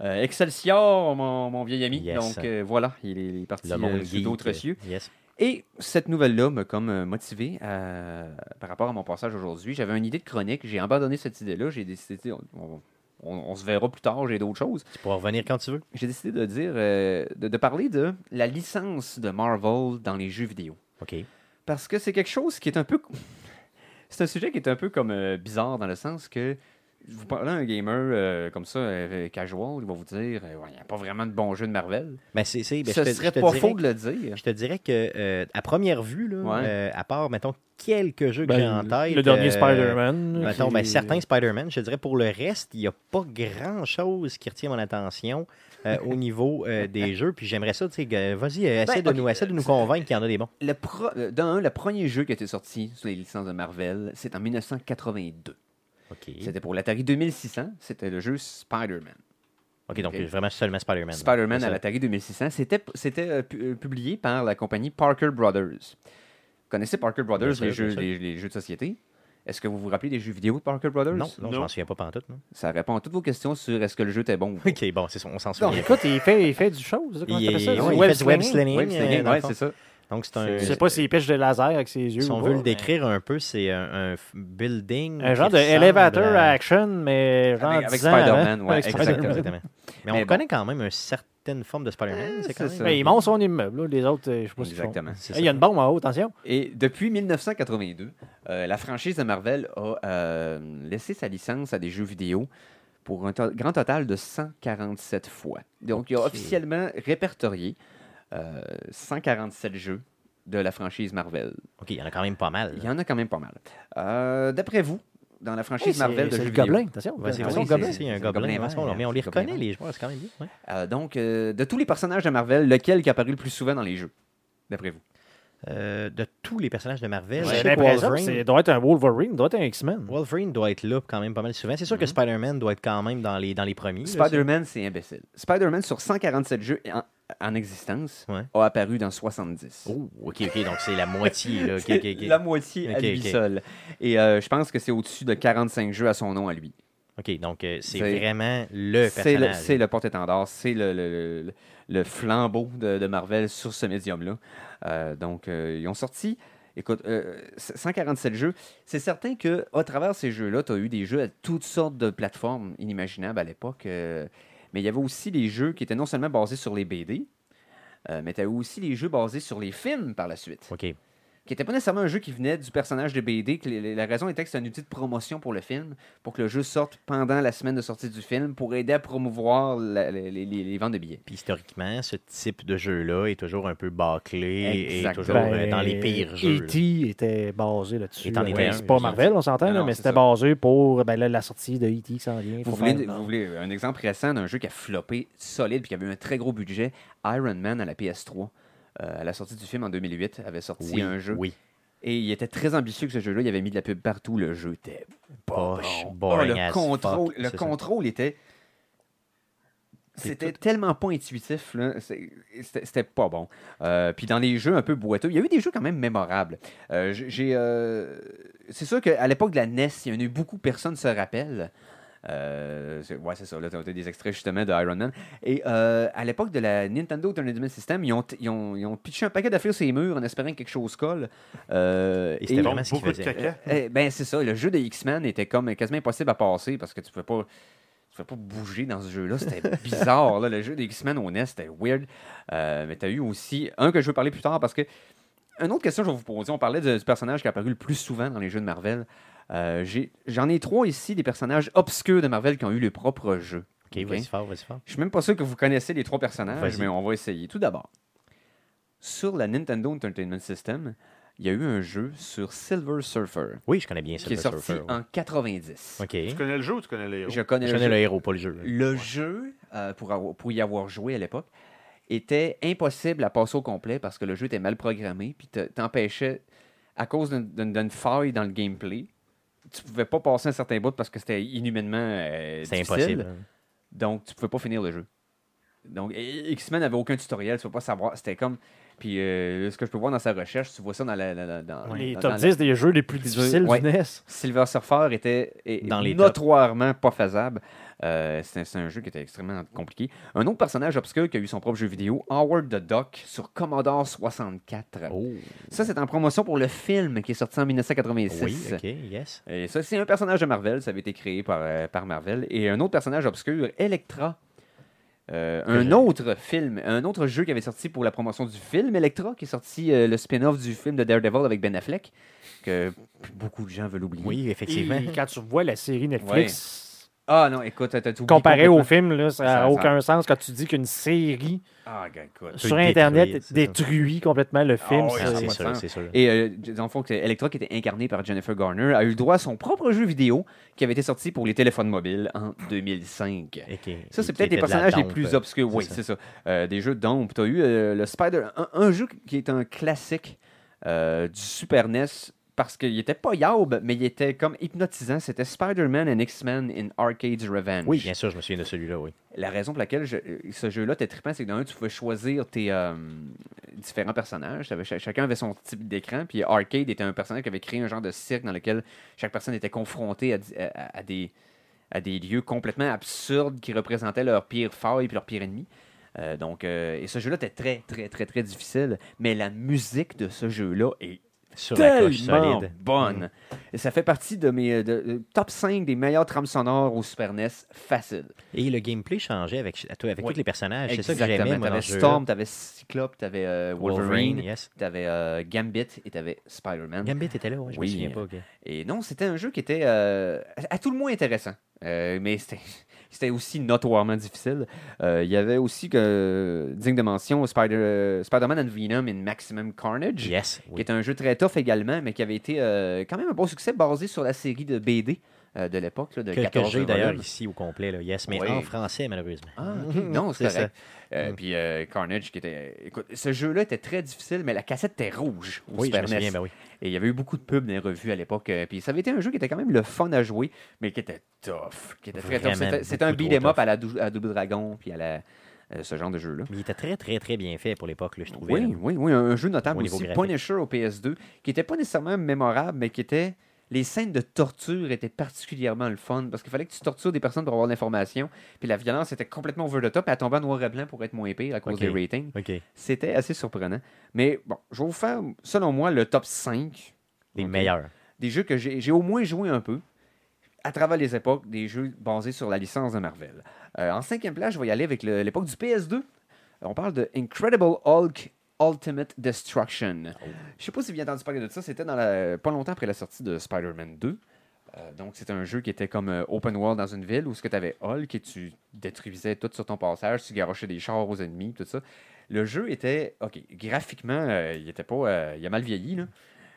S2: Euh, Excelsior, mon, mon vieil ami.
S1: Yes.
S2: Donc, euh, voilà, il est, il est parti
S1: Le monde
S2: euh, sous
S1: geek,
S2: d'autres
S1: euh,
S2: cieux.
S1: Yes.
S2: Et cette nouvelle-là m'a comme euh, motivé à- par rapport à mon passage aujourd'hui. J'avais une idée de chronique, j'ai abandonné cette idée-là, j'ai décidé, on, on- on- on se verra plus tard, j'ai d'autres choses.
S1: Tu pourras revenir quand tu veux.
S2: J'ai décidé de dire, euh, de- de parler de la licence de Marvel dans les jeux vidéo
S1: OK.
S2: parce que c'est quelque chose qui est un peu. C'est un sujet qui est un peu comme euh, bizarre dans le sens que vous parlez à un gamer euh, comme ça, euh, casual, il va vous dire euh, Ouais, il n'y a pas vraiment de bon jeu de Marvel.
S1: Ben, c'est, c'est, ben,
S2: Ce
S1: je te-
S2: serait
S1: je te
S2: pas
S1: dirais
S2: faux de le dire.
S1: Je te dirais que euh, à première vue, là,
S2: Ouais.
S1: euh, à part, mettons, quelques jeux que j'ai en
S4: Ben,
S1: tête.
S4: le dernier
S1: euh,
S4: Spider-Man.
S1: Mettons,
S4: qui-
S1: ben, certains Spider-Man, je te dirais pour le reste, il n'y a pas grand-chose qui retient mon attention euh, au niveau euh, des jeux. Puis j'aimerais ça, tu sais, que- vas-y, euh, essaie, de
S2: Ben, ok,
S1: nous, essaie de nous
S2: c'est-
S1: convaincre qu'il y en a des bons.
S2: Le pro- euh, Dans un, le premier jeu qui était sorti sur les licences de Marvel, c'est en 1982.
S1: OK.
S2: C'était pour l'Atari 2600, c'était le jeu Spider-Man.
S1: OK, donc
S2: Ok.
S1: vraiment seulement Spider-Man. là.
S2: Spider-Man
S1: C'est
S2: à
S1: ça.
S2: l'Atari 2600, c'était c'était, euh, pu- euh, publié par la compagnie Parker Brothers. Vous connaissez Parker Brothers,
S1: sûr,
S2: les, jeux,
S1: bien sûr.
S2: les, les jeux de société? Est-ce que vous vous rappelez des jeux vidéo de Parker Brothers?
S1: Non, non, je
S3: Non.
S1: m'en souviens pas pantoute. Non?
S2: Ça répond à toutes vos questions sur est-ce que le jeu était bon ou pas.
S1: OK, bon, c'est ça, on s'en
S4: Non,
S1: souvient.
S4: écoute, il fait, il fait du chose. Comment
S1: Il,
S4: t'appelles ça?
S1: il-
S4: Du
S1: ouais, il
S4: web
S1: fait du web
S4: slinging?
S1: slinging.
S2: Oui, c'est
S1: euh, dans le fond.
S2: ça.
S1: Donc, c'est un.
S4: Je sais pas s'il pêche de laser avec ses yeux.
S1: Si
S4: ou
S1: on
S4: pas,
S1: veut le
S4: mais-
S1: décrire un peu, c'est un, un f- building.
S4: Un genre
S1: qui
S4: de
S1: ressemble
S4: elevator
S1: à-
S4: action, mais genre
S2: Avec- avec
S4: 10 ans avant.
S2: Spider-Man, ouais,
S4: hein. Avec Spider-Man.
S1: Exactement. exactement. Mais on
S2: Mais bon.
S1: connaît quand même une certaine forme de Spider-Man.
S2: Eh,
S1: c'est quand
S2: c'est
S1: même.
S2: ça.
S4: Mais il monte son immeuble, là. les autres, euh, je sais pas ce qu'ils font.
S2: Exactement.
S1: C'est
S4: Hey, Il y a
S1: ça.
S4: une bombe en haut, attention.
S2: Et depuis 1982, euh, la franchise de Marvel a euh, laissé sa licence à des jeux vidéo pour un to- grand total de 147 fois. Donc, il y a
S1: Ok.
S2: officiellement répertorié euh, 147 jeux de la franchise Marvel.
S1: Ok, il y en a quand même pas mal.
S2: Il
S1: là.
S2: y en a quand même pas mal. Euh, D'après vous, dans la franchise
S4: Hey, c'est-
S2: Marvel de
S4: c'est
S2: jeux
S4: le
S2: vidéo,
S4: gobelin, attention.
S1: Vas-y,
S4: attention,
S1: vas-y,
S2: c'est-
S4: le
S1: vas-y, vas-y,
S4: gobelin.
S1: il y a
S2: c'est
S1: un
S2: le
S1: gobelin.
S2: gobelin,
S1: ouais,
S2: ouais,
S1: Mais on les
S2: c'est le gobelin,
S1: reconnaît, les joueurs, c'est quand même bien. ouais.
S2: euh, donc euh, de tous les personnages de Marvel, lequel qui apparu le plus souvent dans les jeux D'après vous
S1: Euh, De tous les personnages de Marvel, je
S4: J'ai
S1: sais que
S4: l'impression que
S1: Wolverine-
S4: c'est- doit être un Wolverine, doit être un X-Men.
S1: Wolverine doit être là quand même pas mal souvent. C'est sûr que
S2: Mhm.
S1: Spider-Man doit être quand même dans les, dans les premiers. là,
S2: Spider-Man, c'est imbécile. Spider-Man, sur 147 jeux en, en existence,
S1: Ouais.
S2: a apparu dans 70.
S1: ça. Oh, ok, ok, donc c'est la moitié. Là. ok, ok, ok.
S2: La moitié à
S1: Ok,
S2: lui
S1: ok.
S2: seul. Et euh, je pense que c'est au-dessus de 45 jeux à son nom à lui.
S1: Ok, donc euh, c'est
S2: C'est-
S1: vraiment le
S2: C'est le,
S1: personnage.
S2: c'est le porte-étendard, c'est le, le- le- le flambeau de, de Marvel sur ce médium-là. Euh, donc, euh, ils ont sorti, écoute, euh, 147 jeux. C'est certain que à travers ces jeux-là, tu as eu des jeux à toutes sortes de plateformes inimaginables à l'époque. euh, mais il y avait aussi des jeux qui étaient non seulement basés sur les BD, euh, mais tu as eu aussi les jeux basés sur les films par la suite
S1: Ok,
S2: qui n'était pas nécessairement un jeu qui venait du personnage de BD. Que les- les- la raison était que c'est un outil de promotion pour le film, pour que le jeu sorte pendant la semaine de sortie du film, pour aider à promouvoir la- les, les- les ventes de billets.
S1: Puis historiquement, ce type de jeu-là est toujours un peu bâclé et
S2: Exactement.
S1: toujours euh, dans les pires jeux. là.
S4: E.T. était basé là-dessus.
S1: Et t'en
S4: Ouais,
S1: étais un,
S4: c'est pas
S1: je
S4: Marvel, on s'entend,
S2: Non,
S4: là,
S2: non,
S4: mais
S2: c'est
S4: c'était
S2: ça.
S4: basé pour ben, là, la sortie de E.T. qui s'en vient.
S2: Vous
S4: Faut
S2: voulez,
S4: faire-
S2: vous voulez un exemple récent d'un jeu qui a floppé solide puis qui avait eu un très gros budget Iron Man à la PS3. euh, à la sortie du film en 2008, avait sorti
S1: Oui,
S2: un jeu.
S1: oui.
S2: Et il était très ambitieux que ce jeu-là. Il avait mis de la pub partout. Le jeu était
S1: Poche,
S2: Bon.
S1: boring
S2: Ah, le
S1: as
S2: contrôle,
S1: fuck,
S2: le
S1: c'est ça.
S2: contrôle était.
S1: C'est
S2: C'était tellement pas intuitif, là. C'est- C'était c'était pas bon. Euh, puis dans les jeux un peu boiteux, il y a eu des jeux quand même mémorables. Euh, j- J'ai. euh, C'est sûr qu'à l'époque de la NES, il y en a eu beaucoup, personne se rappelle. Euh, c'est- ouais, c'est ça. Là, t'as t'as des extraits justement de Iron Man. Et euh, à l'époque de la Nintendo Tournament System, ils ont, ils ont, ils ont pitché un paquet d'affaires sur les murs en espérant que quelque chose colle. Euh,
S1: Et c'était
S2: et-
S1: vraiment
S3: Donc,
S1: ce qu'il
S3: beaucoup de
S1: faisait.
S3: caca.
S2: eh ben c'est ça, le jeu des X-Men était comme quasiment impossible à passer parce que tu peux pas tu peux pas bouger dans ce jeu-là, c'était bizarre là. le jeu des X-Men au NES, c'était weird. Euh, mais tu as eu aussi un que je veux parler plus tard parce que une autre question que je vais vous poser, on parlait de- du personnage qui a apparu le plus souvent dans les jeux de Marvel. Euh, j'ai- J'en ai, trois ici, des personnages obscurs de Marvel qui ont eu leur propre jeu.
S1: Ok, vas-y fort, vas-y fort.
S2: Je suis même pas sûr que vous connaissez les trois personnages,
S1: Vas-y.
S2: mais on va essayer. Tout d'abord, sur la Nintendo Entertainment System, il y a eu un jeu sur Silver Surfer
S1: Oui, je connais bien ça.
S2: qui est sorti en 90.
S1: Ok.
S3: Tu connais le jeu ou tu connais les héros?
S2: Je connais,
S1: Je
S2: le
S1: connais
S2: jeu.
S1: le héros, pas le jeu. là.
S2: Le jeu, euh, pour, avoir- pour y avoir joué à l'époque, était impossible à passer au complet parce que le jeu était mal programmé, puis te- t'empêchait, à cause d'une- d'une d'une faille dans le gameplay, tu pouvais pas passer un certain bout parce que c'était inhumainement euh,
S1: C'est
S2: difficile.
S1: impossible.
S2: Donc, tu pouvais pas finir le jeu. Donc, et- et X-Men n'avait aucun tutoriel, tu peux pas savoir. C'était comme. Puis, euh, ce que je peux voir dans sa recherche, tu vois ça dans la. la- la- dans,
S4: Les
S2: dans-
S4: top
S2: dans la-
S4: 10 des jeux les plus
S2: Plus
S4: difficiles
S2: ouais.
S4: du NES.
S2: Silver Surfer était est-
S1: Dans les
S2: notoirement pas faisable. Euh, c'est c'est un jeu qui était extrêmement compliqué. Un autre personnage obscur qui a eu son propre jeu vidéo, Howard the Duck, sur Commodore 64.
S1: Oh,
S2: Ça, c'est en promotion pour le film qui est sorti en 1986.
S1: oui, ok, yes.
S2: Et ça, c'est un personnage de Marvel. Ça avait été créé par, euh, par Marvel. Et un autre personnage obscur, Electra, Euh, un
S1: j'ai-
S2: autre film, un autre jeu qui avait sorti pour la promotion du film Electra, qui est sorti euh, le spin-off du film de Daredevil avec Ben Affleck, que beaucoup de gens veulent oublier.
S1: Oui, effectivement.
S4: Et quand tu vois la série Netflix,
S2: Ah non, écoute, t'as tout oublié
S4: comparée au
S2: complètement.
S4: film, là, ça
S2: Ça- ça-
S4: n'a aucun sens quand tu dis qu'une série
S2: Ah, gars, écoute.
S4: sur
S1: détruire,
S4: Internet
S1: c'est ça.
S4: détruit complètement le film.
S2: Ah ouais,
S1: Ah,
S4: c'est-
S1: c'est
S2: ça
S1: sûr,
S2: sens.
S1: c'est sûr.
S2: Et euh, dans le fond, que Electra, qui était incarnée par Jennifer Garner, a eu le droit à son propre jeu vidéo qui avait été sorti pour les téléphones mobiles en 2005.
S1: Et qui-
S2: Ça, c'est
S1: qui
S2: peut-être
S1: était
S2: les
S1: de la
S2: personnages les
S1: dompe.
S2: plus obscurs.
S1: c'est
S2: Oui,
S1: ça.
S2: c'est ça. Euh, des jeux d'ombre. Tu as eu euh, le Spider. Un, un jeu qui est un classique euh, du Super NES parce qu'il était pas yaube, mais il était comme hypnotisant. C'était Spider-Man and X-Men in Arcade's Revenge.
S1: Oui, bien sûr, je me souviens de celui-là, oui.
S2: La raison pour laquelle je- euh, ce jeu-là était trippant, c'est que d'un, tu pouvais choisir tes euh, différents personnages. T'avais- cha- chacun avait son type d'écran. Puis Arcade était un personnage qui avait créé un genre de cirque dans lequel chaque personne était confrontée à, di- à- à- à des, à des lieux complètement absurdes qui représentaient leur pire faille et leur pire ennemi. Euh, donc, euh, et ce jeu-là était très, très, très, très difficile. Mais la musique de ce jeu-là est
S1: Sur la coche
S2: tellement
S1: solide. Mm.
S2: bonne. Et ça fait partie de mes de- de- top 5 des meilleures trames sonores au Super NES facile.
S1: Et le gameplay changeait avec, à toi- avec
S2: Oui.
S1: tous les personnages. C'est ça que
S2: Exactement.
S1: j'aimais, moi, dans
S2: T'avais
S1: ce jeu-là.
S2: Storm, t'avais Cyclope, t'avais euh, Wolverine,
S1: Wolverine, yes.
S2: t'avais euh, Gambit et t'avais Spider-Man.
S1: Gambit était là, ouais, je
S2: Oui.
S1: me souviens pas. ok.
S2: Et non, c'était un jeu qui était euh, à à tout le moins intéressant, Euh, mais c'était. C'était aussi notoirement difficile. Euh, Il y avait aussi, que, digne de mention, Spider- euh, Spider-Man and Venom in Maximum Carnage
S1: Yes,
S2: qui
S1: oui.
S2: est un jeu très tough également, mais qui avait été euh, quand même un bon succès basé sur la série de BD euh, de l'époque. là, de
S1: Que, que
S2: 14
S1: j'ai d'ailleurs
S2: volumes.
S1: ici au complet, là. Yes, mais
S2: Oui.
S1: en français, malheureusement.
S2: Ah, ok. non, c'est
S1: C'est ça.
S2: correct. Euh, Puis euh, Carnage, qui était. Écoute, ce jeu-là était très difficile, mais la cassette était rouge au
S1: Oui, je
S2: Super
S1: me
S2: NES.
S1: souviens, ben oui.
S2: Et il y avait eu beaucoup de pubs dans les revues à l'époque. euh, Puis ça avait été un jeu qui était quand même le fun à jouer, mais qui était tough. Qui était très tough.
S1: Vraiment
S2: C'était- C'était un
S1: beaucoup trop
S2: beat'em up
S1: tough.
S2: à la dou- à Double Dragon, puis à la, euh, ce genre de jeu-là.
S1: Mais il était très, très, très bien fait pour l'époque, là, je trouvais.
S2: Oui,
S1: là.
S2: oui, oui, un jeu notable
S1: Au niveau
S2: aussi,
S1: graphique.
S2: Punisher au PS2, qui n'était pas nécessairement mémorable, mais qui était... Les scènes de torture étaient particulièrement le fun, parce qu'il fallait que tu tortures des personnes pour avoir de l'information, puis la violence était complètement over the top, et elle tombait en noir et blanc pour être moins pire à cause
S1: Ok.
S2: des ratings.
S1: OK.
S2: C'était assez surprenant. Mais bon, je vais vous faire, selon moi, le top 5
S1: Les
S2: Ok.
S1: meilleurs.
S2: des jeux que j'ai j'ai au moins joué un peu à travers les époques, des jeux basés sur la licence de Marvel. Euh, en cinquième place, je vais y aller avec le- l'époque du PS2. On parle de Incredible Hulk Ultimate Destruction. Je sais pas si vous avez entendu parler de ça, c'était dans la- pas longtemps après la sortie de Spider-Man 2. Euh, donc, c'était un jeu qui était comme euh, open world dans une ville où ce que tu avais Hulk et tu détruisais tout sur ton passage, tu garochais des chars aux ennemis, tout ça. Le jeu était, OK, graphiquement, euh, il était pas, euh, il a mal vieilli, là.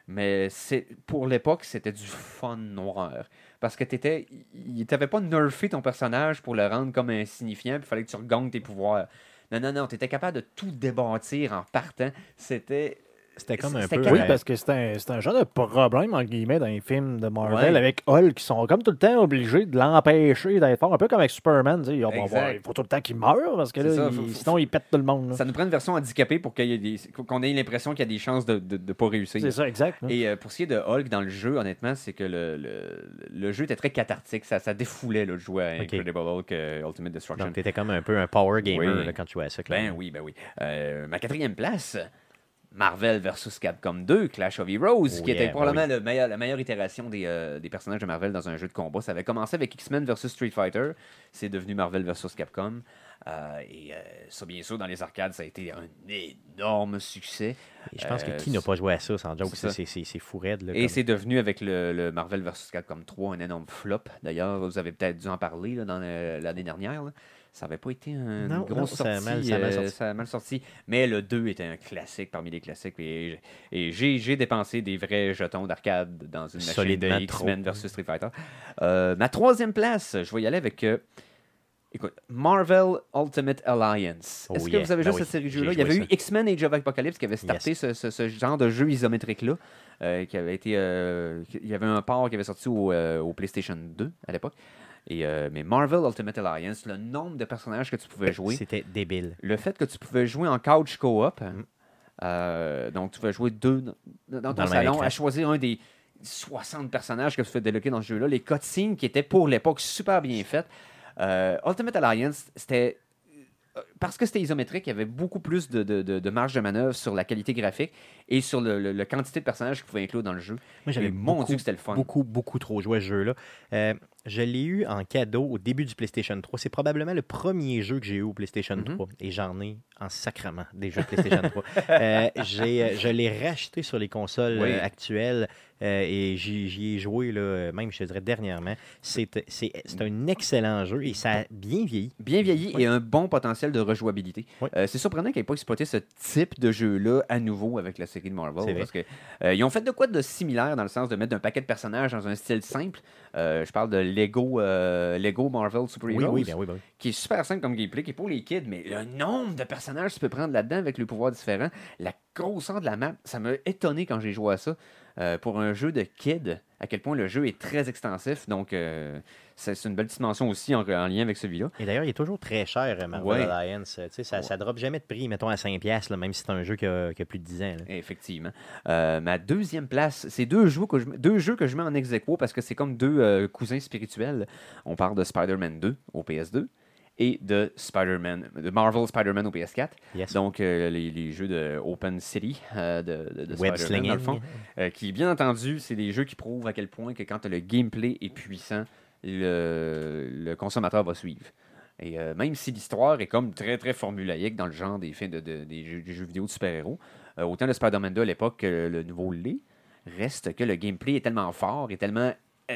S2: Mais c'est, pour l'époque, c'était du fun noir. Parce que t'étais, il t'avait pas nerfé ton personnage pour le rendre comme insignifiant, puis fallait que tu regagnes tes pouvoirs. Non, non, non, t'étais capable de tout débattir en partant. C'était.
S1: C'était comme un
S2: C'était
S1: peu...
S2: quand-
S4: Oui,
S1: euh,
S4: parce que c'est un, c'est un genre de problème, entre guillemets, dans les films de Marvel
S2: Ouais.
S4: avec Hulk, qui sont comme tout le temps obligés de l'empêcher d'être fort, un peu comme avec Superman. tu sais, ils vont
S2: Exact.
S4: voir, il faut tout le temps qu'il meure, parce que
S2: C'est
S4: là,
S2: ça,
S4: il-
S2: faut- faut-
S4: sinon, il pète tout le monde. là.
S2: Ça nous prend une version handicapée pour qu'il y ait des- qu'on ait l'impression qu'il y a des chances de ne pas réussir.
S4: C'est ça, exact. là.
S2: Et euh, pour ce qui est de Hulk dans le jeu, honnêtement, c'est que le, le, le jeu était très cathartique. Ça, ça défoulait le joueur à
S1: Ok.
S2: Incredible Hulk euh, Ultimate Destruction.
S1: Donc, t'étais comme un peu un power gamer
S2: Oui.
S1: là, quand tu jouais à ça.
S2: Ben
S1: clairement.
S2: oui, ben oui. Euh, ma quatrième place, Marvel vs Capcom 2, Clash of Heroes,
S1: Oh
S2: qui
S1: yeah,
S2: était
S1: ben
S2: probablement le meilleur- la meilleure itération des, euh, des personnages de Marvel dans un jeu de combat. Ça avait commencé avec X-Men vs Street Fighter, c'est devenu Marvel vs Capcom. Euh, et euh, ça, bien sûr, dans les arcades, ça a été un énorme succès.
S1: Et je pense
S2: Euh,
S1: que qui n'a pas joué à ça, sans joke,
S2: c'est
S1: ça,
S2: ça.
S1: c'est- c'est c'est fou raide. là,
S2: Et
S1: comme-
S2: c'est devenu avec le, le Marvel vs. Capcom 3 un énorme flop. D'ailleurs, vous avez peut-être dû en parler là, dans le- l'année dernière. là. Ça n'avait pas été un,
S1: Non,
S2: une grosse
S1: non, ça a
S2: sortie.
S1: mal- ça a mal
S2: euh,
S1: sorti.
S2: ça a mal sorti. Mais le 2 était un classique parmi les classiques. Et, et j'ai j'ai dépensé des vrais jetons d'arcade dans une machine
S1: Solidement
S2: de X-Men
S1: trop.
S2: vs. Street Fighter. Euh, ma troisième place, je vais y aller avec... euh, Écoute, Marvel Ultimate Alliance.
S1: Oh
S2: Est-ce
S1: yeah,
S2: que vous avez
S1: ben
S2: joué
S1: oui,
S2: cette série de
S1: j'ai
S2: jeux-là? Il y
S1: joué
S2: avait
S1: ça.
S2: eu X-Men Age of Apocalypse qui avait starté ce, ce- ce genre de jeu isométrique-là, euh, qui avait été... euh, qui- il y avait un port qui avait sorti au, euh, au PlayStation 2 à l'époque. Et, euh, mais Marvel Ultimate Alliance, le nombre de personnages que tu
S1: Ben,
S2: pouvais jouer,
S1: C'était débile.
S2: le fait que tu pouvais jouer en couch co-op, hein, euh, donc tu pouvais jouer deux dans, dans
S1: Dans
S2: ton
S1: le même
S2: salon,
S1: écran.
S2: à choisir un des 60 personnages que tu fais déloquer dans ce jeu-là, les cutscenes qui étaient pour l'époque super bien faites. Euh, Ultimate Alliance, c'était. euh, Parce que c'était isométrique, il y avait beaucoup plus de, de- de- de marge de manœuvre sur la qualité graphique et sur le, le- la quantité de personnages qu'ils pouvaient inclure dans le jeu.
S1: Moi,
S2: Et mon Dieu, que c'était le fun.
S1: beaucoup, beaucoup trop joué à ce jeu-là. Euh, je l'ai eu en cadeau au début du PlayStation 3. C'est probablement le premier jeu que j'ai eu au PlayStation
S2: Mhm.
S1: 3. Et j'en ai en sacrement des jeux PlayStation 3. Euh, j'ai, euh, je l'ai racheté sur les consoles
S2: Oui.
S1: euh, actuelles euh, et j'y, j'y ai joué, là, euh, même je te dirais dernièrement. C'est, c'est, c'est un excellent jeu et ça a bien vieilli.
S2: Bien vieilli
S1: Oui.
S2: et un bon potentiel de rejouabilité.
S1: Oui.
S2: Euh, c'est surprenant qu'ils n'aient pas exploité ce type de jeu-là à nouveau avec la série de Marvel.
S1: C'est vrai.
S2: Parce que, euh, ils ont fait de quoi de similaire dans le sens de mettre un paquet de personnages dans un style simple. Euh, je parle de Lego, euh, Lego Marvel Super
S1: Oui,
S2: Heroes,
S1: oui, bien oui, ben oui.
S2: qui est super simple comme gameplay, qui est pour les kids, mais le nombre de personnages que tu peux prendre là-dedans avec les pouvoirs différents, la grosseur de la map, ça m'a étonné quand j'ai joué à ça. Euh, pour un jeu de kids, à quel point le jeu est très extensif. Donc, euh, c'est c'est une belle dimension aussi en- en lien avec celui-là.
S1: Et d'ailleurs, il est toujours très cher, euh, Marvel
S2: Ouais.
S1: Alliance. Euh, tu sais, Ça ne drop jamais de prix, mettons à 5$, là, même si c'est un jeu qui a, qui a plus de 10 ans. là.
S2: Effectivement. Euh, ma deuxième place, c'est deux jeux que je, deux jeux que je mets en ex aequo parce que c'est comme deux euh, cousins spirituels. On parle de Spider-Man 2 au PS2 et de Spider-Man, de Marvel Spider-Man au PS4.
S1: Yes.
S2: Donc euh, les, les jeux de Open City euh, de, de, de
S1: Web
S2: Spider-Man dans le
S1: slinging.
S2: fond, euh, qui bien entendu, c'est des jeux qui prouvent à quel point que quand le gameplay est puissant, le, le consommateur va suivre. Et euh, même si l'histoire est comme très très formulaïque dans le genre des films de, de- des, jeux, des jeux vidéo de super-héros, euh, autant le Spider-Man 2 à l'époque que le nouveau l'est, reste que le gameplay est tellement fort et tellement euh,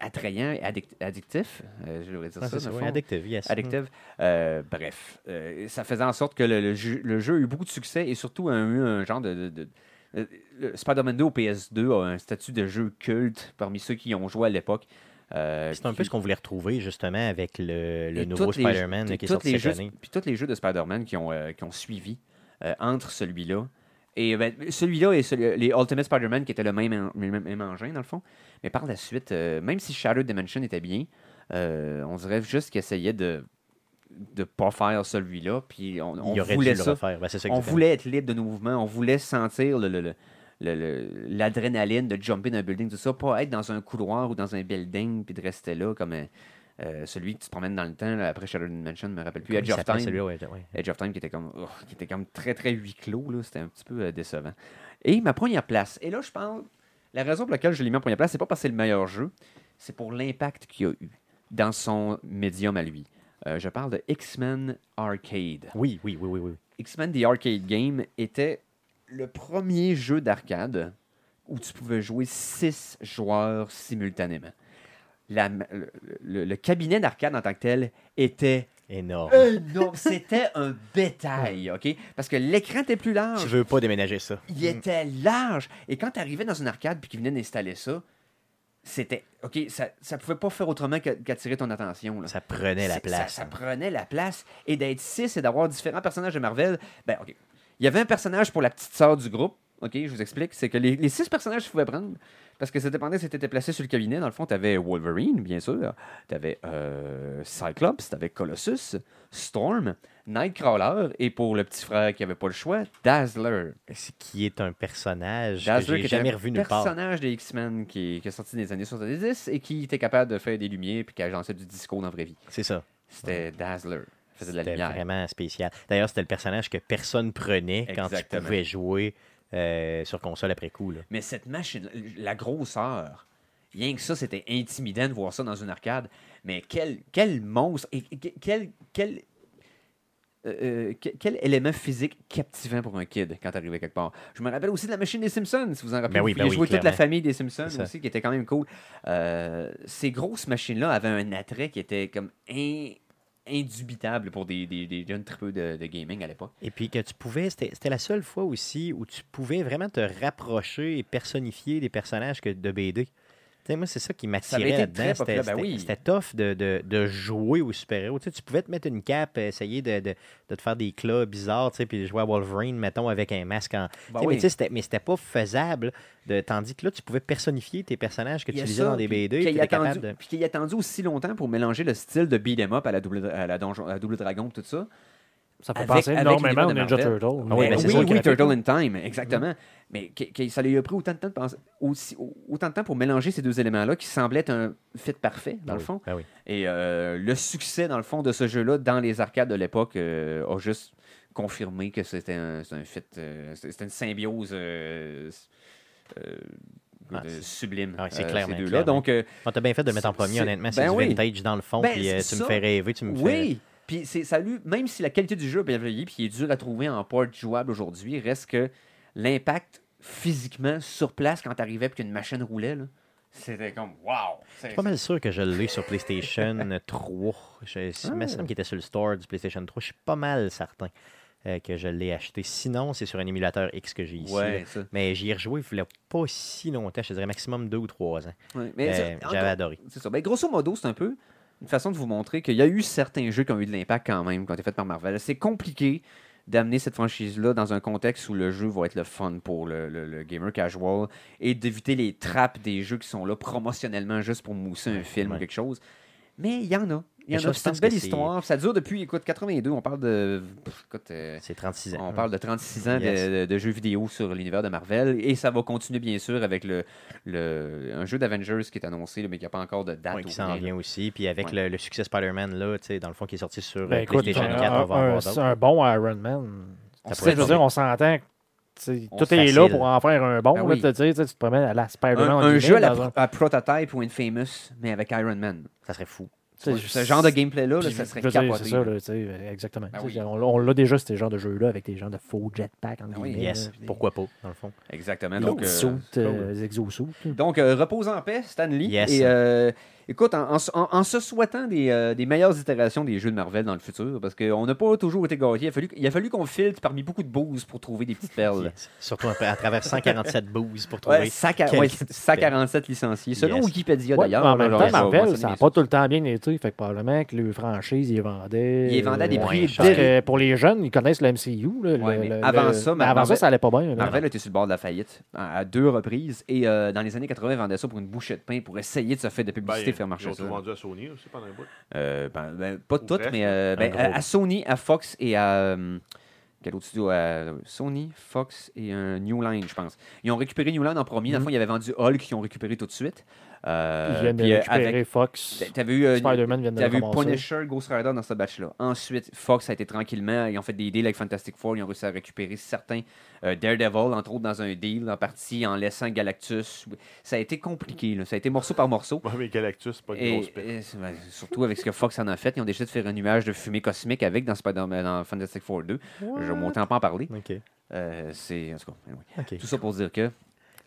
S2: attrayant et addic- addictif. euh, je devrais dire
S1: Ah,
S2: ça,
S1: c'est
S2: dans
S1: ça,
S2: le
S1: oui,
S2: fond.
S1: Addictive, yes.
S2: Addictive. Euh, bref, euh, ça faisait en sorte que le, le jeu, le jeu a eu beaucoup de succès et surtout a eu un genre de. de- de- euh, le Spider-Man 2 au PS2 a un statut de jeu culte parmi ceux qui y ont joué à l'époque. Euh,
S1: C'est un peu
S2: qui-
S1: ce qu'on voulait retrouver justement avec le, le
S2: et
S1: nouveau
S2: toutes les jeux-
S1: Spider-Man là, qui est
S2: toutes
S1: sorti
S2: les
S1: cette
S2: jeux,
S1: année.
S2: Puis tous les jeux de Spider-Man qui ont, euh, qui ont suivi euh, entre celui-là et ben, celui-là et celui- les Ultimate Spider-Man qui étaient le même, en- le même, même engin dans le fond. Mais par la suite, euh, même si Shadow Dimension était bien, euh, on dirait juste qu'ils essayaient de de pas faire celui-là. Puis on, on
S1: Il aurait
S2: voulait
S1: dû le
S2: ça.
S1: refaire. Ben, c'est ça
S2: On
S1: exactement.
S2: voulait être libre de nos mouvements, on voulait sentir le- le- le- le- le- l'adrénaline de jumper d'un building, tout ça, pas être dans un couloir ou dans un building puis de rester là comme euh, euh, celui que tu te promènes dans le temps là, après Shadow Dimension, je me rappelle plus,
S1: Comment
S2: Edge
S1: il
S2: of
S1: s'appelait,
S2: Time.
S1: celui-là, ouais, ouais.
S2: Edge of Time qui était comme, oh, qui était comme très très huis clos, là, c'était un petit peu euh, décevant. Et ma première place, et là je pense, la raison pour laquelle je l'ai mis en première place, c'est pas parce que c'est le meilleur jeu, c'est pour l'impact qu'il a eu dans son médium à lui. Euh, je parle de X-Men Arcade.
S1: Oui, oui, oui, oui, oui.
S2: X-Men The Arcade Game était le premier jeu d'arcade où tu pouvais jouer six joueurs simultanément. La- le, le- le cabinet d'arcade en tant que tel était
S1: Énorme.
S2: énorme. C'était un bétail, OK? Parce que l'écran était plus
S1: Tu
S2: large,
S1: veux pas déménager ça.
S2: il était large. Et quand tu arrivais dans une arcade puis qu'ils venaient d'installer ça, c'était... OK, ça, ça pouvait pas faire autrement que- qu'attirer ton attention. là.
S1: Ça prenait la
S2: C'est-
S1: place.
S2: Ça, ça
S1: hein.
S2: prenait la place. Et d'être six et d'avoir différents personnages de Marvel, ben, OK. Il y avait un personnage pour la petite sœur du groupe. OK, je vous explique. C'est que les, les six personnages que tu pouvais prendre, parce que ça dépendait si tu étais placé sur le cabinet. Dans le fond, tu avais Wolverine, bien sûr. Tu avais Cyclops, tu avais Colossus, Storm, Nightcrawler, et pour le petit frère qui avait pas le choix, Dazzler.
S1: Ce Qui est un personnage
S2: Dazzler,
S1: que
S2: qui
S1: j'ai
S2: était
S1: jamais
S2: un
S1: revu nulle part.
S2: personnage des X-Men qui, qui est sorti des années 70 et qui était capable de faire des lumières puis qui agençait du disco dans la vraie vie.
S1: C'est ça.
S2: C'était Dazzler. Il faisait de la
S1: C'était
S2: lumière.
S1: vraiment spécial. D'ailleurs, c'était le personnage que personne prenait quand
S2: Exactement.
S1: tu pouvais jouer euh, sur console après coup. là.
S2: Mais cette machine, la grosseur, rien que ça, c'était intimidant de voir ça dans une arcade. Mais quel, quel monstre et que- quel, quel, euh, que- quel élément physique captivant pour un kid quand t'arrivais quelque part. Je me rappelle aussi de la machine des Simpsons, si vous en rappelez.
S1: Ben oui,
S2: vous pouviez
S1: ben oui,
S2: jouer toute la
S1: clairement.
S2: famille des Simpsons
S1: C'est ça.
S2: aussi, qui était quand même cool. Euh, ces grosses machines-là avaient un attrait qui était comme in- indubitable pour des, des, des jeunes tripeux de, de gaming à l'époque.
S1: Et puis que tu pouvais, c'était c'était la seule fois aussi où tu pouvais vraiment te rapprocher et personnifier des personnages que de BD. Tu sais, moi, c'est ça qui m'attirait
S2: été
S1: là-dedans.
S2: très
S1: C'était
S2: populaire, ben
S1: c'était-
S2: oui.
S1: c'était tough de, de- de jouer aux super-héros. Tu sais, tu pouvais te mettre une cape, essayer de, de- de te faire des clas bizarres, tu sais, puis jouer à Wolverine, mettons, avec un masque en. tu sais,
S2: Ben oui.
S1: Mais tu sais, c'était- mais c'était pas faisable. de- tandis que là, tu pouvais personnifier tes personnages que
S2: Il y
S1: tu
S2: a
S1: lisais
S2: ça,
S1: dans des
S2: puis
S1: BD.
S2: qu'il
S1: puis
S2: ait
S1: t'es capable
S2: attendu-
S1: de-
S2: Puis qu'il ait attendu aussi longtemps pour mélanger le style de beat'em up à la double, à la donjon, à double dragon, tout ça.
S4: Ça fait
S2: Avec-
S4: penser
S2: avec
S4: énormément
S2: l'univers
S4: aux
S2: de
S4: Ninja
S2: Marvel.
S4: Turtles.
S1: Ah oui,
S2: Mais
S1: ben, c'est
S2: oui,
S1: ça, le
S2: oui,
S1: karaté.
S2: Turtle in Time, exactement.
S1: Mm-hmm.
S2: Mais que- que ça lui a pris autant de temps, de penser, aussi, au- autant de temps pour mélanger ces deux éléments-là qui semblaient être un fit parfait,
S1: Ah
S2: dans le
S1: oui,
S2: fond.
S1: ah oui.
S2: Et euh, le succès, dans le fond, de ce jeu-là dans les arcades de l'époque euh, a juste confirmé que c'était un, c'est un fit, euh, c'est- c'était une symbiose euh, s- euh,
S1: Ah,
S2: de-
S1: c'est-
S2: sublime.
S1: Ah, c'est
S2: euh,
S1: clairement,
S2: ces deux-là.
S1: clairement.
S2: Donc, euh,
S1: On t'a bien fait de le mettre en premier,
S2: C'est-
S1: honnêtement.
S2: ben
S1: C'est du
S2: oui.
S1: vintage dans le fond,
S2: Ben,
S1: puis euh,
S2: c'est
S1: tu me
S2: ça.
S1: fais rêver, tu me fais...
S2: oui, puis c'est ça lui, même si la qualité du jeu a bien vieilli, puis il est dur à trouver en port jouable aujourd'hui, reste que l'impact physiquement sur place quand t'arrivais puis qu'une machine roulait, là, c'était comme wow!
S1: Je
S2: C'est-
S1: suis pas mal sûr que je l'ai sur PlayStation 3. Je, si,
S2: Ah.
S1: me semble qu'il était sur le store du PlayStation 3. Je suis pas mal certain euh, que je l'ai acheté. Sinon, c'est sur un émulateur X que j'ai ici.
S2: Ouais,
S1: là.
S2: ça.
S1: Mais j'y ai rejoué il y a pas si longtemps. Je te dirais maximum deux ou trois ans.
S2: Ouais, mais
S1: Euh,
S2: c'est-
S1: J'avais adoré.
S2: C'est ça. Ben, grosso modo, c'est un peu une façon de vous montrer qu'il y a eu certains jeux qui ont eu de l'impact quand même, qui ont été faits par Marvel. C'est compliqué d'amener cette franchise-là dans un contexte où le jeu va être le fun pour le, le- le gamer casual et d'éviter les trappes des jeux qui sont là promotionnellement juste pour mousser un film
S1: ouais.
S2: ou quelque chose. Mais il y en a. Il
S1: Mais
S2: y en
S1: je
S2: a.
S1: pense
S2: C'est une
S1: que
S2: belle
S1: c'est-
S2: histoire. Ça dure depuis, écoute, 82. On parle de... pff, écoute, euh,
S1: C'est 36 ans.
S2: on parle de 36 ans de-
S1: Yes.
S2: de, de jeux vidéo sur l'univers de Marvel et ça va continuer bien sûr avec le, le- un jeu d'Avengers qui est annoncé là, mais qui n'a pas encore de date.
S1: Ouais, qui
S2: au
S1: s'en
S2: vrai, là.
S1: vient aussi. Puis avec
S2: Ouais.
S1: le, le succès Spider-Man, là, tu sais, dans le fond, qui est sorti sur euh,
S4: Ben, écoute,
S1: PlayStation
S4: un,
S1: 4, on va en
S4: un-
S1: voir
S4: c'est
S1: d'autres.
S4: un bon Iron Man.
S2: On
S1: Ça
S2: sait
S4: Tu sais, Ben, je veux
S2: jamais.
S4: dire, on s'entend que tu sais,
S2: On
S4: tout
S1: se
S4: est là
S1: facile.
S4: pour en faire un bon.
S2: Ben
S4: là,
S2: oui.
S4: tu te dis, tu sais, tu te promènes à la
S2: un,
S4: Spider-Man. en
S2: un
S4: guillemets,
S2: jeu à, la
S4: dans un-
S2: pro- à prototype ou Infamous mais avec Iron Man.
S1: Ça serait fou.
S4: tu sais,
S2: Ouais, ce genre de gameplay là,
S4: Puis,
S2: ça serait
S4: je veux dire,
S2: capoté.
S4: C'est ça, là, tu sais, exactement.
S2: Ben
S4: Tu sais,
S2: oui.
S4: On, on l'a déjà, ces genres de jeux-là, avec des gens de faux jetpack, en
S2: Ben oui.
S4: guillemets.
S1: Yes,
S4: là,
S1: pourquoi pas, dans le fond.
S2: Exactement.
S4: puis
S2: Donc,
S4: des
S2: euh,
S4: suits, euh, des exosuits.
S2: donc euh, repose en paix, Stan Lee.
S1: Yes.
S2: Et, euh, écoute, en, en- en- en se souhaitant des, euh, des meilleures itérations des jeux de Marvel dans le futur, parce qu'on n'a pas toujours été gâtés, il a fallu, il a fallu qu'on filtre parmi beaucoup de bouses pour trouver des petites perles.
S1: Yes. Surtout à, à travers 147 bouses pour trouver.
S2: Oh Ouais, 100,
S1: Quel
S2: ouais,
S1: type de-
S2: 147 licenciés. Selon
S1: Yes.
S2: Wikipédia,
S4: Ouais,
S2: d'ailleurs.
S4: mais en
S2: là,
S4: même
S2: genre,
S4: temps,
S2: ils sont
S4: Marvel,
S2: mentionnés
S4: ça n'a
S2: des
S4: pas
S2: sources.
S4: tout le temps bien été. Fait que probablement que les franchises, ils vendaient.
S2: Ils vendaient à des
S4: euh,
S2: prix
S1: moins
S4: parce
S2: élevés.
S1: cher.
S4: que pour les jeunes, ils connaissent le MCU. là, le-
S2: Ouais, mais
S4: le-
S2: avant
S4: le-
S2: ça,
S4: mais avant
S2: Marvel-
S4: ça, ça allait pas bien. là.
S2: Marvel était sur le bord de la faillite à à deux reprises. Et euh, dans les années 80, ils vendaient ça pour une bouchée de pain pour essayer de se faire de
S3: Ben,
S2: publicité,
S3: ils
S2: faire marcher
S3: ont
S2: ça.
S3: tout vendu à Sony aussi pendant un bout.
S2: Euh, ben, ben, pas
S3: Ou
S2: toutes,
S3: presque.
S2: mais euh, ben,
S1: Un gros.
S2: à, à Sony, à Fox et à. euh, quel autre studio à Sony, Fox et un New Line, je pense. Ils ont récupéré New Line en premier. Dans le fond, ils avaient vendu Hulk, qui ont récupéré tout de suite. Euh,
S4: Mm-hmm. Ils viennent de
S2: puis, euh,
S4: récupérer
S2: avec-
S4: Fox.
S2: T'avais eu euh,
S4: Spider-Man vient de
S2: T'as
S4: le
S2: vu
S4: ramasser.
S2: Punisher, Ghost Rider dans ce batch-là. Ensuite, Fox a été tranquillement. Ils ont fait des deals avec Fantastic Four. Ils ont réussi à récupérer certains. euh, Daredevil, entre autres, dans un deal en partie en laissant Galactus. Ça a été compliqué. là. Ça a été morceau par morceau.
S3: Ouais, mais Galactus, c'est pas une
S2: Et,
S3: grosse paix.
S2: et c'est- ben, surtout avec ce que Fox en a fait, ils ont décidé de faire un nuage de fumée cosmique avec dans, Spider-Man, dans Fantastic Four 2. Je m'entends pas en parler.
S1: Ok,
S2: Euh, c'est, en tout cas, anyway.
S1: ok.
S2: Tout ça pour dire que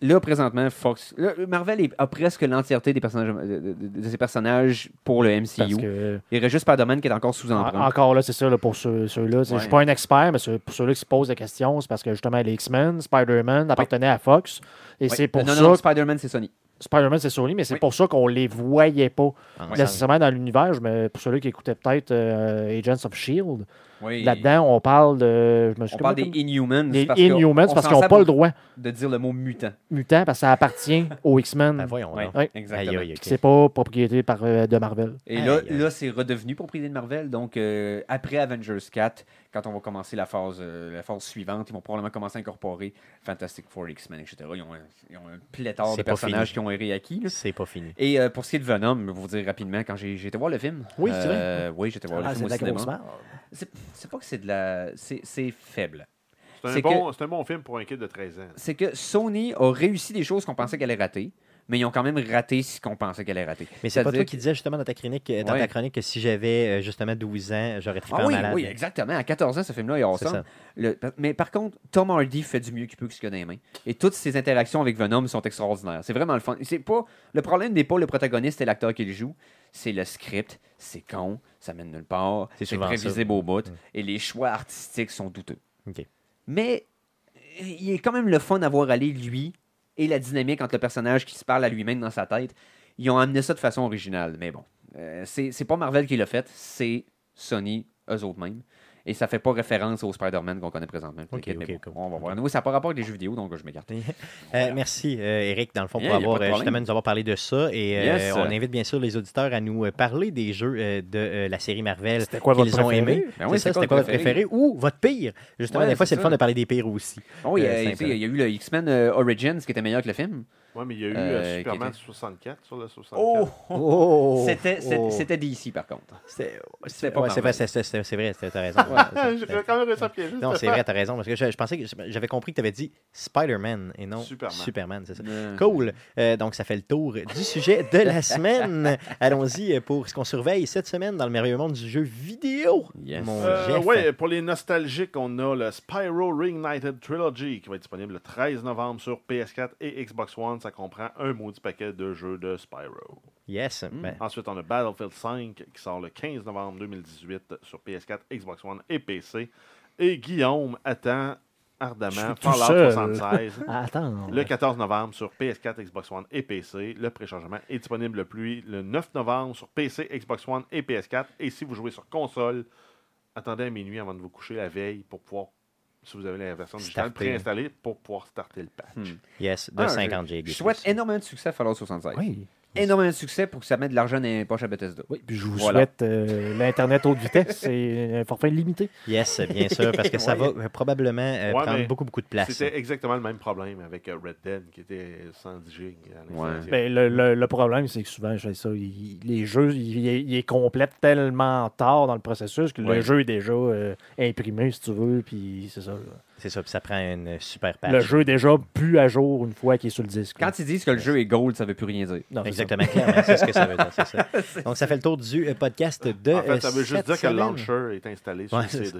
S2: là, présentement, Fox. là, Marvel est- a presque l'entièreté des personnages, de, de- de- de ses personnages pour le
S4: Parce
S2: MCU.
S4: que,
S2: Il reste juste Spider-Man qui est encore sous
S4: en-
S2: empreinte.
S4: encore là, c'est ça, là, pour ceux- ceux-là. tu sais, Je suis
S2: Ouais.
S4: pas un expert, mais ceux- pour ceux-là qui se posent la question, c'est parce que justement, les X-Men, Spider-Man appartenaient à Fox. Et
S2: Ouais.
S4: c'est pour
S2: non,
S4: ça
S2: Non, non,
S4: que
S2: Spider-Man, c'est Sony.
S4: Spider-Man, c'est Sony, mais c'est
S2: Oui.
S4: pour ça qu'on les voyait pas
S1: Ensemble.
S4: nécessairement dans l'univers. Mais pour ceux-là qui écoutaient peut-être euh, Agents of Shield,
S2: Oui.
S4: là-dedans, on parle de. Je me
S2: on
S4: souviens
S2: parle
S4: pas
S2: des
S4: comment-
S2: Inhumans.
S4: des
S2: parce que
S4: Inhumans
S2: on
S4: parce
S2: s'en
S4: qu'ils n'ont
S2: sert
S4: pas le
S2: beaucoup
S4: droit
S2: de dire le mot mutant.
S4: mutant parce que ça appartient aux
S1: Ben
S4: X-Men.
S1: voyons
S2: Ouais,
S1: donc.
S2: exactement.
S1: Aïe, aïe, ok.
S4: C'est pas propriété par, euh, de Marvel.
S2: Et là,
S1: Aïe, aïe.
S2: là c'est redevenu propriété de Marvel. Donc, euh, après Avengers 4, quand on va commencer la phase, euh, la phase suivante, ils vont probablement commencer à incorporer Fantastic Four, X-Men, etc. Ils ont un, ils ont un pléthore
S1: C'est
S2: de
S1: pas
S2: personnages qui ont été réacquis. là.
S1: C'est pas fini.
S2: Et euh, pour ce qui est de Venom, pour vous dire rapidement, quand j'ai j'ai été voir le film.
S4: Oui, c'est vrai. Ah,
S2: euh, Oui, j'étais voir le film au cinéma. C'est c'est pas que c'est de la. c'est- C'est faible.
S3: C'est un,
S2: c'est
S3: bon, c'est un bon film pour un kid de 13 ans.
S2: c'est que Sony a réussi des choses qu'on pensait qu'elle allait rater, mais ils ont quand même raté ce qu'on pensait qu'elle allait rater.
S1: Mais c'est pas
S2: C'est-à-dire
S1: toi qui disais justement dans ta chronique, euh, dans
S2: Ouais.
S1: ta chronique que si j'avais euh, justement 12 ans, j'aurais trippé
S2: Ah
S1: en
S2: oui,
S1: malade.
S2: oui, exactement. À 14 ans, ce film-là est
S1: C'est ça.
S2: awesome. Le- mais par contre, Tom Hardy fait du mieux qu'il peut avec ce qu'il a dans les mains. Et toutes ses interactions avec Venom sont extraordinaires. C'est vraiment le fun. C'est pas, le problème n'est pas le protagoniste et l'acteur qui le joue, c'est le script, c'est con, ça mène nulle part,
S1: C'est
S2: c'est
S1: souvent Mm.
S2: prévisible au bout, et les choix artistiques sont douteux.
S1: Ok.
S2: Mais euh, il est quand même le fun à voir aller, lui, et la dynamique entre le personnage qui se parle à lui-même dans sa tête. Ils ont amené ça de façon originale, mais bon. Euh, c'est c'est pas Marvel qui l'a fait, c'est Sony, eux autres mêmes. Et ça fait pas référence au Spider-Man qu'on connaît présentement.
S1: Ok,
S2: Mais
S1: ok,
S2: bon,
S1: cool.
S2: on va voir. Nous, ça n'a pas rapport avec les jeux vidéo, donc je m'écarte.
S1: Euh, merci, euh, Eric, dans le fond,
S2: Yeah,
S1: pour
S2: y a pas
S1: avoir,
S2: de
S1: euh,
S2: problème.
S1: justement, nous avoir parlé de ça. Et euh,
S2: Yes.
S1: on invite bien sûr les auditeurs à nous euh, parler des jeux euh, de euh, la série Marvel
S4: C'était quoi votre
S1: qu'ils ont
S4: préféré?
S1: aimé.
S2: Ben
S1: c'est
S2: oui,
S1: ça,
S2: c'est
S1: c'était quoi votre préféré ou votre pire. Justement,
S2: Ouais,
S1: des fois,
S2: c'est
S1: c'est le fun
S2: ça. Oh,
S1: de parler des pires aussi.
S2: Bon, il y
S1: Euh,
S2: a-
S1: c'est
S2: tu sais, il y a eu le X-Men euh, Origins qui était meilleur que le film.
S3: Oui, mais il y a eu
S2: Euh,
S3: euh, Superman
S2: qui
S3: 64 sur le 64.
S2: Oh!
S1: Oh!
S2: C'était
S1: oh.
S2: c'était d'ici, par contre.
S1: C'était
S2: C'était
S1: ouais, c'est vrai,
S2: Marvel.
S1: c'est c'est- c'est- c'est vrai, c'est- t'as raison.
S3: Ah, J'ai quand même réussi à piéger.
S1: Non, c'est
S3: Stéphane.
S1: vrai, t'as raison. Parce que je, je pensais que j'avais compris que t'avais dit Spider-Man et non
S3: Superman.
S1: Superman c'est ça.
S2: Non.
S1: Cool. Euh, donc, ça fait le tour du sujet de la semaine. Allons-y pour ce qu'on surveille cette semaine dans le merveilleux monde du jeu vidéo.
S2: Yes.
S1: Mon
S3: Euh,
S1: Jeff.
S3: ouais, pour les nostalgiques, on a le Spyro Reignited Trilogy qui va être disponible le 13 novembre sur PS4 et Xbox One. Ça comprend un maudit paquet de jeux de Spyro.
S1: Yes. Ben,
S3: Ensuite, on a Battlefield 5 qui sort le 15 novembre 2018 sur PS4, Xbox One et PC. Et Guillaume attend
S4: Je suis
S3: ardemment
S4: tout
S3: Fallout
S4: seul.
S3: 76
S4: Ah, Attends.
S3: le 14 novembre sur PS4, Xbox One et PC. Le préchargement est disponible le plus le 9 novembre sur PC, Xbox One et PS4. Et si vous jouez sur console, attendez à minuit avant de vous coucher la veille pour pouvoir, si vous avez la version digitale
S1: Starter.
S3: préinstallée, pour pouvoir starter le patch.
S2: Hmm.
S1: yes, de
S2: Ah,
S1: 50 gigs.
S2: Je souhaite énormément de succès à Fallout 76.
S4: Oui.
S2: Énormément de succès pour que ça mette de l'argent dans les poches à Bethesda.
S4: Oui, puis je vous
S2: Voilà.
S4: souhaite euh, l'Internet haute vitesse et un forfait limité.
S1: Yes, bien sûr, parce que ça va euh, probablement euh,
S3: Ouais,
S1: prendre
S3: mais
S1: beaucoup, beaucoup de place.
S3: C'était exactement le même problème avec euh, Red Dead qui était 110 gigs à l'installation.
S4: Ben, le, le- le problème, c'est que souvent, je fais ça, il- les jeux, il, il est- il est complet tellement tard dans le processus que
S2: Ouais.
S4: le jeu est déjà euh, imprimé, si tu veux, puis c'est ça. là.
S1: C'est ça, puis ça prend une super
S4: Le
S1: patch.
S4: jeu est déjà plus à jour une fois qu'il est sur le disque. là.
S2: Quand ils disent que le jeu est gold, ça veut plus rien dire.
S4: Non, c'est ça.
S1: Exactement, clairement, c'est ce que ça veut dire. c'est ça. Donc, ça fait le tour du euh, podcast de.
S3: En fait, ça
S1: euh,
S3: veut juste
S1: cette
S3: dire que le
S1: semaine.
S3: launcher est installé sur
S1: Ouais,
S3: le
S1: c'est
S3: CD.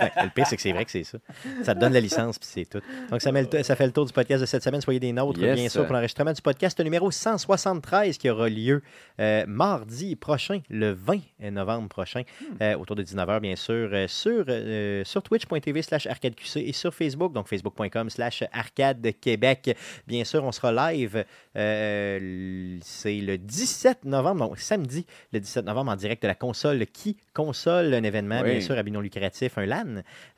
S1: Ouais, le pire, c'est que c'est vrai que c'est ça. Ça te donne la licence, puis c'est tout. Donc, ça, met le t- ça fait le tour du podcast de cette semaine. Soyez des nôtres,
S2: Yes.
S1: bien sûr, pour l'enregistrement du podcast numéro 173 qui aura lieu euh, mardi prochain, le 20 novembre prochain, euh, autour de 19h, bien sûr, euh, sur, euh, sur twitch.tv slash arcadeqc et sur Facebook, donc facebook.com slash arcade Québec. Bien sûr, on sera live, euh, l- c'est le 17 novembre, donc samedi, le 17 novembre, en direct de la console qui console un événement,
S2: Oui.
S1: bien sûr, à but non lucratif, un LAN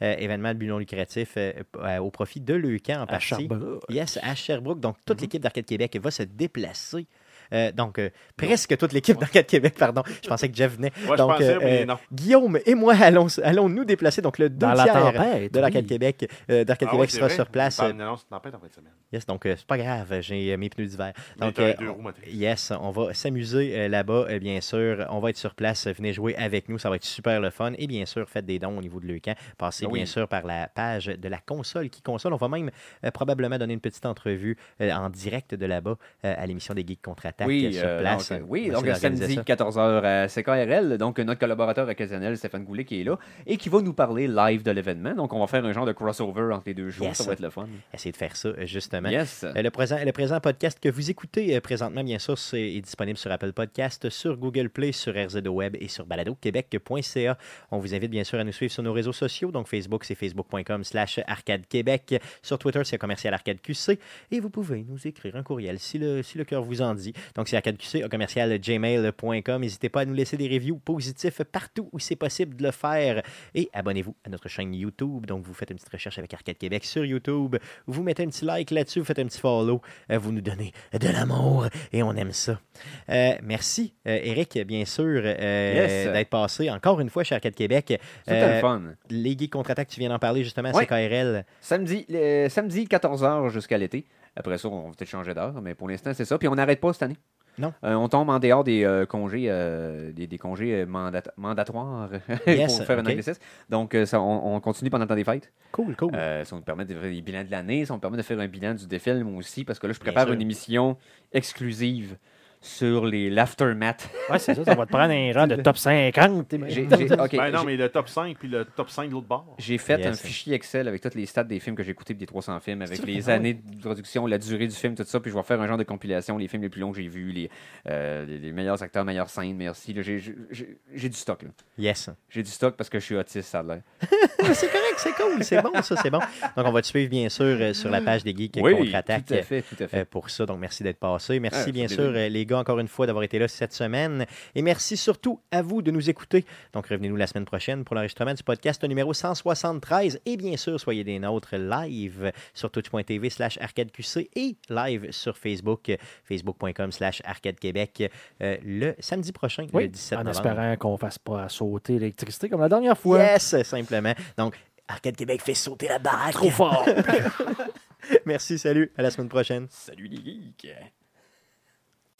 S1: euh, événement de but non lucratif euh, p- euh, au profit de Leucan en
S4: À
S1: partie.
S4: Charbonneau.
S1: Yes, à Sherbrooke. Donc, toute l'équipe d'Arcade Québec va se déplacer. Euh, donc, euh, presque toute l'équipe d'Arcade Québec, pardon. Je pensais que Jeff venait.
S3: je
S1: donc, euh,
S3: pensais, mais non.
S1: Guillaume et moi allons, allons nous déplacer. Donc, le deux
S4: Dans la
S1: tiers
S4: tempête.
S1: de l'Arcade
S4: oui.
S1: Québec, euh, d'Arcade
S3: Ah ouais,
S1: Québec
S3: c'est
S1: sera
S3: vrai.
S1: sur place. euh,
S3: Il parle d'une annonce de tempête en fin de semaine.
S1: Yes, donc, euh, c'est pas grave, j'ai euh, mes pneus d'hiver.
S3: Mais
S1: Donc,
S3: t'as
S1: euh,
S3: les deux roues motrices.
S1: Yes, on va s'amuser euh, là-bas, euh, bien sûr. On va être sur place. Venez jouer avec nous. Ça va être super le fun. Et bien sûr, faites des dons au niveau de Leucan. Passez
S2: Ah oui.
S1: bien sûr par la page de la console qui console. On va même euh, probablement donner une petite entrevue euh, en direct de là-bas euh, à l'émission des Geeks contre-attaque euh,
S2: Oui,
S1: sur
S2: euh,
S1: place.
S2: donc, euh, oui,
S1: On va
S2: donc
S1: essayer
S2: samedi euh,
S1: d'organiser ça.
S2: 14h à CKRL, donc notre collaborateur occasionnel Stéphane Goulet qui est là et qui va nous parler live de l'événement. Donc on va faire un genre de crossover entre les deux jours,
S1: Yes.
S2: ça va être le fun.
S1: Essayez de faire ça, euh, justement.
S2: Yes.
S1: Euh, Le présent, le présent podcast que vous écoutez euh, présentement, bien sûr, c'est, est disponible sur Apple Podcast, sur Google Play, sur RZO Web et sur baladoquebec.ca. On vous invite bien sûr à nous suivre sur nos réseaux sociaux. Donc Facebook, c'est facebook.com slash arcade québec. Sur Twitter, c'est commercial arcade QC. Et vous pouvez nous écrire un courriel si le, si le cœur vous en dit. Donc c'est arcade QC, commercial gmail.com. N'hésitez pas à nous laisser des reviews positifs partout où c'est possible de le faire. Et abonnez-vous à notre chaîne YouTube. Donc vous faites une petite recherche avec Arcade Québec sur YouTube vous mettez un petit like là-dessus, vous faites un petit follow, euh, vous nous donnez de l'amour et on aime ça. Euh, merci, euh, Eric, bien sûr, euh,
S2: Yes.
S1: d'être passé encore une fois chez Arcade Québec.
S2: C'était
S1: Euh,
S2: le fun.
S1: les geeks contre-attaque, tu viens d'en parler justement à
S2: Ouais.
S1: CKRL.
S2: Samedi, le- samedi 14h jusqu'à l'été. Après ça, on va peut-être changer d'heure, mais pour l'instant, c'est ça. Puis on n'arrête pas cette année.
S1: Non.
S2: Euh, on tombe en dehors des euh, congés, euh, des, des congés euh, mandata- mandatoires
S1: Yes,
S2: pour faire
S1: ok.
S2: un anglicisme. Donc, euh, ça, on, on continue pendant le temps des fêtes.
S1: Cool, cool.
S2: Euh, ça nous permet de faire des bilans de l'année, ça nous permet de faire un bilan du défilm aussi, parce que là, je
S1: Bien
S2: prépare
S1: sûr.
S2: une émission exclusive sur les l'aftermath.
S4: Ouais, c'est ça, ça va te prendre un rang de top 50. t'es-
S2: J'ai- j'ai- ok,
S3: Ben non,
S2: j'ai-
S3: mais le top 5 puis le top 5 de l'autre bord.
S2: J'ai fait
S1: Yes.
S2: un fichier Excel avec toutes les stats des films que j'ai écoutés, puis des 300 films, avec
S1: C'est
S2: les
S1: vrai?
S2: années de production, la durée du film, tout ça. Puis je vais faire un genre de compilation, les films les plus longs que j'ai vus, les, euh, les, les meilleurs acteurs, meilleures scènes, merci. Là, J'ai- J'ai j'ai- j'ai du stock. là.
S1: Yes.
S2: J'ai du stock parce que je suis autiste, ça a l'air.
S1: Ah, c'est correct, c'est cool, c'est bon, ça, c'est bon. Donc on va te suivre bien sûr euh, sur la page des geeks contre-attaque.
S2: Mm. tout à fait, tout à fait.
S1: euh, pour ça. Donc, merci d'être passé. Merci,
S2: Ah,
S1: bien
S2: c'est
S1: sûr,
S2: plaisir.
S1: euh, les gars, encore une fois, d'avoir été là cette semaine. Et merci surtout à vous de nous écouter. Donc, revenez-nous la semaine prochaine pour l'enregistrement du podcast numéro 173. Et bien sûr, soyez des nôtres live sur twitch.tv slash arcadeqc et live sur Facebook, euh, facebook.com slash arcadequebec euh, le samedi prochain,
S4: Oui,
S1: le 17
S4: en
S1: novembre.
S4: espérant qu'on fasse pas sauter l'électricité comme la dernière fois.
S1: Yes, simplement. Donc, Arcade Québec fait sauter la barre.
S4: Trop fort.
S6: Merci, salut, à la semaine prochaine.
S1: Salut les geeks!